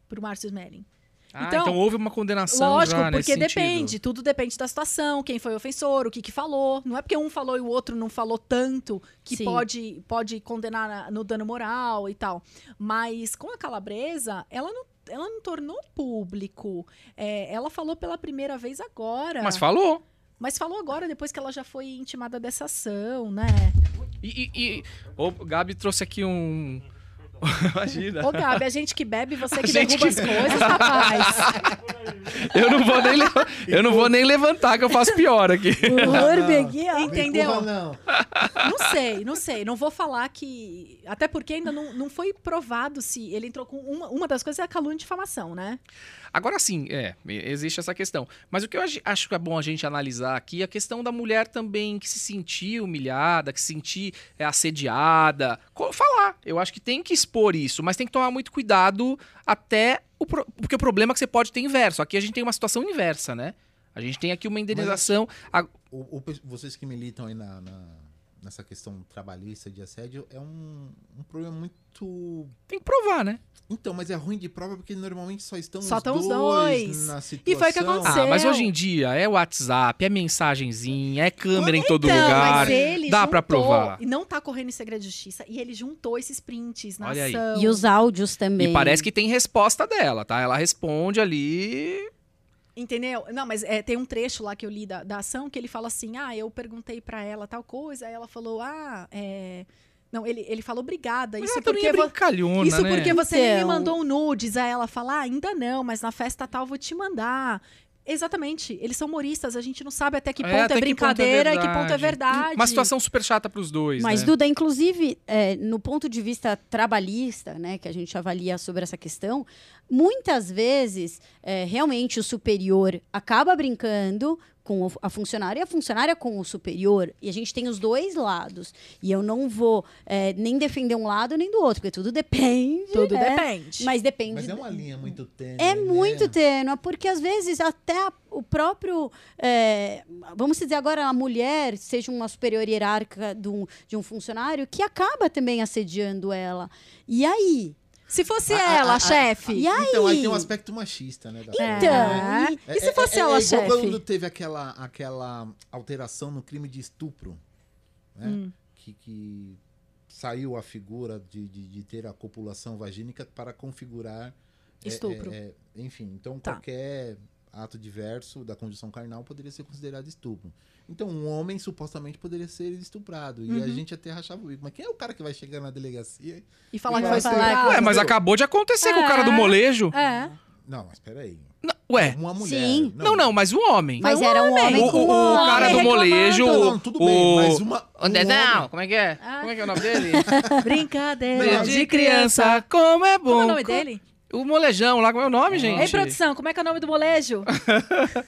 para o Márcio Smelling. Ah, então, Então, houve uma condenação Lógico, já nesse porque depende, sentido. tudo depende da situação, quem foi o ofensor, o que, que falou. Não é porque um falou e o outro não falou tanto que Sim. pode, pode condenar na- no dano moral e tal. Mas com a calabresa, ela não, ela não tornou público. É, ela falou pela primeira vez agora. Mas falou. Mas falou agora, depois que ela já foi intimada dessa ação, né? E, e, e- Ô, Gabi trouxe aqui um... Imagina. Ô, Gabi, a gente que bebe, você A que gente derruba as coisas, rapaz. Eu não vou nem, le- eu não vou nem levantar, que eu faço pior aqui. O Urbe aqui, ó. Ent- Entendeu? Não, não. Não sei, não sei. Não vou falar que. Até porque ainda não, não foi provado se ele entrou com. Uma, uma das coisas é a calúnia e difamação, né? Agora sim, é, existe essa questão. Mas o que eu agi- acho que é bom a gente analisar aqui é a questão da mulher também que se sentir humilhada, que se sentir é, assediada. Co- Falar, eu acho que tem que expor isso, mas tem que tomar muito cuidado até o pro- porque o problema é que você pode ter inverso. Aqui a gente tem uma situação inversa, né? A gente tem aqui uma indenização. a- O- o pe- vocês que militam aí na, na- nessa questão trabalhista de assédio, é um, um problema muito. Tem que provar, né? Então, mas é ruim de prova porque normalmente só estão Só os estão dois, os dois. na situação. E foi o que Ah, aconteceu. mas hoje em dia é WhatsApp, é mensagenzinha, é câmera em todo Então, lugar. mas ele Dá juntou, pra provar. E não tá correndo em segredo de justiça. E ele juntou esses prints na Olha aí. ação. E os áudios também. E parece que tem resposta dela, tá? Ela responde ali Entendeu? Não, mas é, tem um trecho lá que eu li da, da ação que ele fala assim: ah, eu perguntei pra ela tal coisa, aí ela falou, ah, é. Não, ele, ele falou obrigada. Mas Isso ela também porque é vo- brincalhona, Isso né? porque você nem me Então. mandou um nudes. Aí ela fala, ah, ainda não, mas na festa tal vou te mandar. Exatamente. Eles são humoristas, a gente não sabe até que É, ponto até é, que brincadeira e que ponto é verdade. Uma situação super chata pros dois, Mas, né? Duda, inclusive, é, no ponto de vista trabalhista, né, que a gente avalia sobre essa questão, muitas vezes, é, realmente, o superior acaba brincando com o- a funcionária e a funcionária com o superior. E a gente tem os dois lados. E eu não vou é, nem defender um lado nem do outro, porque tudo depende. Tudo né? depende. Mas depende. Mas é uma linha muito tênue. É né? muito tênua, porque às vezes até a- o próprio, é, vamos dizer agora, a mulher seja uma superior hierárquica de um, de um funcionário que acaba também assediando ela. E aí? Se fosse A- a- ela, a- a- chefe. E aí? Então, aí tem um aspecto machista, né? da Então, coisa. É. e, e se fosse ela, é igual chefe? quando teve aquela, aquela alteração no crime de estupro, né? Que, que saiu a figura de, de, de ter a copulação vagínica para configurar... é, Estupro. é, é, enfim, então Tá. qualquer ato diverso da condição carnal poderia ser considerado estupro. Então, um homem supostamente poderia ser estuprado. E a gente até rachava o bico. Mas quem é o cara que vai chegar na delegacia? e- E falar E que foi falar falar. que- Ué, mas acabou de acontecer com o cara do É. molejo. É. Não, mas peraí. Não, Ué, Uma mulher. Sim. não, não, mas o homem. Mas era um homem, o, com o- o um cara do homem. molejo. Não, não, tudo o... bem, mas uma. um Onde- homem- não, como é que é? Ah. Como é que é o nome dele? Brincadeira de criança, como é bom. Como é o nome dele? O molejão lá, como é o nome, gente? Ei, produção, como é que é o nome do molejo?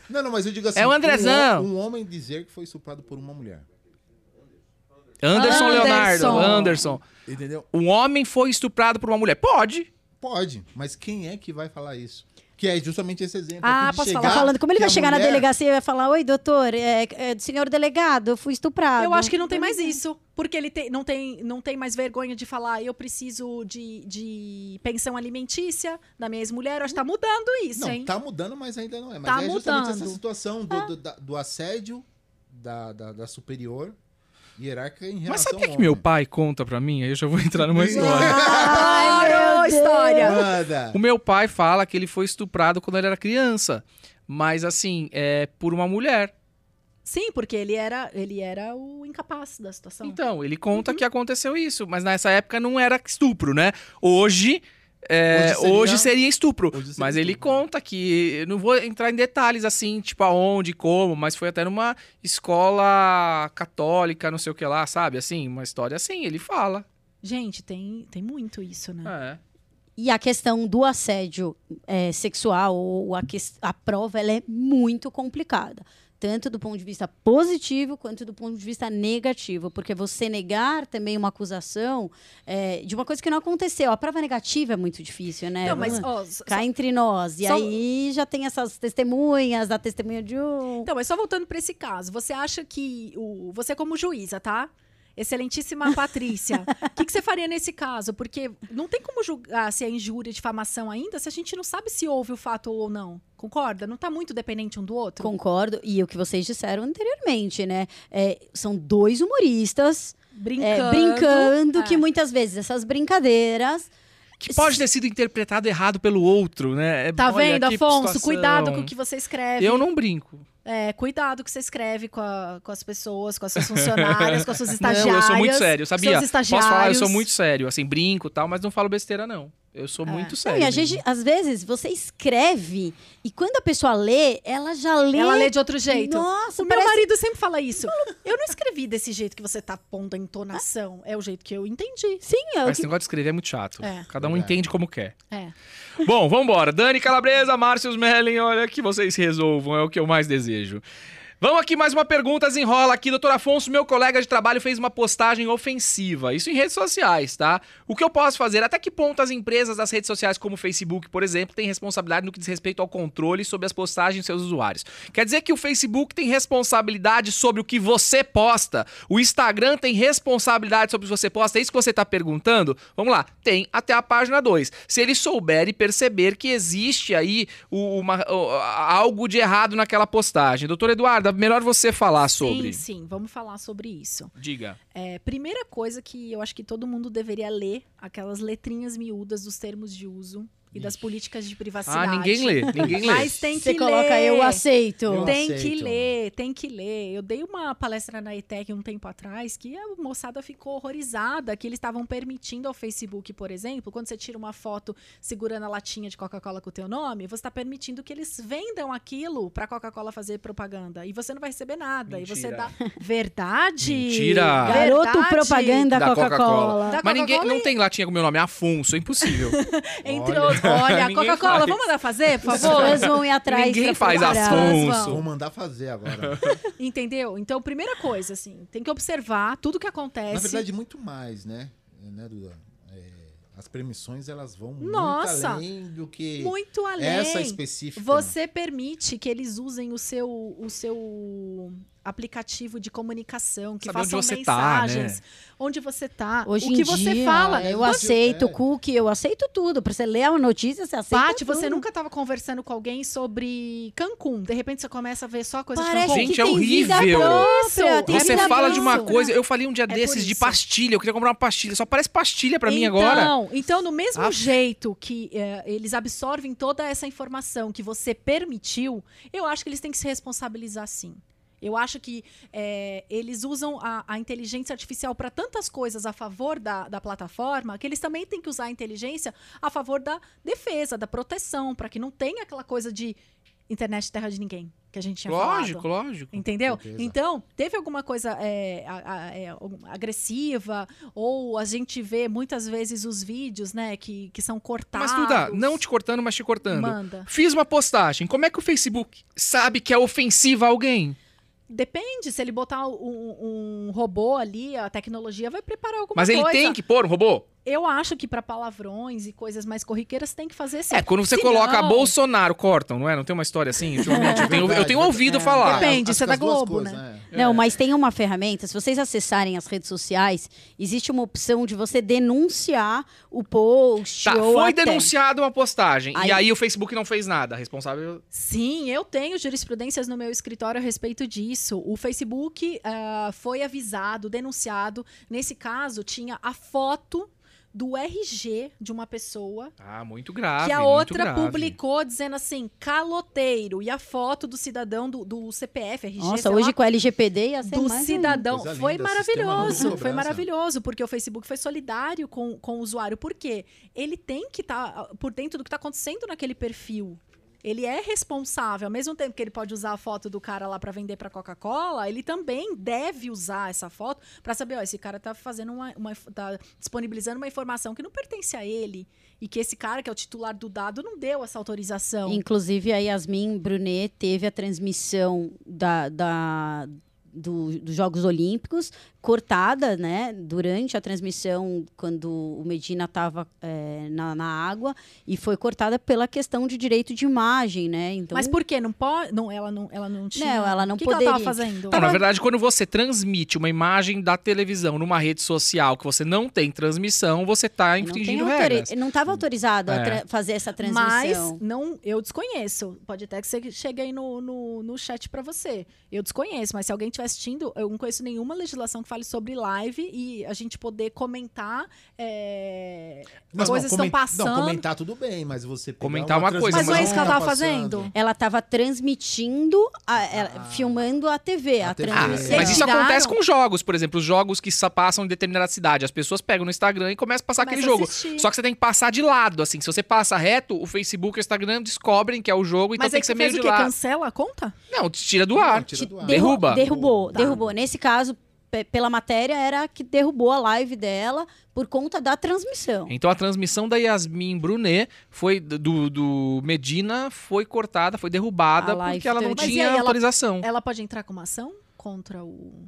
Não, não, mas eu digo assim. É o Andrezão. Um, hom- um homem dizer que foi estuprado por uma mulher. Anderson, Anderson. Leonardo. Anderson. Entendeu? Um homem foi estuprado por uma mulher. Pode. Pode, mas quem é que vai falar isso? Que é justamente esse exemplo. Ah, aqui de posso chegar, Tá falando, como ele que vai a chegar na mulher- delegacia e vai falar, oi, doutor, é, é, senhor delegado, eu fui estuprado. Eu acho que não tem mais isso. Porque ele tem- não, tem, não tem mais vergonha de falar, eu preciso de, de pensão alimentícia da minha ex-mulher. Eu Acho que tá mudando isso, Não, hein? tá mudando, mas ainda não é. Mas Tá é justamente mudando. Ah. essa situação do, do, da- do assédio da, da, da superior hierárquica em relação Mas sabe o ao que, é que homem. é. meu pai conta pra mim? Aí eu já vou entrar numa história. Adoro história. Manda. é? O meu pai fala que ele foi estuprado quando ele era criança. Mas assim, é por uma mulher. Sim, porque ele era, ele era o incapaz da situação. Então, ele conta que aconteceu isso. Mas nessa época não era estupro, né? Hoje. é, hoje, Hoje seria- seria... estupro. Hoje seria mas ele estupro. conta que. eu Não vou entrar em detalhes assim, tipo aonde, como, mas foi até numa escola católica, não sei o que lá, sabe? Assim, uma história assim, ele fala. Gente, tem, tem muito isso, né? É. E a questão do assédio é, sexual, ou a, ques- a prova, ela é muito complicada. tanto do ponto de vista positivo quanto do ponto de vista negativo, porque você negar também uma acusação é, de uma coisa que não aconteceu. A prova negativa é muito difícil, né? Não, mas, Vamos ó, só- cá entre nós. E só- aí já tem essas testemunhas, da testemunha de um. Então, mas só voltando para esse caso, você acha que o você como juíza, tá? Excelentíssima Patrícia, o que, que você faria nesse caso? Porque não tem como julgar se é injúria, difamação ainda, se a gente não sabe se houve o fato ou não. Concorda? Não tá muito dependente um do outro? Concordo. E o que vocês disseram anteriormente, né? É, são dois humoristas é, Brincando. brincando, É. que muitas vezes essas brincadeiras Que pode ter sido interpretado errado pelo outro, né? É- Tá olha, vendo, que Afonso? situação. Cuidado com o que você escreve. Eu não brinco. É, cuidado com o que você escreve com, a- com as pessoas, com as suas funcionárias, com as suas estagiárias. Não, eu sou muito sério, com sabia? Posso Seus falar, eu sou estagiários. muito sério. Assim, brinco e tal, mas não falo besteira, não. Eu sou muito Não, sério. e a mesmo. gente, às vezes, você escreve e quando a pessoa lê, ela já lê. Ela lê de outro jeito. Nossa, O meu parece... marido sempre fala isso. Eu não escrevi desse jeito que você tá pondo a entonação. É o jeito que eu entendi. Sim, eu Mas esse que... negócio de escrever é muito chato. É. Cada um Verdade. entende como quer. É. Bom, vambora. Dani Calabresa, Márcio Smelling, olha que vocês resolvam, é o que eu mais desejo. Vamos aqui, mais uma pergunta enrola aqui. Doutor Afonso, meu colega de trabalho fez uma postagem ofensiva, isso em redes sociais, tá? O que eu posso fazer? Até que ponto as empresas das redes sociais, como o Facebook, por exemplo, têm responsabilidade no que diz respeito ao controle sobre as postagens de seus usuários? Quer dizer que o Facebook tem responsabilidade sobre o que você posta? O Instagram tem responsabilidade sobre o que você posta? É isso que você está perguntando? Vamos lá, tem até a página 2. Se ele souber e perceber que existe aí o- uma- o- a- algo de errado naquela postagem. Doutor Eduardo, é melhor você falar sobre. Sim, sim, vamos falar sobre isso. Diga. É, primeira coisa que eu acho que todo mundo deveria ler, aquelas letrinhas miúdas dos termos de uso e das políticas de Ah, privacidade. ninguém lê, ninguém lê. Mas tem que Você coloca, ler. eu aceito. Eu Tem aceito. que ler, tem que ler. Eu dei uma palestra na ETEC um tempo atrás que a moçada ficou horrorizada que eles estavam permitindo ao Facebook, por exemplo, quando você tira uma foto segurando a latinha de Coca-Cola com o teu nome, você está permitindo que eles vendam aquilo para Coca-Cola fazer propaganda e você não vai receber nada e você Mentira. dá verdade. Mentira. Ah. Garoto Verdade. propaganda Da Coca-Cola. Da Mas ninguém Coca-Cola, não tem latinha com meu nome, é Afonso, é impossível. Entre Olha. outros. Olha, Ninguém Coca-Cola, faz. vamos mandar fazer, por Os favor? fãs vão ir atrás. Ninguém pra faz procurar. assunto. Vou mandar fazer agora. Entendeu? Então, primeira coisa, assim, tem que observar tudo que É, acontece. Na verdade, muito mais, né? É, né, Duda? É, as premissões elas vão muito Nossa! além do que muito além. essa específica. né? Você permite que eles usem o seu, o seu aplicativo de comunicação, que Saber onde façam você tá, mensagens, onde você tá, Hoje o em que você dia, fala. Eu Hoje- aceito é. cookie, eu aceito tudo. Pra você ler uma notícia, você aceita Paty, você tudo. nunca estava conversando com alguém sobre Cancún. De repente você começa a ver só coisa de Parece Cancún. Gente, que é é tem vida horrível. própria, É tem Você vida fala de uma própria. coisa, eu falei um dia né? por desses de isso. pastilha, eu queria comprar uma pastilha, só parece pastilha pra mim então, agora. Então, no mesmo Ah. jeito que eh, eles absorvem toda essa informação que você permitiu, eu acho que eles têm que se responsabilizar sim. Eu acho que eh, eles usam a, a inteligência artificial para tantas coisas a favor da, da plataforma que eles também têm que usar a inteligência a favor da defesa, da proteção, para que não tenha aquela coisa de internet terra de ninguém que a gente tinha falado. Lógico, lógico. Entendeu? certeza. Então, teve alguma coisa é, a- a- é, algum- agressiva, ou a gente vê muitas vezes os vídeos, né, que, que são cortados. Mas Duda, não te cortando, mas te cortando. Manda. Fiz uma postagem. Como é que o Facebook sabe que é ofensiva a alguém? Depende, se ele botar um, um robô ali, a tecnologia vai preparar alguma mas ele coisa. tem que pôr um robô? Eu acho que para palavrões e coisas mais corriqueiras tem que fazer sim. É, quando você Se coloca não- Bolsonaro, cortam, não é? Não tem uma história assim? Ultimamente, eu, tenho, eu tenho Verdade, ouvido verdade. falar. Depende. acho isso é que as da duas Globo, né? É. Não, mas tem uma ferramenta, se vocês acessarem as redes sociais, existe uma opção de você denunciar o post Tá, ou foi até- denunciada uma postagem. Aí- E aí o Facebook não fez nada. Responsável. Sim, eu tenho jurisprudências no meu escritório a respeito disso. O Facebook ah, foi avisado, denunciado. Nesse caso, tinha a foto do RG de uma pessoa Ah, muito grave. que a muito outra grave. publicou dizendo assim, caloteiro. E a foto do cidadão do, do CPF, RG, Nossa, sei hoje lá, com a LGPD ia ser do mais um- cidadão. Coisa foi linda, sistema maravilhoso, de foi cobrança. maravilhoso, porque o Facebook foi solidário tá, com, com o usuário. Por quê? Ele tem que estar por dentro do que está acontecendo naquele perfil. ele é responsável, ao mesmo tempo que ele pode usar a foto do cara lá para vender para Coca-Cola, ele também deve usar essa foto para saber, ó, esse cara tá fazendo uma, uma tá disponibilizando uma informação que não pertence a ele e que esse cara que é o titular do dado não deu essa autorização. Então Inclusive, a Yasmin Brunet teve a transmissão da, da- do- dos Jogos Olímpicos cortada, né? Durante a transmissão, quando o Medina estava na, na água, e foi cortada pela questão de direito de imagem, né? Então, Mas por quê? Não pode, não, ela não, ela não tinha. Não, ela não o que que ela tava poderia. fazendo? Não, Tá, na verdade, quando você transmite uma imagem da televisão numa rede social que você não tem transmissão, você tá não tem infringindo autori- regras. Não estava autorizado É. a tra- fazer essa Mas transmissão. não, eu desconheço. Pode até que você chegue aí no, no, no chat pra você. Eu desconheço, mas se alguém estiver assistindo, eu não conheço nenhuma legislação que fale sobre live e a gente poder comentar é, Não, coisas que não, estão comen- passando. Não, comentar tudo bem, mas você. pegar Comentar uma coisa, mas não é isso que ela tá tava fazendo? Ela estava transmitindo, a- ela- Ah. filmando a TV. A A, TV. Ah, transmissão. mas é isso É. tiraram. acontece com jogos, por exemplo, os jogos que só passam em determinada cidade. As pessoas pegam no Instagram e começam a passar aquele Começa a jogo. assistir. Só que você tem que passar de lado, assim. Se você passa reto, o Facebook e o Instagram descobrem que é o jogo, então mas tem aí que você ser meio de fez o quê? lado. Cancela a conta? Não, te tira do ar. Tira do ar. Derruba. Derrubou, Tá. derrubou. Nesse caso, pe- pela matéria, era que derrubou a live dela por conta da transmissão. Então a transmissão da Yasmin Brunet foi do, do Medina foi cortada, foi derrubada A live porque ela não também. Mas e tinha aí, ela- autorização. Ela pode entrar com uma ação contra o.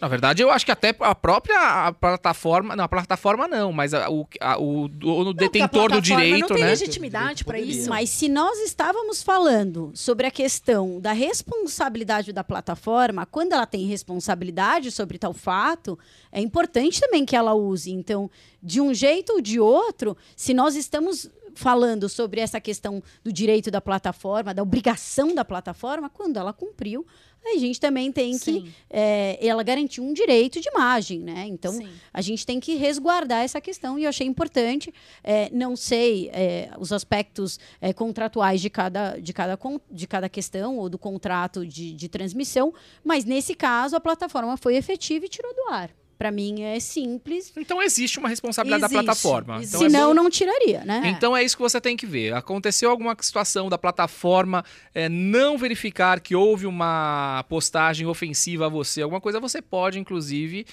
Na verdade, eu acho que até a própria a plataforma, não, a plataforma não, mas a- o, a- o dono detentor do plataforma não direito, tem né? legi- legitimidade pra Poderia. isso? Mas se nós estávamos falando sobre a questão da responsabilidade da plataforma, quando ela tem responsabilidade sobre tal fato, é importante também que ela use. Então, de um jeito ou de outro, se nós estamos falando sobre essa questão do direito da plataforma, da obrigação da plataforma, quando ela cumpriu, a gente também tem que Sim, é, ela garantiu um direito de imagem, né? Então sim. a gente tem que resguardar essa questão e eu achei importante. é, não sei é, os aspectos é, contratuais de cada, de, cada, con- de cada questão ou do contrato de, de transmissão, mas nesse caso a plataforma foi efetiva e tirou do ar. Para mim é simples, Então existe uma responsabilidade da Existe, plataforma. existe. Então, é senão não tiraria, né? Então é isso que você tem que ver. Aconteceu alguma situação da plataforma é, não verificar que houve uma postagem ofensiva a você, alguma coisa, você pode, inclusive,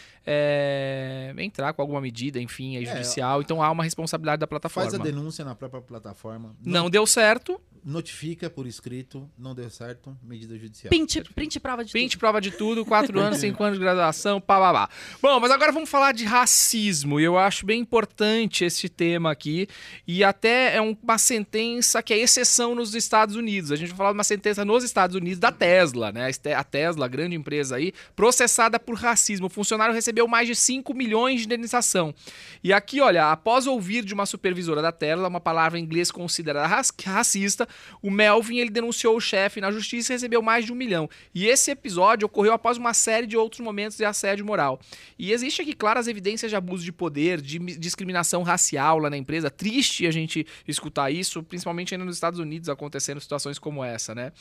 é, entrar com alguma medida, enfim, aí, É, judicial. então há uma responsabilidade da plataforma. Faz a denúncia na própria plataforma. não deu certo, Notifica por escrito, não deu certo, medida judicial. Print, print e prova de tudo. pinte prova de tudo, quatro anos, cinco anos de graduação, pá, pá, pá. Bom, mas agora vamos falar de racismo. E eu acho bem importante este tema aqui. E até é um- uma sentença que é exceção nos Estados Unidos. A gente vai falar de uma sentença nos Estados Unidos da Tesla, né? A Ste- A Tesla, a grande empresa aí, processada por racismo. O funcionário recebeu mais de 5 milhões de indenização. E aqui, olha, após ouvir de uma supervisora da Tesla uma palavra em inglês considerada ras- racista, o Melvin ele denunciou o chefe na justiça e recebeu mais de um milhão. E esse episódio ocorreu após uma série de outros momentos de assédio moral. E existe aqui claras evidências de abuso de poder, de mi- discriminação racial lá na empresa. Triste a gente escutar isso, principalmente ainda nos Estados Unidos acontecendo situações como essa, né?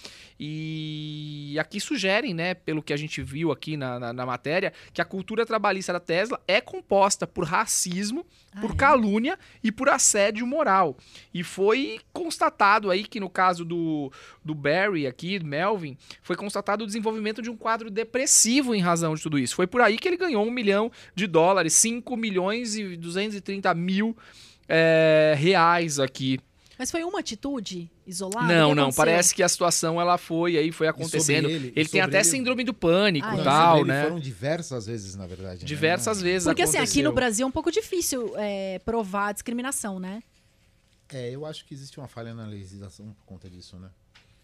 E aqui sugerem, né, pelo que a gente viu aqui na, na- na matéria, que a cultura trabalhista da Tesla é composta por racismo, Ah, por é? calúnia e por assédio moral. E foi constatado aí que no caso do, do Barry aqui, do Melvin, foi constatado o desenvolvimento de um quadro depressivo em razão de tudo isso. Foi por aí que ele ganhou um milhão de dólares, 5 milhões e 230 mil eh, reais aqui. Mas foi uma atitude isolada? O não, que não, aconteceu? parece que a situação ela foi aí, foi acontecendo. E sobre Ele, ele- e tem sobre até ele- síndrome do pânico Ah, e é. tal, Sobre ele né? Foram diversas vezes, na verdade. né? Diversas vezes Porque assim, aqui no aconteceu. Brasil é um pouco difícil é, provar a discriminação, né? É, eu acho que existe uma falha na legislação por conta disso, né?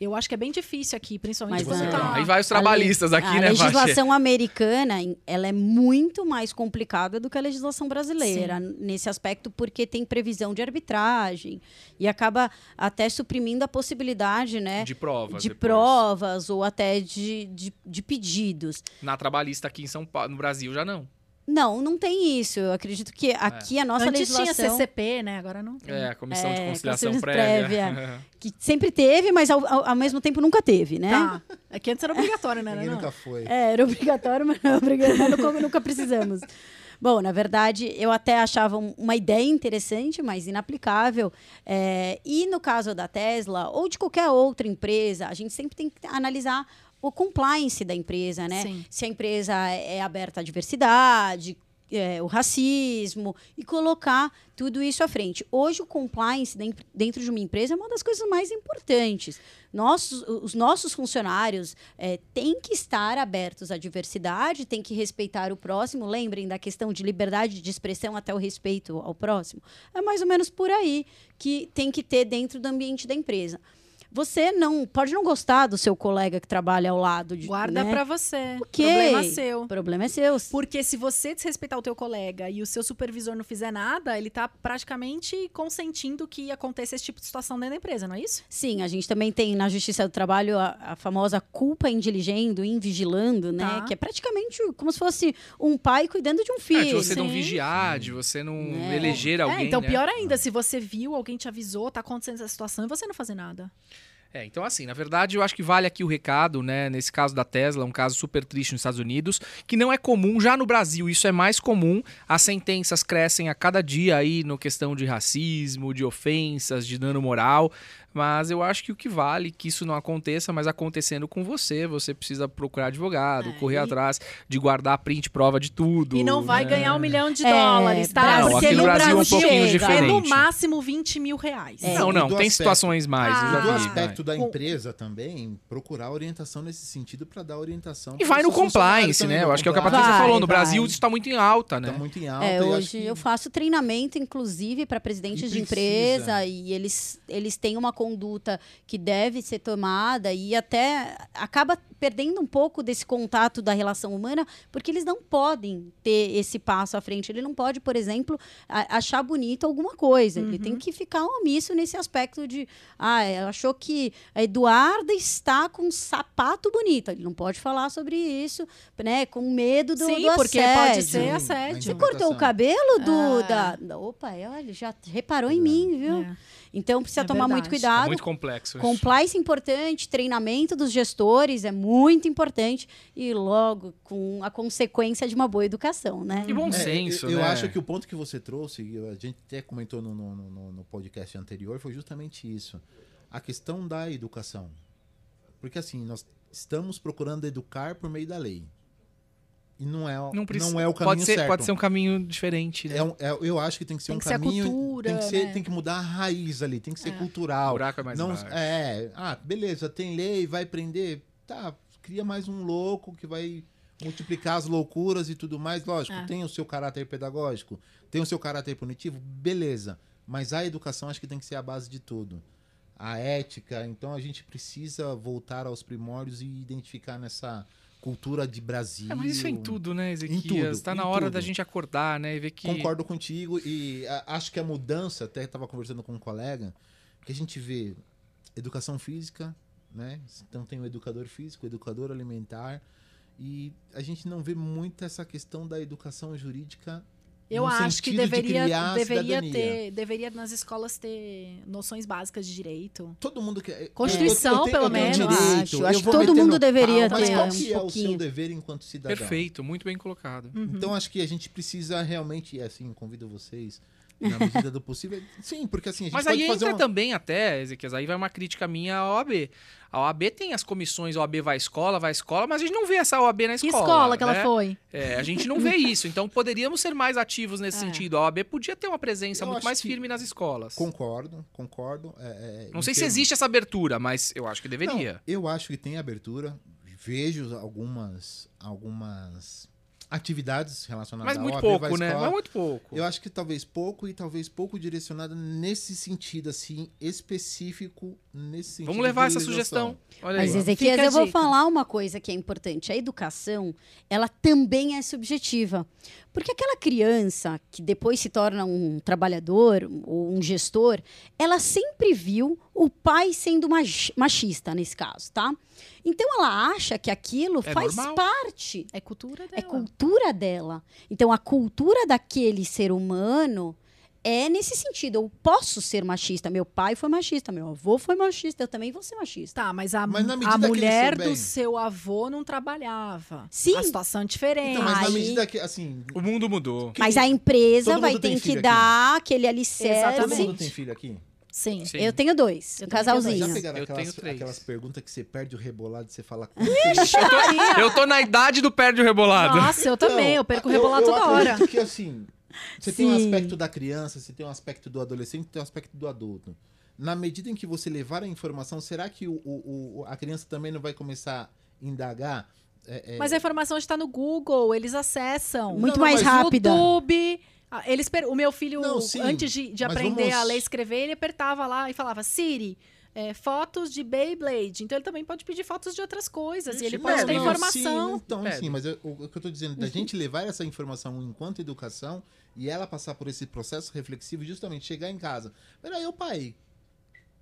Eu acho que é bem difícil aqui, principalmente Mas, quando Ana, tá... Aí vai os trabalhistas A le- aqui, a né, Vachê? legislação americana, em- ela é muito mais complicada do que a legislação brasileira n- nesse aspecto, porque tem previsão de arbitragem e acaba até suprimindo a possibilidade, é né? De provas. De depois. provas ou até de, de, de pedidos. Na trabalhista aqui em São Paulo, no Brasil já não. Não, não tem isso. Eu acredito que aqui a nossa Antes tinha legislação. CCP, né? Agora não tem. É, a comissão de É, conciliação conselho prévia. É, Que sempre teve, mas ao, ao- ao mesmo tempo nunca teve, né? Tá. É que antes era obrigatório, né? Ninguém Não. nunca foi. É, era obrigatório, mas não, obrigatório, nunca, nunca precisamos. Bom, na verdade, eu até achava um- uma ideia interessante, mas inaplicável. É, e no caso da Tesla ou de qualquer outra empresa, a gente sempre tem que analisar o compliance da empresa, né? Sim. Se a empresa é aberta à diversidade, é, o racismo, e colocar tudo isso à frente. Hoje, o compliance den- dentro de uma empresa é uma das coisas mais importantes. Nossos, os nossos funcionários é, têm que estar abertos à diversidade, têm que respeitar o próximo. Lembrem da questão de liberdade de expressão até o respeito ao próximo. É mais ou menos por aí que tem que ter dentro do ambiente da empresa. Você não pode não gostar do seu colega que trabalha ao lado de Guarda né? pra você. O quê? Problema seu. O problema é seu. Porque se você desrespeitar o teu colega e o seu supervisor não fizer nada, ele tá praticamente consentindo que aconteça esse tipo de situação dentro da empresa, não é isso? Sim, a gente também tem na Justiça do Trabalho a, a famosa culpa indiligendo, invigilando, né? Tá. Que é praticamente como se fosse um pai cuidando de um filho. É, de você não Sim. vigiar, de você não É. eleger alguém. é, então né? pior ainda, se você viu, alguém te avisou, tá acontecendo essa situação e você não fazer nada. É, então assim, na verdade, eu acho que vale aqui o recado, né? Nesse caso da Tesla, um caso super triste nos Estados Unidos, que não é comum já no Brasil, isso é mais comum. As sentenças crescem a cada dia aí no questão de racismo, de ofensas, de dano moral. Mas eu acho que o que vale é que isso não aconteça, mas acontecendo com você, você precisa procurar advogado, É, correr e- atrás de guardar print, prova de tudo. e não vai né? ganhar um milhão de É, dólares, tá? Não, Porque aqui no Brasil é um pouquinho chega. é diferente. no máximo 20 mil reais. É. Não, E não, do tem aspecto- situações mais. eu já Ah. do vi, aspecto da Com- empresa também, procurar orientação nesse sentido para dar orientação. E vai no pros seus funcionários compliance, também, né? no Eu acho que é o que a compliance. Patrícia Vai, falou. No vai. Brasil isso tá muito em alta, né? Tá muito em alta. É, eu hoje acho que- eu faço treinamento, inclusive, para presidentes E de precisa. empresa e eles, eles têm uma conduta que deve ser tomada e até acaba perdendo um pouco desse contato da relação humana, porque eles não podem ter esse passo à frente. Ele não pode, por exemplo, a- achar bonito alguma coisa. Ele Uhum. tem que ficar omisso nesse aspecto de, ah, ela achou que a Eduarda está com um sapato bonito. Ele não pode falar sobre isso, né? Com medo do, Sim, do porque pode assédio. ser Sim, assédio. é, Você Sim. cortou o cabelo, Ah. Duda? Opa, é, olha, já reparou em mim, viu? É. Então precisa É tomar muito verdade. É cuidado. muito complexo isso. Compliance é importante, treinamento dos gestores é muito importante e logo com a consequência de uma boa educação, né? E bom É, senso, eu, eu né? acho que o ponto que você trouxe, e a gente até comentou no, no- no- no podcast anterior, foi justamente isso. A questão da educação. Porque assim, nós estamos procurando educar por meio da lei. E não é, não precisa- é o caminho pode ser, certo. Pode ser um caminho diferente, né? É um- é- eu acho que tem que ser Tem um que ser a caminho. cultura, tem, que ser- né? tem que mudar a raiz ali, tem que ser É. O cultural. buraco é mais não, baixo. é, ah, beleza, tem lei, vai prender. Tá, cria mais um louco que vai multiplicar as loucuras e tudo mais. Lógico, É. tem o seu caráter pedagógico, tem o seu caráter punitivo, beleza. Mas a educação acho que tem que ser a base de tudo. A ética, então a gente precisa voltar aos primórdios e identificar nessa cultura de Brasil. É, mas isso é em tudo, né, Ezequias? tudo, Tá em na hora tudo. da gente acordar, né? E ver que. Concordo contigo e a- acho que a mudança, até estava conversando com um colega, que a gente vê educação física, né? Então tem o educador físico, o educador alimentar e a gente não vê muito essa questão da educação jurídica. Eu no acho que sentido de deveria, criar a deveria cidadania. ter, deveria nas escolas ter noções básicas de direito. Todo mundo quer. Constituição, eu- eu tenho- eu pelo tenho menos. direito, Acho, eu acho que vou todo meter mundo no deveria pau, mas ter qual um que é o seu pouquinho. dever enquanto cidadão? Perfeito, muito bem colocado. Uhum. Então acho que a gente precisa realmente, assim, convido vocês na medida do possível. Sim, porque assim a gente Mas pode aí fazer entra uma... também até, Ezequias, aí vai uma crítica minha à OAB. A OAB tem as comissões, a OAB vai à escola, vai à escola, mas a gente não vê essa OAB na Que escola. escola, que né? ela foi? É, a gente não vê isso. Então poderíamos ser mais ativos nesse É. sentido. A OAB podia ter uma presença Eu muito acho mais que- firme nas escolas. Concordo, concordo. é, é, Não em sei se termos- existe essa abertura, mas eu acho que deveria. Não, eu acho que tem abertura. Vejo algumas, algumas atividades relacionadas mas à muito OAB, pouco, vai né? um escola. Mas muito pouco. Eu acho que talvez pouco e talvez pouco direcionada nesse sentido, assim, específico nesse sentido. Vamos levar de essa legislação. sugestão. Olha aí. Mas, Ezequias, Fica a eu vou dica. falar uma coisa que é importante. A educação, ela também é subjetiva. Porque aquela criança que depois se torna um trabalhador ou um gestor, ela sempre viu o pai sendo mach- machista, nesse caso, tá? Então, ela acha que aquilo É faz normal. parte É cultura dela. é cultura dela. Então, a cultura daquele ser humano é nesse sentido. Eu posso ser machista. Meu pai foi machista, meu avô foi machista, eu também vou ser machista. Tá, mas a, Mas na a medida que eles mulher do souberem. seu avô não trabalhava. Sim. A situação é diferente. Então, mas na Aí- medida que, assim, O mundo mudou. Mas a empresa Todo vai mundo ter tem que filho dar aquele alicerce. todo mundo Exatamente. tem filho aqui? Sim. Sim. Eu tenho dois, Eu também tenho dois. Já um casalzinho. pegaram Eu aquelas, tenho três. aquelas perguntas que você perde o rebolado e você fala... Eu tô, eu tô na idade do perde o rebolado. Nossa, eu também. Eu perco o rebolado eu toda hora. acredito que, assim, você tem um Sim. aspecto da criança, você tem um aspecto do adolescente, tem um aspecto do adulto. Na medida em que você levar a informação, será que o, o- o- a criança também não vai começar a indagar? É, é, Mas a informação está no Google, eles acessam. Muito Não, mais mas rápida. YouTube. ah, Eles per- O meu filho, Não, sim, antes de, de mas aprender vamos- a ler e escrever, ele apertava lá e falava, Siri, é, fotos de Beyblade. Então ele também pode pedir fotos de outras coisas. e ele Ixi, pode não, ter não, informação. tipo assim, Uhum. Sim, então, Pede. sim, mas eu- o, o que eu tô dizendo, da gente levar essa informação enquanto educação e ela passar por esse processo reflexivo, justamente chegar em casa. Peraí, ô pai,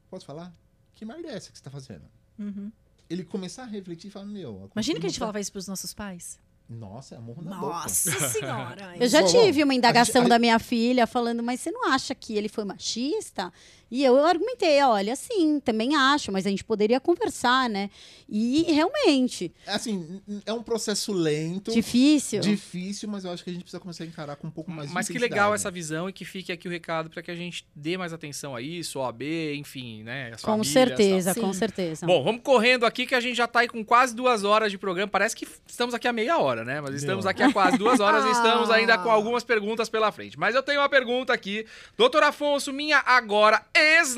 posso falar? Que merda é essa que você tá fazendo? Uhum. Ele começar a refletir e falar, meu... Imagina que a cultura gente tá- falava isso pros nossos pais. Nossa, é amor na boca. Nossa senhora. Eu já Bom, tive uma a indagação gente- a- da minha filha falando, mas você não acha que ele foi machista? E eu argumentei, olha, sim, também acho, mas a gente poderia conversar, né? E realmente, assim, n- n- é um processo lento, difícil. difícil. mas eu acho que a gente precisa começar a encarar com um pouco mais de Mas que intensidade. legal essa visão e que fique aqui o recado pra que a gente dê mais atenção a isso, OAB, enfim, né? as Com famílias, certeza, tá- com Sim. certeza. tal. Bom, vamos correndo aqui que a gente já tá aí com quase duas horas de programa. Parece que estamos aqui a meia hora, né? Mas estamos Meu. aqui a quase duas horas e estamos ainda com Ah. algumas perguntas pela frente. Mas eu tenho uma pergunta aqui. Doutor Afonso, minha agora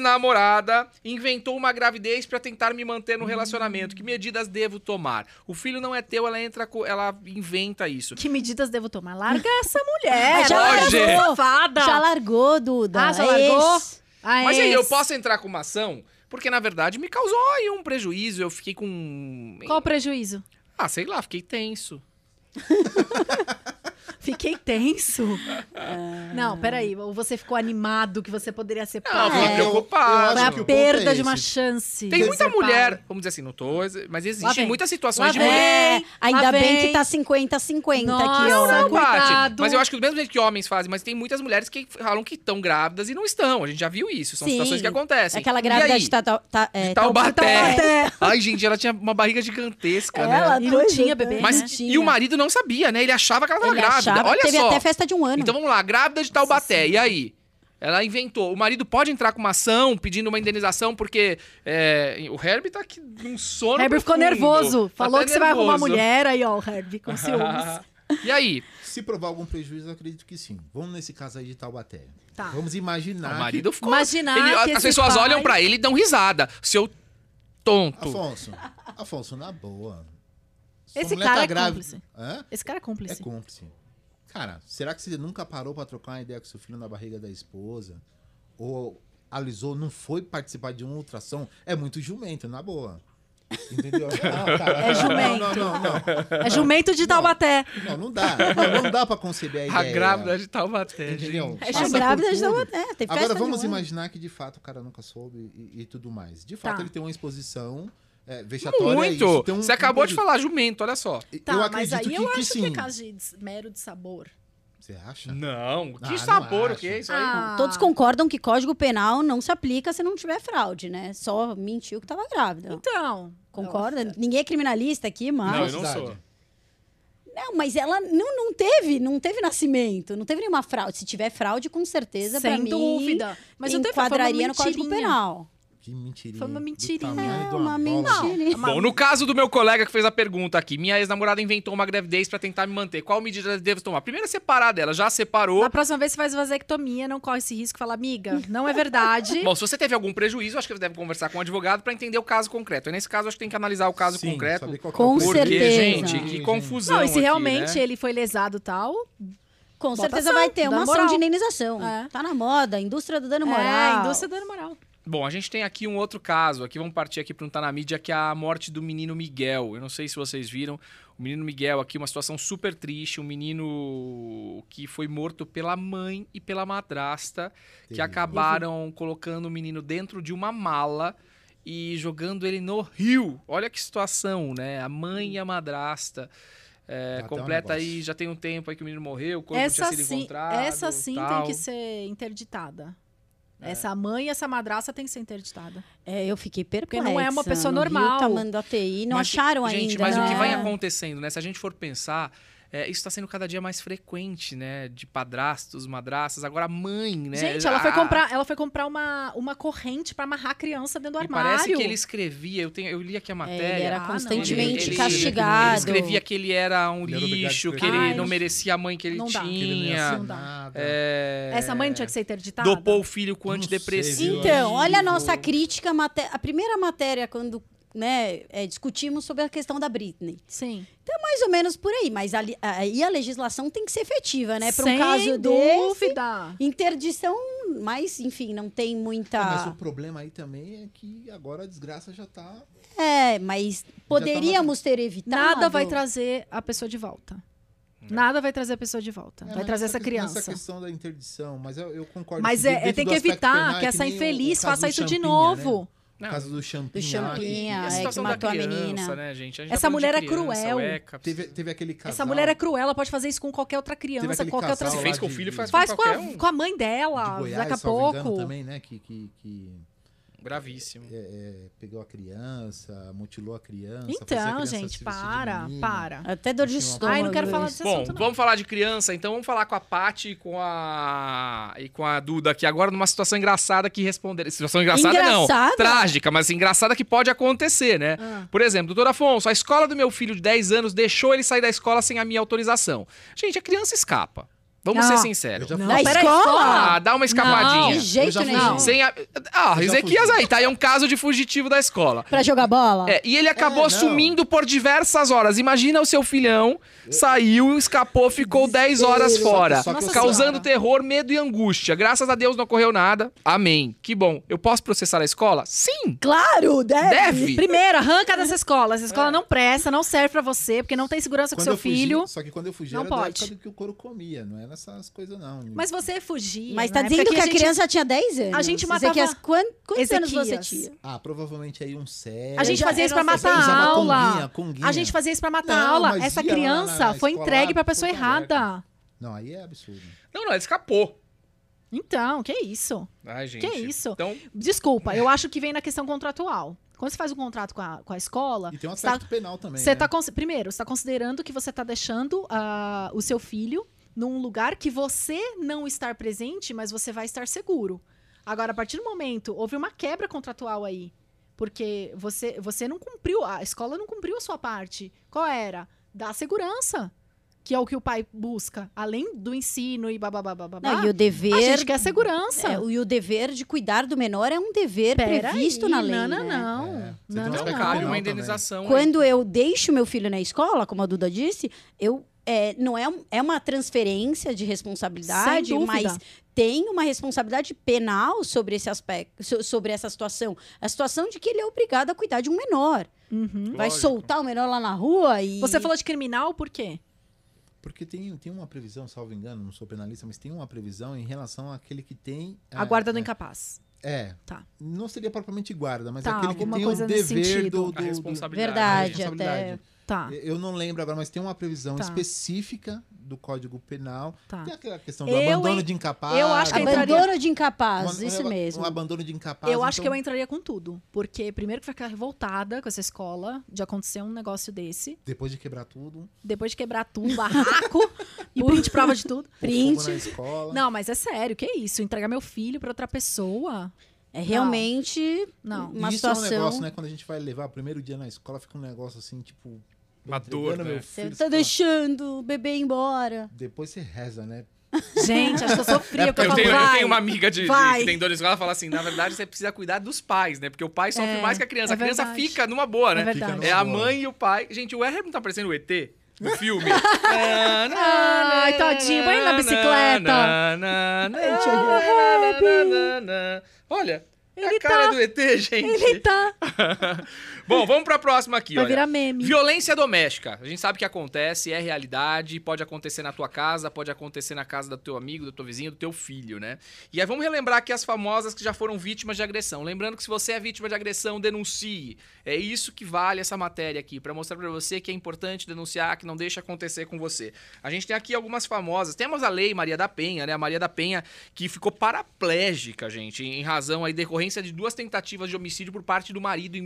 ex-namorada inventou uma gravidez pra tentar me manter no relacionamento. Que medidas devo tomar? O filho não é teu, ela entra, co- ela inventa isso. Que medidas devo tomar? Larga essa mulher. Já larga largou. essa safada. já largou, Duda. Ah, já É largou? esse. Ah, Mas e aí, esse. eu posso entrar com uma ação? Porque, na verdade, me causou aí um prejuízo. Eu fiquei com. Qual o prejuízo? Ah, sei lá, fiquei tenso. Fiquei tenso. Não, peraí. Ou você ficou animado que você poderia ser Não, eu pai. fiquei É. preocupado. né? Eu Foi acho que a o ponto é perda de esse. uma chance. Tem de muita ser pai. mulher, vamos dizer assim, não tô. Mas existem vem. muitas situações Lá de vem. mulher. É, ainda Lá bem vem. que tá 50-50 aqui, Nossa, ó. Não bate. Cuidado. Mas eu acho que do mesmo jeito que homens fazem, mas tem muitas mulheres que falam que estão grávidas e não estão. A gente já viu isso. São Sim. situações que acontecem. Aquela E grávida aí? de, ta, ta, ta, é, De Taubaté. Taubaté. Ai, gente, ela tinha uma barriga gigantesca, né? Ela E não dois tinha anos. bebê, Mas Tá né? e o marido não sabia, né? Ele achava que ela tava Ele grávida. achava, Olha teve só. até festa de um ano. Então vamos lá, grávida de Taubaté, e aí? Ela inventou. O marido pode entrar com uma ação pedindo uma indenização, porque é, o Herbie tá aqui num sono. Herbie ficou profundo. nervoso. Tá Falou até que você vai nervoso. arrumar mulher. Aí, ó, o Herbie com ciúmes. e aí? Se provar algum prejuízo, eu acredito que sim. Vamos nesse caso aí de Taubaté. Tá. Vamos imaginar o marido ficou. Imaginar Ele- que as esse pessoas pai- olham pra ele e dão risada. Seu que... tonto. Afonso, Afonso, na boa. Sua Esse mulher cara tá é grávida- cúmplice. Hã? Esse cara é É cúmplice. cúmplice. Cara, será que você nunca parou pra trocar uma ideia com seu filho na barriga da esposa? Ou alisou, não foi participar de um ultrassom? É muito jumento, na boa. Entendeu? Não, cara, É jumento. Não, não, não, não. É jumento de Taubaté. Não, não dá. Não, não dá pra conceber a A ideia. grávida de Taubaté. Entendeu? gente. É Passa por grávida de tudo. Taubaté. né? Teve festa Agora de vamos um ano. imaginar que de fato o cara nunca soube e, e tudo mais. De fato, Tá. ele tem uma exposição é, vexatória. Muito! isso tem um- Você acabou de um- falar jumento, olha só. Eu Tá, mas acredito aí que, eu que acho que sim. é caso de des- mero de sabor. Você acha? Não, que Ah, não sabor, o acho. que é isso aí? Ah, Todos concordam que código penal não se aplica se não tiver fraude, né? Só mentiu que estava grávida. Então. Concorda? Ninguém é criminalista aqui, Não, eu mas. não Cidade. sou. Não, mas ela não, não teve, não teve nascimento, não teve nenhuma fraude. Se tiver fraude, com certeza, pra Sem mim. dúvida. Mas eu tenho enquadraria no código penal. Que mentirinha. Foi uma do mentirinha. tamanho É, de bola. uma mentira. Não, Bom, no caso do meu colega que fez a pergunta aqui, minha ex-namorada inventou uma gravidez pra tentar me manter. Qual medida devo tomar? Primeiro é separar dela, já separou. Na próxima vez você faz vasectomia, não corre esse risco. Fala, amiga, não é verdade. Bom, se você teve algum prejuízo, acho que você deve conversar com um advogado pra entender o caso concreto. E nesse caso, acho que tem que analisar o caso Sim, concreto. saber qual que é o Com Porque, prejuízo, certeza. gente, que confusão. não, e se aqui, realmente né? ele foi lesado tal, Com Bota certeza ação, vai ter dá uma ação moral. de indenização. É. Tá na moda, indústria do dano moral. é, a indústria dando moral. Bom, a gente tem aqui um outro caso. Aqui vamos partir aqui para um tá na mídia, que é a morte do menino Miguel. Eu não sei se vocês viram. O menino Miguel aqui, uma situação super triste. Um menino que foi morto pela mãe e pela madrasta, que Terrível. acabaram colocando o menino dentro de uma mala e jogando ele no rio. Olha que situação, né? A mãe e a madrasta. É, Até um completa aí, negócio. já tem um tempo aí que o menino morreu, o corpo Essa tinha sido sim, encontrado. essa sim tal. tem que ser interditada. É. Essa mãe e essa madraça tem que ser interditada. É, eu fiquei perplexa. não é uma pessoa no Rio normal. tá mandando ATI, não Mas, acharam ainda. Gente, mas o que né? vai acontecendo, né? Se a gente for pensar, é, isso está sendo cada dia mais frequente, né? De padrastos, madrastas, agora mãe, né? Gente, ela foi Ah, comprar, ela foi comprar uma, uma corrente pra amarrar a criança dentro E do armário. parece que ele escrevia, eu, tenho, eu li aqui a É, matéria. ele Ah, era não. constantemente ele- ele- castigado. Ele escrevia que ele era um Ele era obrigado a lixo, que escrever. ele Ai, não não- merecia a mãe que ele não dá. tinha. Que ele não ia Tinha. ser nada. é, Essa mãe não tinha que ser interditada. Dopou o filho com Não sei, antidepressivo. viu? Então, olha a nossa Ai, crítica, mate- a primeira matéria quando né, é, discutimos sobre a questão da Britney. Sim. Mais ou menos por aí, mas ali- aí a legislação tem que ser efetiva, é né? Para Sem um caso desse, Tá dúvida. interdição, mas enfim, não tem Tá. Mas o muita... problema aí também é que agora a desgraça já tá. É, mas poderíamos ter evitado. Nada vai trazer a pessoa de volta. É. Nada vai trazer a pessoa de volta. É, Tá. vai mas trazer essa que- criança. Nessa questão da interdição, mas eu, eu concordo Mas com é, é, dentro tem do que aspecto evitar penal, que é essa nem o- o infeliz caso faça do isso de Champinha, novo. Né? Não. O caso do Champinha. Do lá, que- Champinha, E a é, que situação da matou a menina. criança, né, gente? A gente tá Essa falando de mulher é criança, cruel. ueca, Teve, teve aquele casal. Essa mulher é cruel, ela pode fazer isso com qualquer outra criança, aquele qualquer outra. casal Se lá fez com o de- filho, de- faz com Faz com qualquer um. a, com a mãe dela, de daqui a Goiás, salvo engano, pouco. também, né? Que, que, que Gravíssimo. é, pegou a criança, mutilou a criança. fazia a Então, criança se gente, vestir de para, menina. para. Até dor de Ai, não estômago. quero falar isso. desse Bom, assunto não. vamos falar de criança, então vamos falar com a Paty e com a e com a Duda aqui agora numa situação engraçada que responderam. Situação engraçada, não, Engraçada? trágica, mas engraçada que pode acontecer, né? Ah. Por exemplo, doutor Afonso, a escola do meu filho de 10 anos deixou ele sair da escola sem a minha autorização. Gente, a criança escapa. Vamos Não. ser Eu sinceros. já Não, falei. Na peraí, escola? Ah, dá uma escapadinha. De jeito Eu já nenhum. não. Sem a... Ah, Eu já Ezequias fugi. aí, tá? É um caso de fugitivo da escola. Pra jogar bola? É, e ele acabou não. sumindo por diversas horas. Imagina o seu filhão, saiu, escapou, ficou 10 horas fora. Só que- só que assim, eu- causando Nossa Senhora. terror, medo e angústia. Graças a Deus não ocorreu nada. Amém. Que bom. Eu posso processar a escola? Sim! Claro, É, deve. Deve! Primeiro, arranca dessa escola. Essa escola não presta, não serve pra você, porque não tem segurança com É. Quando seu eu fugi- filho. Só que quando eu fugi, Não era da pode. época do que o couro comia, não era essas coisas, não. Mas você fugir. Mas na tá época dizendo que a, gente- criança tinha 10 anos. a gente matava- Ezequias, quan- quantos anos você Ezequias. tinha? Ah, provavelmente aí um sério. A gente já fazia isso pra era matar assim. a Usava aula. conguinha, conguinha. A gente fazia isso pra matar a Não, aula. mas Essa ia lá na- criança na foi escola, entregue lá, pra pessoa puta merda. errada. Não, aí é absurdo. Não, não, ele escapou. Então, que isso? Ai, gente. Que isso? Então, Desculpa, eu acho que vem na questão contratual. Quando você faz um contrato com a, com a escola, E tem um você tá- aspecto penal também. você né? tá cons- primeiro, você tá considerando que você tá deixando ah, o seu filho num lugar que você não estar presente, mas você vai estar seguro. Agora, a partir do momento, houve uma quebra contratual aí. Porque você, você não cumpriu, a escola não cumpriu a sua parte. Qual era? Dar segurança, que é o que o pai busca. Além do ensino e bababá. bababá, Não, e o dever. a gente quer segurança. é, o- e o dever de cuidar do menor é um dever Pera previsto aí, na lei. Não, não, né? não. É, você não, tem um então não, não. aspecto cabe uma também. indenização. Quando eu deixo meu filho na escola, como a Duda disse, eu é, não é, um- é uma transferência de responsabilidade, Sem dúvida. mas tem uma responsabilidade penal sobre esse aspecto, so- sobre essa situação. A situação de que ele é obrigado a cuidar de um menor. Uhum. Lógico. Vai soltar o menor lá na rua e. Você falou de criminal por quê? Porque tem, tem uma previsão, salvo engano, não sou penalista, mas tem uma previsão em relação àquele que tem. é, a guarda do é, incapaz. É. Tá. Não seria propriamente guarda, mas Tá, aquele que alguma tem coisa o nesse dever sentido. do, A do- do. responsabilidade. Verdade, gente. responsabilidade. Tá, Eu não lembro agora, mas tem uma previsão Tá. específica do Código Penal. tá. Tem aquela questão do Eu abandono en- de incapaz. eu acho que eu entraria- Abandono de um- incapaz, um- isso um mesmo. abandono de incapaz. Eu acho que então- eu entraria com tudo. Porque primeiro que eu ficar revoltada com essa escola de acontecer um negócio desse. Depois de quebrar tudo, Depois de quebrar tudo, barraco e print prova de tudo. pôr fogo Print. na escola. Não, mas é sério, que isso? Entregar meu filho pra outra pessoa? É realmente Não. uma E isso situação. é um negócio, né? Quando a gente vai levar o primeiro dia na escola, fica um negócio assim, tipo. Uma entregando dor, né? Você filho, tá você fala, deixando o bebê embora. Depois você reza, né? Gente, acho que eu sofria. É porque Eu tenho, eu falo, tenho uma vai. amiga de, de- vai. que tem dor de escola, ela fala assim, na verdade você precisa cuidar dos pais, né? Porque o pai sofre É, mais que a criança. é a criança verdade. fica numa boa, É né? verdade. É a Boa. mãe e o pai. Gente, o Herb não tá parecendo o ET no filme? Ai, tadinho, põe ele na bicicleta. Olha, É Ele a cara tá. do ET, gente. Ele tá. Bom, vamos pra próxima aqui, Vai olha. virar meme. Violência doméstica. A gente sabe que acontece, é realidade, pode acontecer na tua casa, pode acontecer na casa do teu amigo, do teu vizinho, do teu filho, né? E aí vamos relembrar aqui as famosas que já foram vítimas de agressão. Lembrando que se você é vítima de agressão, denuncie. É isso que vale essa matéria aqui, pra mostrar pra você que é importante denunciar, que não deixa acontecer com você. A gente tem aqui algumas famosas. Temos a lei Maria da Penha, né? A Maria da Penha que ficou paraplégica, gente, em razão aí decorrência de duas tentativas de homicídio por parte do marido em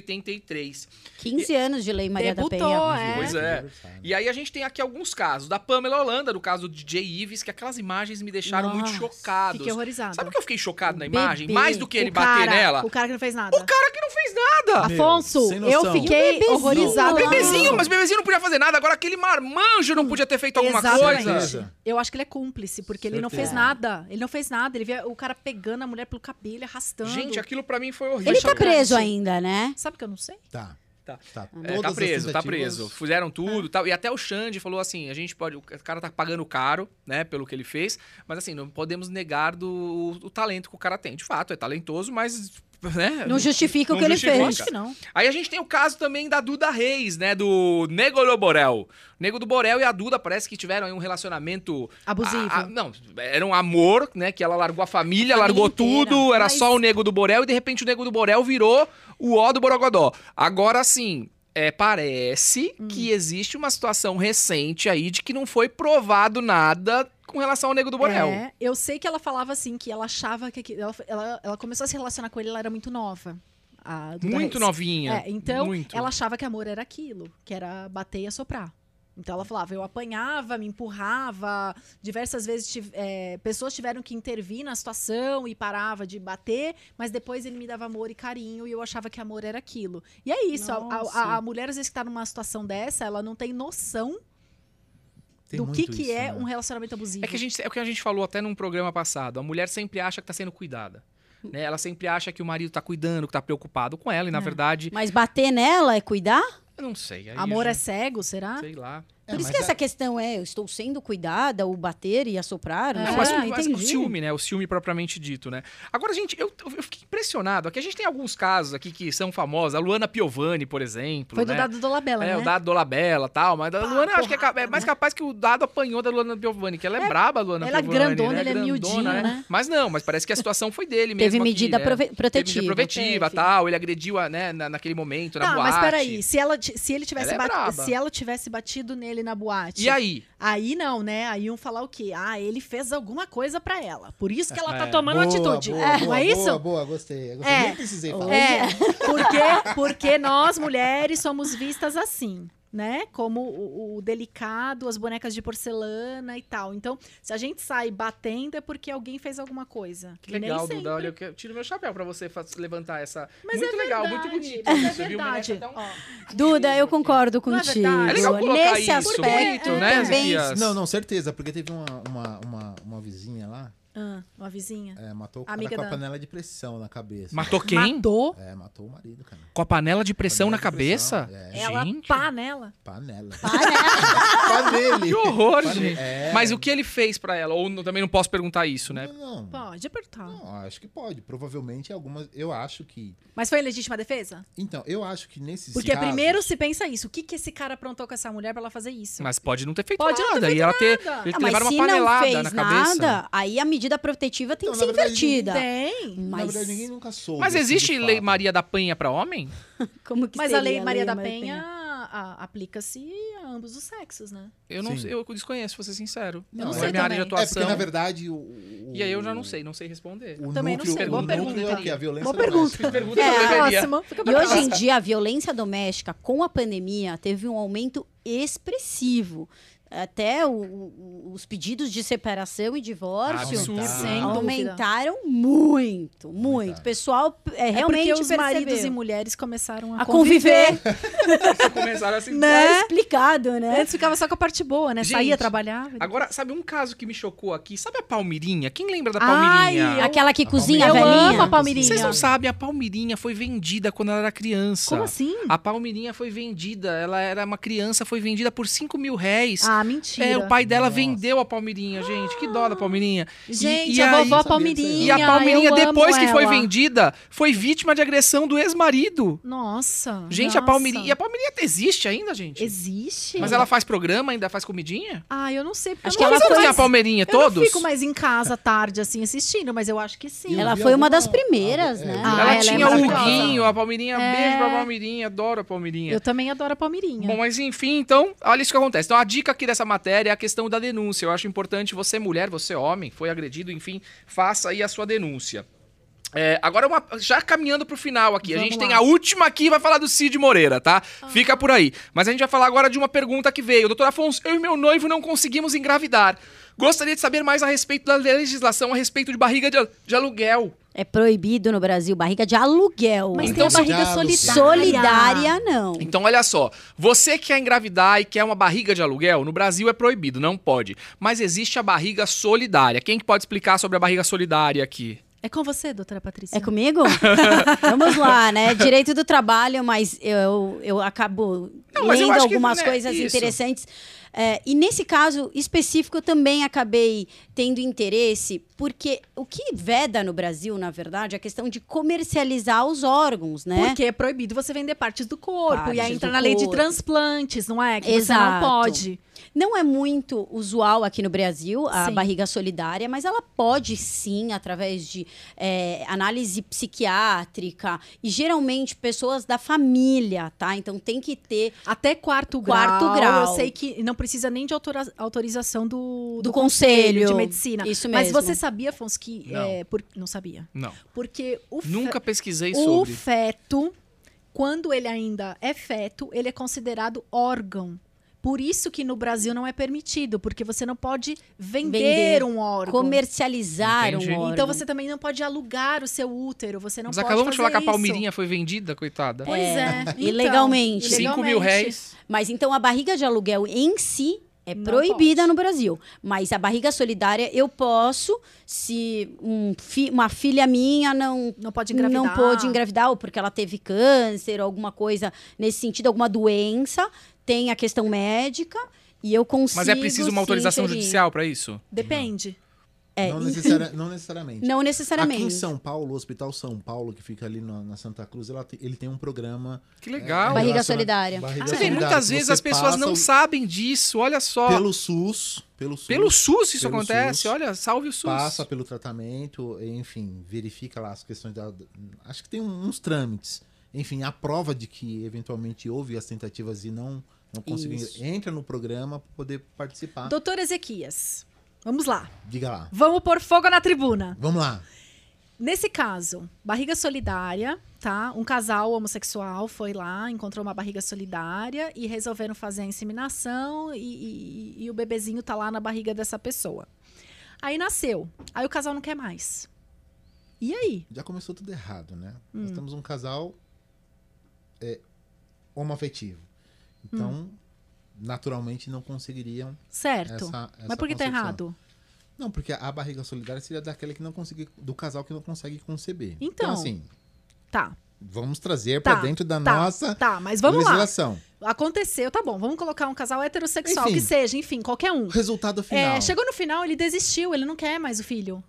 1983. 15 anos de lei Maria Debutou, da Penha. é. Pois é. E aí a gente tem aqui alguns casos. Da Pamela Holanda, do caso do DJ Ives, que aquelas imagens me deixaram muito Nossa, chocados. Fiquei horrorizada. Sabe o que eu fiquei chocado na Bebê, imagem? Mais do que ele O bater cara- nela. O cara que não fez nada. cara que não fez nada. Afonso, Sem eu noção. E o fiquei bebezinho horrorizada. lá? com isso. Bebezinho, mas bebezinho não podia fazer nada. Agora aquele marmanjo não podia ter feito alguma Exatamente. coisa. Certeza. Eu acho que ele é cúmplice, porque ele não fez Certeza. nada. Ele não fez nada. Ele via o cara pegando a mulher pelo cabelo, arrastando. Gente, aquilo pra mim foi horrível. Ele tá chocante. preso ainda, né? Sabe que eu não sei? Tá. Tá. É, todas tá as preso, tá tentativas- preso. Fizeram tudo e tal. E até o Xande falou assim: a gente pode. O cara tá pagando caro, né, pelo que ele fez, mas assim, não podemos negar do, o talento que o cara tem. De fato, é talentoso, mas. Né? Não justifica o Não que ele justifica. fez. Acho que não. Aí a gente tem o caso também da Duda Reis, né? Do Nego do Borel. Nego do Borel e a Duda parece que tiveram aí um relacionamento. Abusivo. a- a- não, era um amor, né? Que ela largou a família, largou família inteira, tudo, era mas- só o Nego do Borel e de repente o Nego do Borel virou o O do Borogodó. Agora sim. É, parece Hum. que existe uma situação recente aí de que não foi provado nada com relação ao Nego do Borel. É, eu sei que ela falava assim, que ela achava que. que- Ela, ela, ela começou a se relacionar com ele, ela era muito nova. a Duda Muito Reis. novinha. É, então, muito. ela achava que amor era aquilo, que era bater e assoprar. Então ela falava, eu apanhava, me empurrava, diversas vezes tive- é, pessoas tiveram que intervir na situação e parava de bater, mas depois ele me dava amor e carinho e eu achava que amor era aquilo. E é isso, a, a- a- a mulher às vezes que tá numa situação dessa, ela não tem noção Tem do que, muito que isso, é né? um relacionamento abusivo. É, que a gente, é o que a gente falou até num programa passado. A mulher sempre acha que tá sendo cuidada. né? Ela sempre acha que o marido tá cuidando, que tá preocupado com ela. E na É. verdade, Mas bater nela é cuidar? eu não sei. aí Amor já- é cego, será? né? Sei lá. É, Por isso mas que a- essa questão é, eu estou sendo cuidada, o bater e assoprar? É, Não, sei, mas, não mas o Ah, entendi. ciúme, né? O ciúme propriamente dito, né? Agora, gente, eu, eu fiquei impressionado. Aqui a gente tem alguns casos aqui que são famosos. A Luana Piovani, por exemplo. Foi do né? dado do Labela, É, né? o dado Dolabella e tal, mas a Pá, Luana acho que é, ca- porrada, é mais né? capaz que o dado apanhou da Luana Piovani, que ela é, braba, a Luana ela é Piovani. grandona, né? ela é miudinha, né? Mas não, mas parece que a situação foi dele mesmo. Teve aqui, medida né? prove- Teve protetiva. medida protetiva, Teve. tal, ele agrediu a, né, na, naquele momento, na Tá, boate. mas peraí, se, ela, ti- se, ele tivesse Ela é bat- braba. se ela tivesse batido nele na boate, E aí? Aí não, né? Aí iam falar o quê? Ah, ele fez alguma coisa pra ela. Por isso que ela tá É, tomando Boa, atitude. Boa, é, boa, não é boa, isso? Boa, boa, gostei. gostei. É. Nem precisei falar. É, porque, porque nós mulheres somos vistas assim, né? Como o, o delicado, as bonecas de porcelana e tal. Então, se a gente sai batendo é porque alguém fez alguma coisa. Que legal, Nem Duda. Olha, sempre. eu que- tiro meu chapéu pra você fa- levantar essa. Mas muito é legal, verdade, muito bonito. mas isso, é viu? Merece verdade. até um- Ó, Duda, eu concordo Não é contigo. verdade? É legal colocar Nesse isso, aspecto bonito, né, também. Ezequias? Não, não, certeza, porque teve uma, uma, uma, uma vizinha lá, ah, uma vizinha. é, matou o cara Amiga com da- a panela de pressão na cabeça. Matou quem? Matou É, matou o marido, cara. Com a panela de pressão Panela na de cabeça? pressão, é. ela Gente, pá nela. Panela. Panela. que horror, Pane- gente. É. Mas o que ele fez pra ela? Ou não- também não posso perguntar isso, né? Não, não. Pode apertar. Não, acho que pode. Provavelmente algumas. Eu acho que. Mas foi em legítima defesa? Então, eu acho que nesses Porque é casos- primeiro se pensa isso. O que, que esse cara aprontou com essa mulher pra ela fazer isso? Mas pode não ter feito Pode não ter nada. feito e ela ter, ele nada. Ah, ter mas levado se uma não panelada na fez cabeça. nada, aí a medida protetiva tem Então, que na ser verdade, invertida. Tem. Na Mas, verdade, ninguém nunca soube. Mas assim, de existe Lei fato. Maria da Penha pra homem? como que Mas seria a lei Maria da Maria Penha, a- aplica-se a ambos os sexos, né? Eu não Sim. sei, eu desconheço, vou ser sincero. Não, não é- é minha área de É É porque, atuação. na verdade, o. o- E aí eu já não sei, não sei responder. O Também não núcleo, sei, o boa núcleo é pergunta. o que? A violência Boa doméstica. pergunta. Pergunta É, que eu deveria. Próximo. Fica pra E hoje em próxima. dia, a violência doméstica com a pandemia teve um aumento expressivo. Até o- o- os pedidos de separação e divórcio Absurdo. Sem dúvida. aumentaram muito, muito. Aumentar. O pessoal é, É realmente porque os maridos e percebeu. mulheres começaram a, a conviver, Começaram a se né? explicado, né? Antes ficava só com a parte boa, né? Gente, Saía, trabalhava. Agora, sabe um caso que me chocou aqui? Sabe a Palmirinha? Quem lembra da Ai, Palmirinha? a Aquela que A cozinha Eu a velhinha. amo a Palmirinha. Vocês não sabem, a Palmirinha foi vendida quando ela era criança. Como assim? A Palmirinha foi vendida, ela era uma criança, foi vendida por 5 mil réis Ah, mentira. É, o pai dela Nossa. vendeu a Palmeirinha, gente. Que dó da Palmeirinha. E- Gente, e a aí- vovó sabia Palmirinha. disso aí. E a Palmeirinha, eu amo depois que foi ela. vendida, foi vítima de agressão do ex-marido. Nossa. Gente, a nossa. Palmeirinha. E a Palmeirinha existe ainda, gente? Existe? Mas ela faz programa, ainda faz comidinha? Ah, eu não sei. Porque Acho eu não que ela Quantos fico anos foi- tem a mais... É Palmeirinha? Todos? Eu não fico mais em casa tarde, assim, assistindo, mas eu acho que sim. Eu Ela vi foi uma alguma- das primeiras, Ah, né? é, eu vi Ah, ela ela é tinha um o maravilhosa. Huguinho, a Palmeirinha. É. Beijo pra Palmeirinha, adoro a Palmeirinha. Eu também adoro a Palmeirinha. Bom, mas enfim, então, olha isso que acontece. Então, a dica aqui dessa matéria é a questão da denúncia. Eu acho importante você, mulher, você, homem, foi agredido, enfim, faça aí a sua denúncia. É, agora, uma- já caminhando pro final aqui, a Vamos gente lá. Ah. tem a última aqui vai falar do Cid Moreira, tá? Fica por aí. Mas a gente vai falar agora de uma pergunta que veio. Doutor Afonso, eu e meu noivo não conseguimos engravidar. Gostaria de saber mais a respeito da legislação a respeito de barriga de, al- de aluguel. É proibido no Brasil barriga de aluguel. Mas Então, tem a barriga se- solidária. Solidária, não. Então, olha só, você que quer engravidar e quer uma barriga de aluguel, no Brasil é proibido, não pode. Mas existe a barriga solidária. Quem que pode explicar sobre a barriga solidária aqui? É com você, doutora Patrícia. É comigo? Vamos lá, né? Direito do trabalho, mas eu, eu acabo Não, mas eu lendo acho que, algumas né, coisas isso. interessantes. É, e nesse caso específico, eu também acabei tendo interesse, porque o que veda no Brasil, na verdade, é a questão de comercializar os órgãos, né? Porque é proibido você vender partes do corpo. e Partes aí entra do na lei de corpo. transplantes, não é? Que você não Exato. pode. Não é muito usual aqui no Brasil a Sim. barriga solidária, mas ela pode sim, através de eh, análise psiquiátrica e geralmente pessoas da família, tá? Então tem que ter Até quarto grau. Quarto grau. Eu sei que não precisa nem de autora- autorização do, do, conselho, de medicina. Isso Mas mesmo. você sabia, Afonso, que. Não. é, por- não sabia. Não. Porque o fe- Nunca pesquisei o sobre. feto, quando ele ainda é feto, ele é considerado órgão. Por isso que no Brasil não é permitido, porque você não pode vender, Vender. um órgão. comercializar Entendi. um órgão. Então você também não pode alugar o seu útero, você não Nós pode acabamos de falar fazer que a isso. Palmeirinha foi vendida, coitada. Pois é. então, Ilegalmente. Cinco mil réis. Mas então a barriga de aluguel em si é Não proibida pode. no Brasil. Mas a barriga solidária eu posso, se um fi- uma filha minha não Não pode engravidar. não pôde engravidar, ou porque ela teve câncer, alguma coisa nesse sentido, alguma doença, tem a questão médica e eu consigo. Mas é preciso uma sim, autorização inserir. judicial pra isso? Depende. não, necessari- não necessariamente. Não necessariamente. É, Aqui em São Paulo, o Hospital São Paulo, que fica ali na, na Santa Cruz, ela te- ele tem um programa. Que é, legal. Barriga relaciona- solidária. Barriga Você vê, solidária, muitas que vezes você as pessoas passa não o- sabem disso, olha só. Pelo, Pelo SUS. Pelo SUS. SUS isso pelo acontece, SUS. olha, salve o SUS. Passa pelo tratamento, enfim, verifica lá as questões da. Acho que tem um- uns trâmites. Enfim, a prova de que eventualmente houve as tentativas e não, não conseguiu. Isso. Entra no programa para poder Ah. participar. Doutor Ezequias, vamos lá. Diga lá. Vamos pôr fogo na tribuna. Vamos lá. Nesse caso, barriga solidária, tá? Um casal homossexual foi lá, encontrou uma barriga solidária e resolveram fazer a inseminação e, e- e o bebezinho tá lá na barriga dessa pessoa. Aí nasceu. Aí o casal não quer mais. E aí? Já começou tudo errado, né? Hum. Nós temos um casal é, homoafetivo. Então, naturalmente, não conseguiriam Hum. Certo. essa, essa Mas por que tá concepção. errado? Não, porque a barriga solidária seria daquela que não consegue, do casal que não consegue conceber. Então. assim, Tá, vamos trazer Tá, pra dentro da tá, nossa tá. Mas vamos lá. legislação. Aconteceu, tá bom. Vamos colocar um casal heterossexual, Enfim. que seja, enfim, qualquer um. O resultado final. É, chegou no final, ele desistiu, ele não quer mais o filho.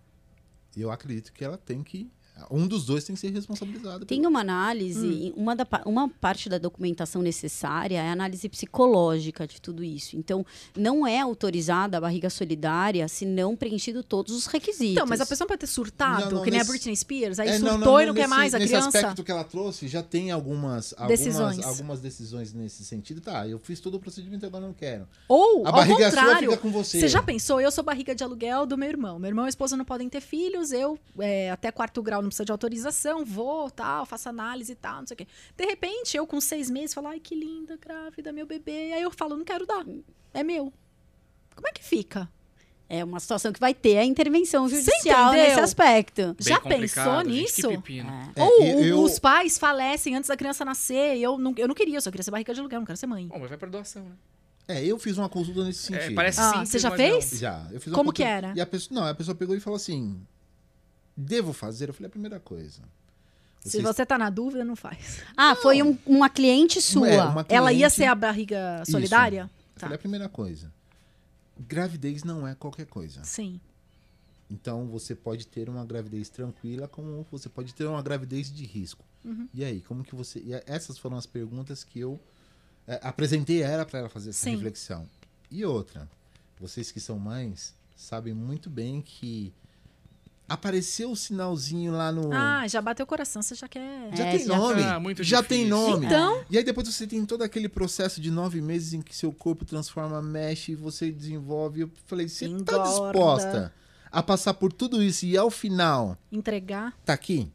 Eu acredito que ela tem que. Um dos dois tem que ser responsabilizado. Tem uma análise, Hum. uma, da pa- uma parte da documentação necessária é a análise psicológica de tudo isso. Então, não é autorizada a barriga solidária se não preenchido todos os requisitos. Então, mas a pessoa pode ter surtado, Não, não, que nem nesse- a Britney Spears, aí É, surtou Tá e não quer nesse- mais a nesse criança. aspecto que ela trouxe, já tem algumas, algumas Decisões. decisões. algumas decisões nesse sentido. Tá, eu fiz todo o procedimento, agora eu não quero. Ou, A ao barriga é sua contrário, fica com você. você já pensou? Eu sou barriga de aluguel do meu irmão. Meu irmão e a esposa não podem ter filhos, eu é, até quarto grau não preciso de autorização, vou, tal, faço análise e tal, não sei o quê. De repente, eu com seis meses falo, ai, que linda, grávida, meu bebê. Aí eu falo, não quero dar, é meu. Como é que fica? É uma situação que vai ter a intervenção Você judicial entendeu? nesse aspecto. Bem Já complicado, pensou gente, que nisso? pepino. É, Ou eu- o- eu- os pais falecem antes da criança nascer. e Eu não, eu não queria, eu só queria ser barriga de aluguel, não quero ser mãe. Bom, mas vai pra doação, né? É, eu fiz uma consulta nesse É, sentido. parece Ah, simples, você já mas fez? Já. Eu fiz uma Como consulta- que era? E a pessoa, não, a pessoa pegou e falou assim: devo fazer? Eu falei "É a primeira coisa. Se você tá na dúvida, não faz. Ah, foi um- uma cliente sua. É, uma Ela ia cliente- ser a barriga solidária? Ah. Eu Falei a primeira coisa. gravidez não é qualquer coisa. Sim. Então você pode ter uma gravidez tranquila, como você pode ter uma gravidez de risco. Uhum. E aí, como que você. e essas foram as perguntas que eu eh, apresentei a ela para ela fazer essa Sim. reflexão. E outra, vocês que são mães sabem muito bem que apareceu o sinalzinho lá no. Ah, já bateu o coração, você já quer. já É, tem já- nome. Ah, muito já difícil. tem nome. Então, E aí depois você tem todo aquele processo de nove meses em que seu corpo transforma, mexe, você desenvolve. Eu falei, você tá Engorda. disposta a passar por tudo isso e ao final entregar. tá aqui?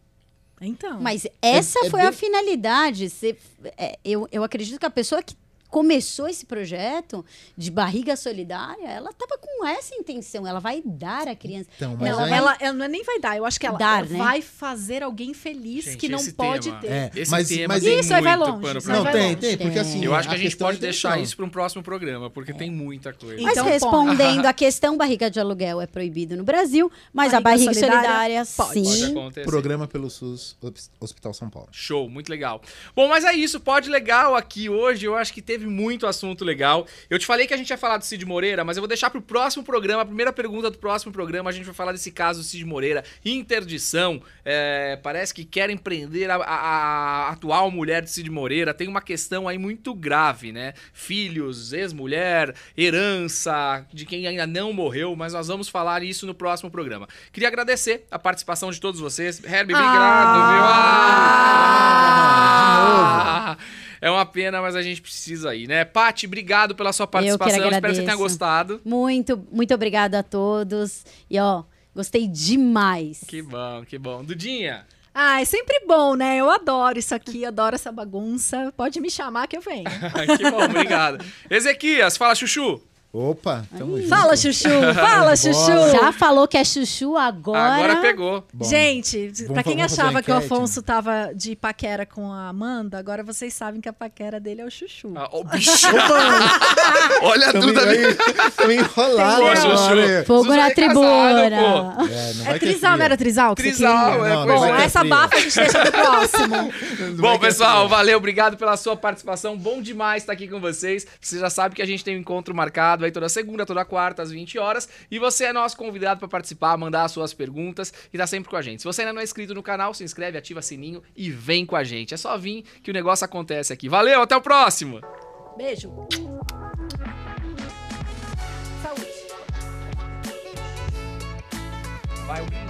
Então. Mas essa é foi bem- a finalidade. Você- é, eu, eu acredito que a pessoa que começou esse projeto de barriga solidária, ela estava com essa intenção. Ela vai dar à criança. Então, mas Não, aí... ela, ela não é nem vai dar, eu acho que ela Dar, né? vai fazer alguém feliz Gente, que não esse pode tema. ter. É, Esse mas, tema mas tem Isso aí vai muito longe, pano isso pra aí não manga. vai tem, longe. tem, porque assim, Eu acho que a gente questão pode é deixar delicada. isso para um próximo programa, porque tem muita coisa. Mas é Então, respondendo à questão, barriga de aluguel é proibido no Brasil, mas a Barriga barriga solidária pode. solidária, Pode sim. acontecer. Programa pelo SUS Hos- Hospital São Paulo. Show, muito legal. Bom, mas é isso, pode legal aqui hoje. Eu acho que teve muito assunto legal. Eu te falei que a gente ia falar do Cid Moreira, mas eu vou deixar pro próximo programa, a primeira pergunta do próximo programa, a gente vai falar desse caso do Cid Moreira, interdição. é, parece que querem prender a, a- a atual mulher de Cid Moreira. Tem uma questão aí muito grave, né? Filhos, ex-mulher, herança, de quem ainda não morreu, mas nós vamos falar isso no próximo programa. Queria agradecer a participação de todos vocês. Herbie, obrigado, viu? Ah! Ah! É uma pena, mas a gente precisa ir, né? Pati, obrigado pela sua quero participação. Espero que você tenha agradeço. gostado. Muito, muito obrigada a todos. E ó, gostei demais. Que bom, que bom. Dudinha, Ah, é sempre bom, né? Eu adoro isso aqui, adoro essa bagunça. Pode me chamar que eu venho. que bom, obrigado. Ezequias, fala, Chuchu. Opa, tamo junto. Fala, Chuchu! Fala, Chuchu! Já falou que é chuchu agora. Agora pegou. Bom, Gente, pra quem vamos fazer achava a que o enquete? né? Afonso tava de paquera com a Amanda, agora vocês sabem que a paquera dele é o Chuchu. Ah, ó, bicho, Opa, olha a tamo Duda. aí- tamo enrolado Boa, Entendeu? agora. Fogo Zuzu na é casado, tribuna. pô. É, não é vai ter trisal, frio. não era trisal? que você Trisal, queria? é, Não, pois vai Bom, é. ter essa frio. bafa a gente deixa pro próximo. é. Não vai assim, Bom, ter pessoal, frio. valeu, obrigado pela sua participação. Bom demais estar aqui com vocês. Você já sabe que a gente tem um encontro marcado aí toda segunda, toda quarta, às 20 horas. E você é nosso convidado para participar, mandar as suas perguntas e tá sempre com a gente. Se você ainda não é inscrito no canal, se inscreve, ativa sininho e vem com a gente. É só vir que o negócio acontece aqui. Valeu, até o próximo! Beijo. Saúde. Vai, Will.